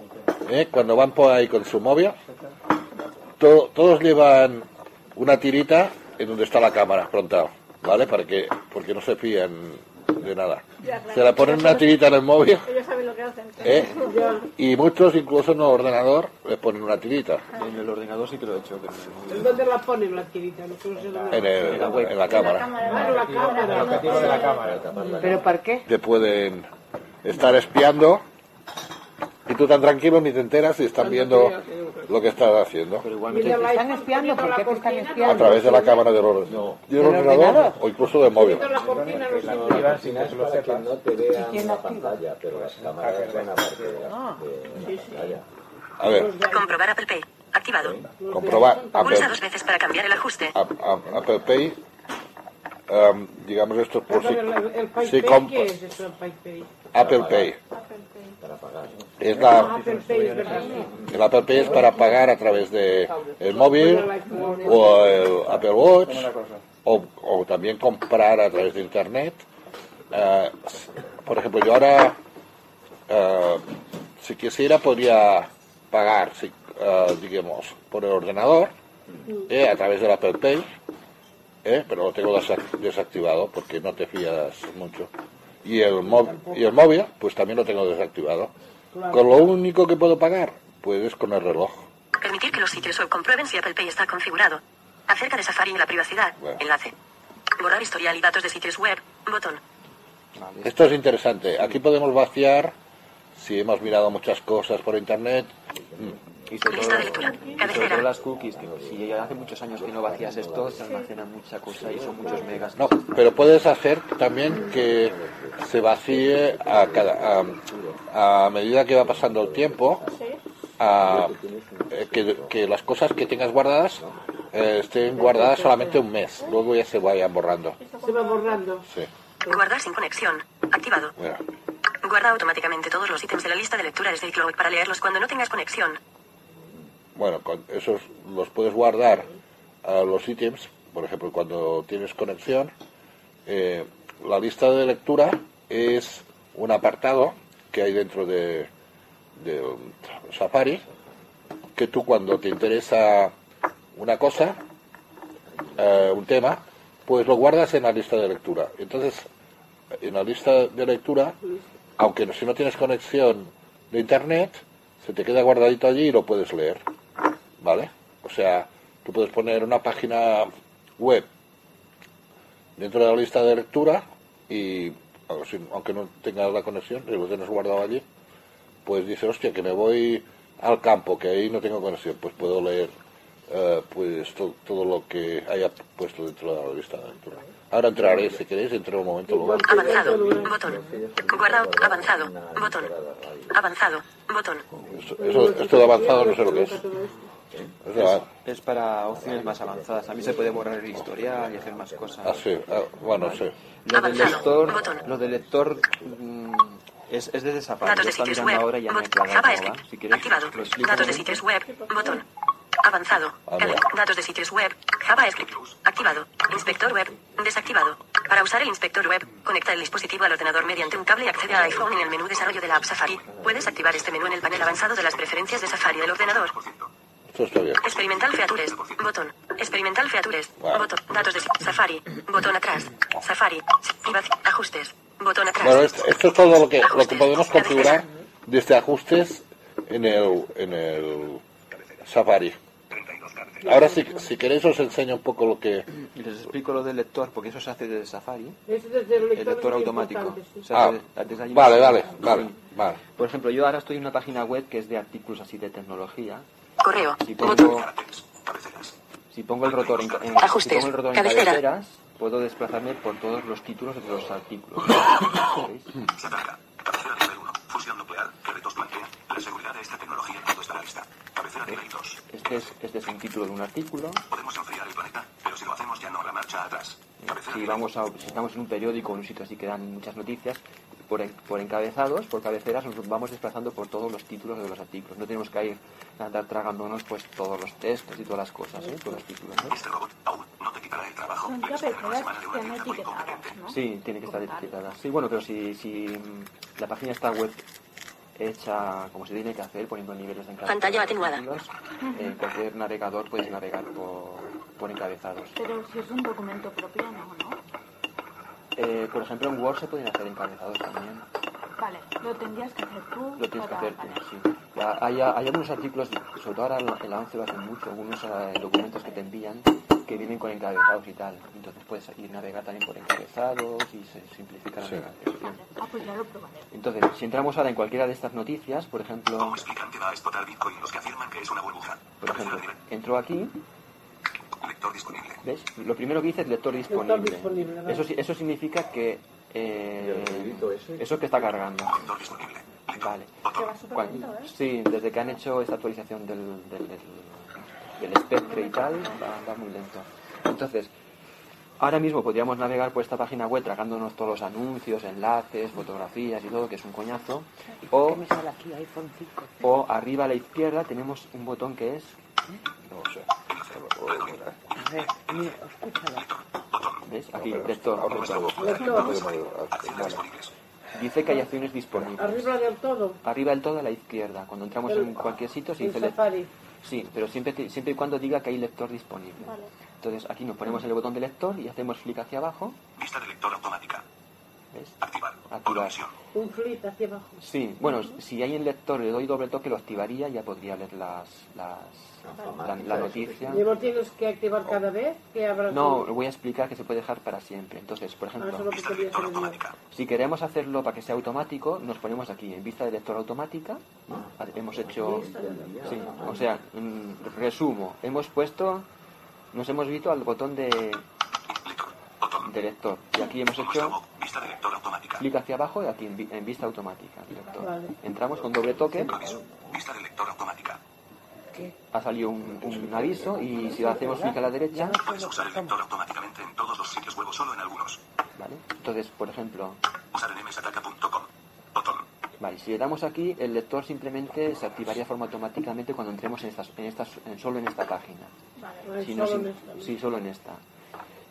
[SPEAKER 3] ¿eh? cuando van por ahí con su móvil, to- todos llevan una tirita en donde está la cámara frontal, ¿vale? Para que, porque no se fían de nada.
[SPEAKER 13] Ya, claro.
[SPEAKER 3] Se la ponen una tirita en el móvil
[SPEAKER 13] Ellos saben lo que hacen.
[SPEAKER 3] ¿eh? y muchos incluso en el ordenador le ponen una tirita.
[SPEAKER 7] En el ordenador sí que lo he hecho. pero en el móvil
[SPEAKER 4] ¿En dónde la ponen la tirita? No sé dónde.
[SPEAKER 3] En, el-
[SPEAKER 7] En la web.
[SPEAKER 3] en la cámara.
[SPEAKER 4] Claro, la cámara.
[SPEAKER 3] ¿Pero para qué? Te pueden estar espiando y tú tan tranquilo ni te enteras y están viendo lo que estás haciendo.
[SPEAKER 11] Te están espiando, ¿por qué te están espiando?
[SPEAKER 3] A través de la cámara del, orden- del
[SPEAKER 11] ¿Del
[SPEAKER 3] ordenador
[SPEAKER 11] ordenador?
[SPEAKER 3] o incluso del móvil.
[SPEAKER 15] para que no te vean la pantalla, pero las cámaras van aparte de la, de la pantalla.
[SPEAKER 3] A ver,
[SPEAKER 2] Comprobar Apple Pay. Activado.
[SPEAKER 3] comprobar
[SPEAKER 2] Pulsa
[SPEAKER 3] Apple,
[SPEAKER 2] dos veces para cambiar el ajuste.
[SPEAKER 3] App- App- Apple Pay. em, digamos esto es por si,
[SPEAKER 4] Pero el, el
[SPEAKER 3] si
[SPEAKER 4] PayPay, ¿qué
[SPEAKER 3] comp-
[SPEAKER 4] es eso el PayPay?
[SPEAKER 3] Apple Pay.
[SPEAKER 15] Para pagar, ¿no?
[SPEAKER 3] Es
[SPEAKER 4] Ah,
[SPEAKER 3] la,
[SPEAKER 4] Apple Pay, es verdad.
[SPEAKER 3] el Apple Pay es para pagar a través de el móvil o el Apple Watch o, o también comprar a través de internet. Eh, por ejemplo, yo ahora, eh, si quisiera, podría pagar, si, eh, digamos, por el ordenador eh, a través del Apple Pay, eh, pero lo tengo desac- desactivado porque no te fías mucho. Y el, mo- y el móvil, pues también lo tengo desactivado. Con lo único que puedo pagar, pues es con el reloj.
[SPEAKER 2] Permitir que los sitios web comprueben si Apple Pay está configurado. Acerca de Safari y la privacidad. Enlace. Borrar historial y datos de sitios web. Botón.
[SPEAKER 3] Esto es interesante. Aquí podemos vaciar si hemos mirado muchas cosas por internet.
[SPEAKER 7] Y sobre, todo, y sobre todo las cookies, que si hace muchos años que no vacías esto, se almacena mucha cosa y son muchos megas.
[SPEAKER 3] No, pero puedes hacer también que se vacíe a, cada, a, a medida que va pasando el tiempo, a- eh, que, que las cosas que tengas guardadas eh, estén guardadas solamente un mes, luego ya se vayan borrando.
[SPEAKER 16] Se va borrando.
[SPEAKER 3] Sí,
[SPEAKER 2] Guardar sin conexión. Activado.
[SPEAKER 3] mira.
[SPEAKER 2] Guarda automáticamente todos los ítems de la lista de lectura desde iCloud para leerlos cuando no tengas conexión.
[SPEAKER 3] Bueno, con esos los puedes guardar a los ítems, por ejemplo, cuando tienes conexión. eh, la lista de lectura es un apartado que hay dentro de, de un Safari que tú cuando te interesa una cosa, eh, un tema, pues lo guardas en la lista de lectura. Entonces, en la lista de lectura, aunque no- si no tienes conexión de internet, se te queda guardadito allí y lo puedes leer. ¿Vale? O sea, tú puedes poner una página web dentro de la lista de lectura y o si- aunque no tengas la conexión, y lo tienes guardado allí, pues dices, hostia, que me voy al campo, que ahí no tengo conexión, pues puedo leer eh, pues to- todo lo que haya puesto dentro de la lista de lectura. Ahora entraré, si queréis, entre un momento. Lo veo.
[SPEAKER 2] Avanzado. Botón. Guarda au- avanzado. Botón. Avanzado. Botón.
[SPEAKER 3] Eso, esto de avanzado no sé lo que es.
[SPEAKER 7] Es, es para opciones más avanzadas. También se puede borrar el historial y hacer más cosas.
[SPEAKER 3] Ah, sí, ah, bueno, sí.
[SPEAKER 7] Lo del
[SPEAKER 2] Avanzado.
[SPEAKER 7] lector,
[SPEAKER 2] Botón.
[SPEAKER 7] lo del lector mm, es, es desde Safari. Yo
[SPEAKER 2] Datos de
[SPEAKER 7] estaba
[SPEAKER 2] sitios
[SPEAKER 7] mirando
[SPEAKER 2] web.
[SPEAKER 7] ahora y ya me he
[SPEAKER 2] Botón.
[SPEAKER 7] aclarado
[SPEAKER 2] Java
[SPEAKER 7] cómo va.
[SPEAKER 2] Script.
[SPEAKER 7] Si quieres,
[SPEAKER 2] Activado.
[SPEAKER 7] lo explico.
[SPEAKER 2] Datos de sitios web. Botón. Avanzado.
[SPEAKER 7] Ah, mira.
[SPEAKER 2] Datos de sitios web. JavaScript. Activado. Inspector web. Desactivado. Para usar el inspector web, conecta el dispositivo al ordenador mediante un cable y accede al iPhone en el menú desarrollo de la app Safari. Puedes activar este menú en el panel avanzado de las preferencias de Safari del ordenador.
[SPEAKER 3] Esto está bien.
[SPEAKER 2] Experimental Features. Botón. Experimental Features.
[SPEAKER 3] Wow.
[SPEAKER 2] Botón. Datos de Safari. Botón atrás. Safari. privac- Ajustes. Botón atrás.
[SPEAKER 3] Bueno, esto, esto es todo lo que, lo que podemos configurar desde ajustes en el, en el Safari. Ahora, si, si queréis, os enseño un poco lo que...
[SPEAKER 7] Y les explico lo del lector, porque eso se hace desde Safari.
[SPEAKER 4] Eso desde el lector,
[SPEAKER 7] El lector
[SPEAKER 4] es
[SPEAKER 7] automático.
[SPEAKER 4] importante, sí.
[SPEAKER 7] Se hace
[SPEAKER 3] Ah,
[SPEAKER 7] desde ahí.
[SPEAKER 3] vale, vale, vale,
[SPEAKER 7] Sí.
[SPEAKER 3] vale.
[SPEAKER 7] Por ejemplo, yo ahora estoy en una página web que es de artículos así de tecnología.
[SPEAKER 2] Correo.
[SPEAKER 7] Si pongo,
[SPEAKER 2] Botón.
[SPEAKER 7] si pongo el rotor en, en-
[SPEAKER 2] Ajustes.
[SPEAKER 7] si pongo el rotor en
[SPEAKER 2] Cabecera.
[SPEAKER 7] cabeceras, puedo desplazarme por todos los títulos de los artículos. ¿Veis?
[SPEAKER 14] Satanga. Cabecera nivel 1. Fusión nuclear. Que retos plantea. La seguridad de esta tecnología cuando estará lista. Cabecera nivel 2.
[SPEAKER 7] Este es, este es un título de un artículo.
[SPEAKER 14] Podemos enfriar el planeta, pero si lo hacemos ya no habrá marcha atrás.
[SPEAKER 7] Si, vamos a, si estamos en un periódico o en un sitio así que dan muchas noticias, por, en- por encabezados, por cabeceras, nos vamos desplazando por todos los títulos de los artículos. No tenemos que ir a andar tragándonos pues todos los textos y todas las cosas, ¿eh? todos los títulos. ¿no?
[SPEAKER 13] Son cabeceras que han etiquetadas, ¿no?
[SPEAKER 7] Sí, tiene que estar etiquetada. Sí, bueno, pero si, si mm, la página está web hecha como se tiene que hacer, poniendo niveles de encabezado,
[SPEAKER 2] Pantalla atenuada.
[SPEAKER 7] eh, cualquier navegador puede navegar por, por encabezados.
[SPEAKER 12] Pero si es un documento propio, no, ¿no?
[SPEAKER 7] Eh, por ejemplo, en Word se pueden hacer encabezados también.
[SPEAKER 12] Vale, lo tendrías que hacer tú.
[SPEAKER 7] Lo tienes que
[SPEAKER 12] para-
[SPEAKER 7] hacer tú,
[SPEAKER 12] vale.
[SPEAKER 7] sí. Ya, Hay, hay algunos artículos, sobre todo ahora en la- en la 11 lo hacen mucho, algunos eh, documentos que te envían que vienen con encabezados y tal. Entonces puedes ir navegar también por encabezados y se simplifica la navegación.
[SPEAKER 12] Ah, pues ya lo probaré.
[SPEAKER 7] Entonces, si entramos ahora en cualquiera de estas noticias, por ejemplo,
[SPEAKER 14] Explican que va a explotar Bitcoin los que afirman que es una burbuja.
[SPEAKER 7] por ejemplo entro aquí,
[SPEAKER 14] Lector disponible.
[SPEAKER 7] ¿ves? Lo primero que dice es lector disponible.
[SPEAKER 14] Lector disponible, ¿no?
[SPEAKER 7] Eso, sí- eso significa que... eh, eso que está cargando. Vale.
[SPEAKER 13] Que va súper
[SPEAKER 7] Cuan-
[SPEAKER 13] lento, ¿eh?
[SPEAKER 7] Sí, desde que han hecho esta actualización del, del, del, del espectro y tal, va, va muy lento. Entonces, ahora mismo podríamos navegar por esta página web tragándonos todos los anuncios, enlaces, fotografías y todo, que es un coñazo. O,
[SPEAKER 11] me sale aquí iPhone 5?
[SPEAKER 7] o arriba a la izquierda tenemos un botón que es...
[SPEAKER 11] ¿Eh? A ver, mira, escúchala.
[SPEAKER 7] ¿Ves? Aquí, lector. lector. Dice que hay acciones disponibles.
[SPEAKER 4] Arriba del todo.
[SPEAKER 7] Arriba del todo a la izquierda. Cuando entramos en cualquier sitio se
[SPEAKER 4] En
[SPEAKER 7] dice... le-
[SPEAKER 4] Safari.
[SPEAKER 7] Sí, pero siempre, que- siempre y cuando diga que hay lector disponible. Entonces aquí nos ponemos el botón de lector y hacemos clic hacia abajo.
[SPEAKER 14] Vista de lector automática.
[SPEAKER 7] ¿Ves? Activar.
[SPEAKER 12] Un flit hacia abajo.
[SPEAKER 7] Sí, bueno, si hay el lector le doy doble toque, lo activaría y ya podría leer las, las, la, la noticia.
[SPEAKER 4] ¿Y vos tienes que activar cada vez que abras
[SPEAKER 7] No,
[SPEAKER 4] un-
[SPEAKER 7] voy a explicar que se puede dejar para siempre. Entonces, por
[SPEAKER 4] Ah, eso es
[SPEAKER 7] ejemplo,
[SPEAKER 4] lo que quería hacer yo.
[SPEAKER 7] si queremos hacerlo para que sea automático, nos ponemos aquí en vista de lector automática. Hemos hecho. Sí, o sea, mm, resumo. Hemos puesto. Nos hemos visto al botón de. De lector. Y aquí hemos hecho. Clic hacia abajo y aquí en, vi- en vista automática. Lector.
[SPEAKER 14] Vale.
[SPEAKER 7] Entramos con doble toque.
[SPEAKER 14] Vista de lector automática.
[SPEAKER 7] Ha salido un, un aviso y si hacemos clic a la derecha.
[SPEAKER 14] Puedes usar el lector automáticamente en todos los sitios web o solo en algunos.
[SPEAKER 7] Vale. Entonces, por ejemplo,
[SPEAKER 14] Usar en msataka.com.
[SPEAKER 7] Vale, si le damos aquí, el lector simplemente se activaría de forma automáticamente cuando entremos en estas, en estas, en- solo en esta página.
[SPEAKER 4] Vale,
[SPEAKER 7] Si
[SPEAKER 4] solo
[SPEAKER 7] nos in-
[SPEAKER 4] en esta, ¿no?
[SPEAKER 7] sí, solo en esta.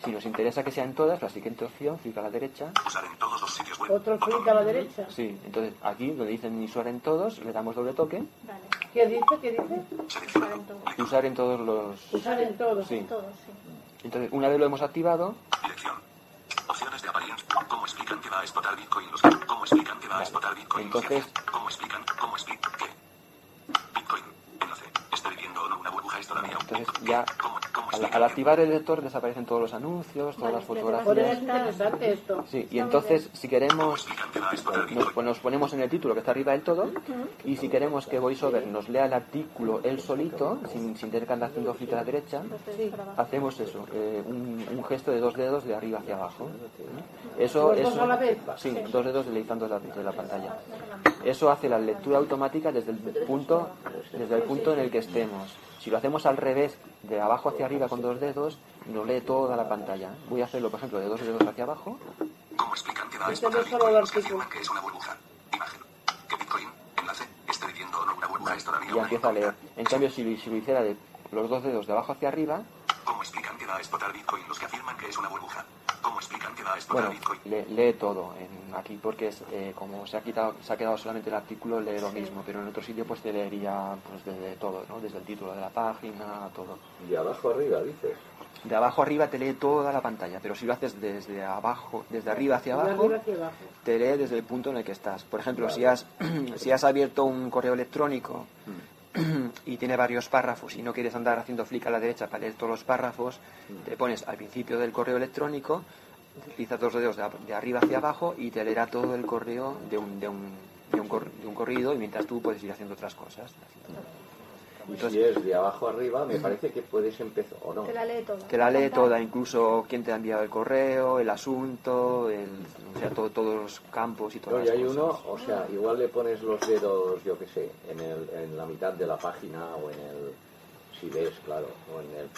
[SPEAKER 7] Si nos interesa que sea en todas, la siguiente opción, clic a la derecha.
[SPEAKER 4] Otro flit a la derecha.
[SPEAKER 7] Sí, entonces aquí donde dice usuar en todos, le damos doble toque.
[SPEAKER 4] ¿Qué dice? ¿Qué dice?
[SPEAKER 7] y Usar en todos los.
[SPEAKER 4] Usar en todos.
[SPEAKER 7] Sí.
[SPEAKER 4] todos, sí.
[SPEAKER 7] Entonces, una vez lo hemos activado,
[SPEAKER 14] Dirección. Opciones de apariencia. ¿Cómo explican que va a explotar Bitcoin? Los... ¿Cómo explican que va a explotar Bitcoin?
[SPEAKER 7] entonces
[SPEAKER 14] ¿Cómo explican? ¿Cómo explican qué? Bitcoin. Enlace. ¿Está viviendo o no una burbuja? ¿Esto todavía?
[SPEAKER 7] Entonces ya al, al activar el lector desaparecen todos los anuncios, todas las
[SPEAKER 11] Pues
[SPEAKER 4] Joder, es
[SPEAKER 7] fotografías.
[SPEAKER 4] interesante esto.
[SPEAKER 7] Sí, y entonces si queremos nos, pon- nos ponemos en el título que está arriba del todo y si queremos que VoiceOver nos lea el artículo él solito, sin, sin tener que andar haciendo clic a la derecha, hacemos eso, eh, un, un gesto de dos dedos de arriba hacia abajo. Eso
[SPEAKER 4] ¿Los Pues dos
[SPEAKER 7] eso-
[SPEAKER 4] a la vez?
[SPEAKER 7] Sí, dos dedos deslizando la- de la pantalla. Eso hace la lectura automática desde el punto, desde el punto en el que estemos. Si lo hacemos al revés, de abajo hacia arriba con dos dedos, nos lee toda la pantalla. Voy a hacerlo, por ejemplo, de dos dedos hacia abajo.
[SPEAKER 14] ¿Cómo explican que va a
[SPEAKER 4] Este no
[SPEAKER 14] explotar
[SPEAKER 4] es solo el
[SPEAKER 14] Bitcoin? Se
[SPEAKER 4] artículo.
[SPEAKER 14] afirman que es una burbuja. Imagen. Que Bitcoin. Enlace. ¿Está viviendo o no una burbuja? ¿Esto
[SPEAKER 7] y ya empieza a leer. En cambio, si, lo- si lo hiciera de los dos dedos de abajo hacia arriba,
[SPEAKER 14] ¿Cómo explican que va a explotar Bitcoin? Los que afirman que es una burbuja. ¿Cómo explican que va a explotar
[SPEAKER 7] bueno, le- lee todo en- aquí porque es, eh, como se ha quitado, se ha quedado solamente el artículo, lee lo mismo, pero en otro sitio pues te leería pues desde todo, ¿no? Desde el título de la página, todo.
[SPEAKER 15] Y abajo arriba, dices.
[SPEAKER 7] De abajo arriba te lee toda la pantalla, pero si lo haces desde abajo, desde arriba hacia
[SPEAKER 4] De
[SPEAKER 7] abajo,
[SPEAKER 4] arriba hacia abajo.
[SPEAKER 7] te lee desde el punto en el que estás. Por ejemplo, si has, si has abierto un correo electrónico
[SPEAKER 4] Mm.
[SPEAKER 7] y tiene varios párrafos y no quieres andar haciendo flick a la derecha para leer todos los párrafos,
[SPEAKER 4] Mm.
[SPEAKER 7] te pones al principio del correo electrónico, deslizas dos dedos de, a- de arriba hacia abajo y te leerá todo el correo de un, de un, de un, cor- de un corrido y mientras tú puedes ir haciendo otras cosas.
[SPEAKER 15] Y si es de abajo arriba, me parece que puedes empezar, ¿o no?
[SPEAKER 13] Te la lee pues, toda.
[SPEAKER 7] Te la lee toda, incluso quién te ha enviado el correo, el asunto, el, o sea, todo- todos los campos y todas
[SPEAKER 15] No, y
[SPEAKER 7] las
[SPEAKER 15] hay
[SPEAKER 7] cosas.
[SPEAKER 15] uno, o sea, igual le pones los dedos, yo qué sé, en, el, en la mitad de la página o en el, si ves, claro, o en el,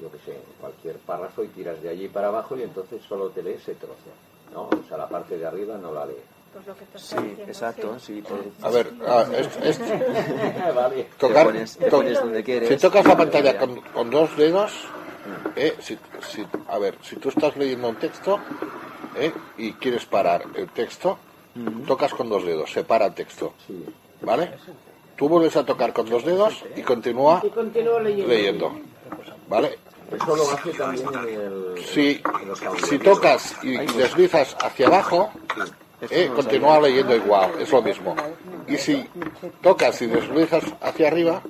[SPEAKER 15] yo qué sé, en cualquier párrafo y tiras de allí para abajo y entonces solo te lees ese trozo, ¿no? O sea, la parte de arriba no la lees.
[SPEAKER 13] Pues lo que estás
[SPEAKER 7] Sí,
[SPEAKER 13] diciendo,
[SPEAKER 7] exacto,
[SPEAKER 13] sí.
[SPEAKER 7] sí. te-
[SPEAKER 3] A ver, ah, es- es-
[SPEAKER 15] Ah, Vale.
[SPEAKER 3] Tocar,
[SPEAKER 7] Te pones- te
[SPEAKER 3] to-
[SPEAKER 7] pones donde quieres.
[SPEAKER 3] Si tocas la pantalla
[SPEAKER 7] Vale.
[SPEAKER 3] con, con dos dedos,
[SPEAKER 15] Mm.
[SPEAKER 3] eh, si, si- a ver, si tú estás leyendo un texto eh, y quieres parar el texto,
[SPEAKER 15] Mm.
[SPEAKER 3] tocas con dos dedos, se para el texto. ¿Vale? Tú vuelves a tocar con dos dedos y continúa
[SPEAKER 4] Y continúo leyendo.
[SPEAKER 3] leyendo. ¿Vale?
[SPEAKER 15] Eso lo hace también en el...
[SPEAKER 3] Si,
[SPEAKER 15] en los audios.
[SPEAKER 3] si tocas y deslizas hacia abajo, eh, continúa leyendo igual, es lo mismo. Y si tocas y deslizas hacia arriba,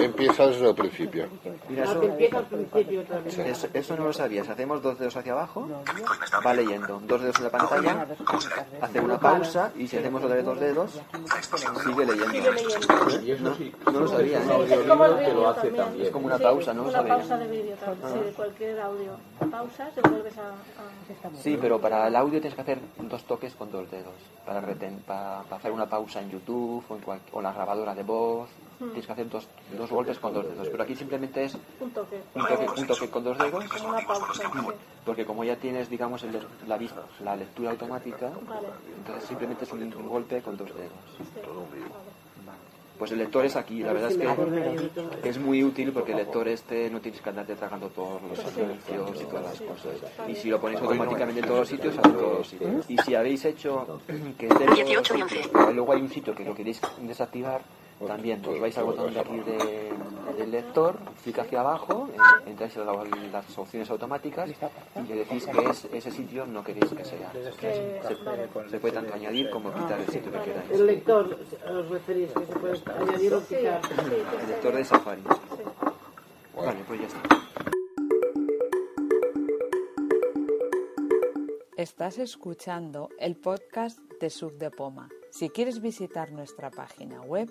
[SPEAKER 3] empieza desde el principio.
[SPEAKER 7] Mira,
[SPEAKER 4] Ah,
[SPEAKER 7] eso,
[SPEAKER 4] que empieza al principio otra vez.
[SPEAKER 7] eso- eso no lo sabías. Hacemos dos dedos hacia abajo, va leyendo. Dos dedos en la pantalla, hace una pausa y si hacemos otra vez dos dedos, sigue leyendo.
[SPEAKER 15] Y eso sí,
[SPEAKER 7] No lo sabía,
[SPEAKER 15] es
[SPEAKER 7] ¿eh?
[SPEAKER 15] un audiolibro que lo hace también.
[SPEAKER 7] Es como una pausa, no lo
[SPEAKER 13] Una
[SPEAKER 7] sabía.
[SPEAKER 13] pausa de vídeo también,
[SPEAKER 7] Ah.
[SPEAKER 13] sí, de cualquier audio. Pausas y vuelves a... a-
[SPEAKER 7] Sí, pero para el audio tienes que hacer dos toques con dos dedos. Para, reten- pa- para hacer una pausa en YouTube o en cual- o la grabadora de voz,
[SPEAKER 13] Hmm.
[SPEAKER 7] tienes que hacer dos, dos golpes con dos dedos. Pero aquí simplemente es
[SPEAKER 13] Un toque.
[SPEAKER 7] un toque, un toque con dos dedos,
[SPEAKER 13] Como una pausa. sí.
[SPEAKER 7] porque como ya tienes, digamos, el de- la, vis- la lectura automática,
[SPEAKER 13] Vale.
[SPEAKER 7] entonces simplemente es un, un golpe con dos dedos. Pues el lector es aquí, la
[SPEAKER 4] A ver
[SPEAKER 7] verdad
[SPEAKER 4] si
[SPEAKER 7] es
[SPEAKER 4] me acuerdo
[SPEAKER 7] que es muy útil porque el lector este no tienes que andarte tragando todos los
[SPEAKER 4] Pues
[SPEAKER 7] anuncios y todas las cosas. Y si lo ponéis automáticamente en todos los sitios, en todos los sitios. Y si habéis hecho que esté
[SPEAKER 2] 18 y 11.
[SPEAKER 7] luego hay un sitio que lo queréis desactivar, también os vais al botón de aquí de, de del lector, clic hacia abajo, en- entráis en la- las opciones automáticas y le decís que es, ese sitio no queréis que sea.
[SPEAKER 16] Que-
[SPEAKER 7] Se,
[SPEAKER 16] vale.
[SPEAKER 7] se puede tanto añadir como quitar el sitio que queráis.
[SPEAKER 16] El lector, os referís que se puede añadir o quitar.
[SPEAKER 7] El lector de Safari. Vale, pues ya está.
[SPEAKER 17] Estás escuchando el podcast de Sub de Poma. Si quieres visitar nuestra página web,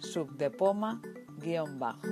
[SPEAKER 17] sucdepoma guión bajo.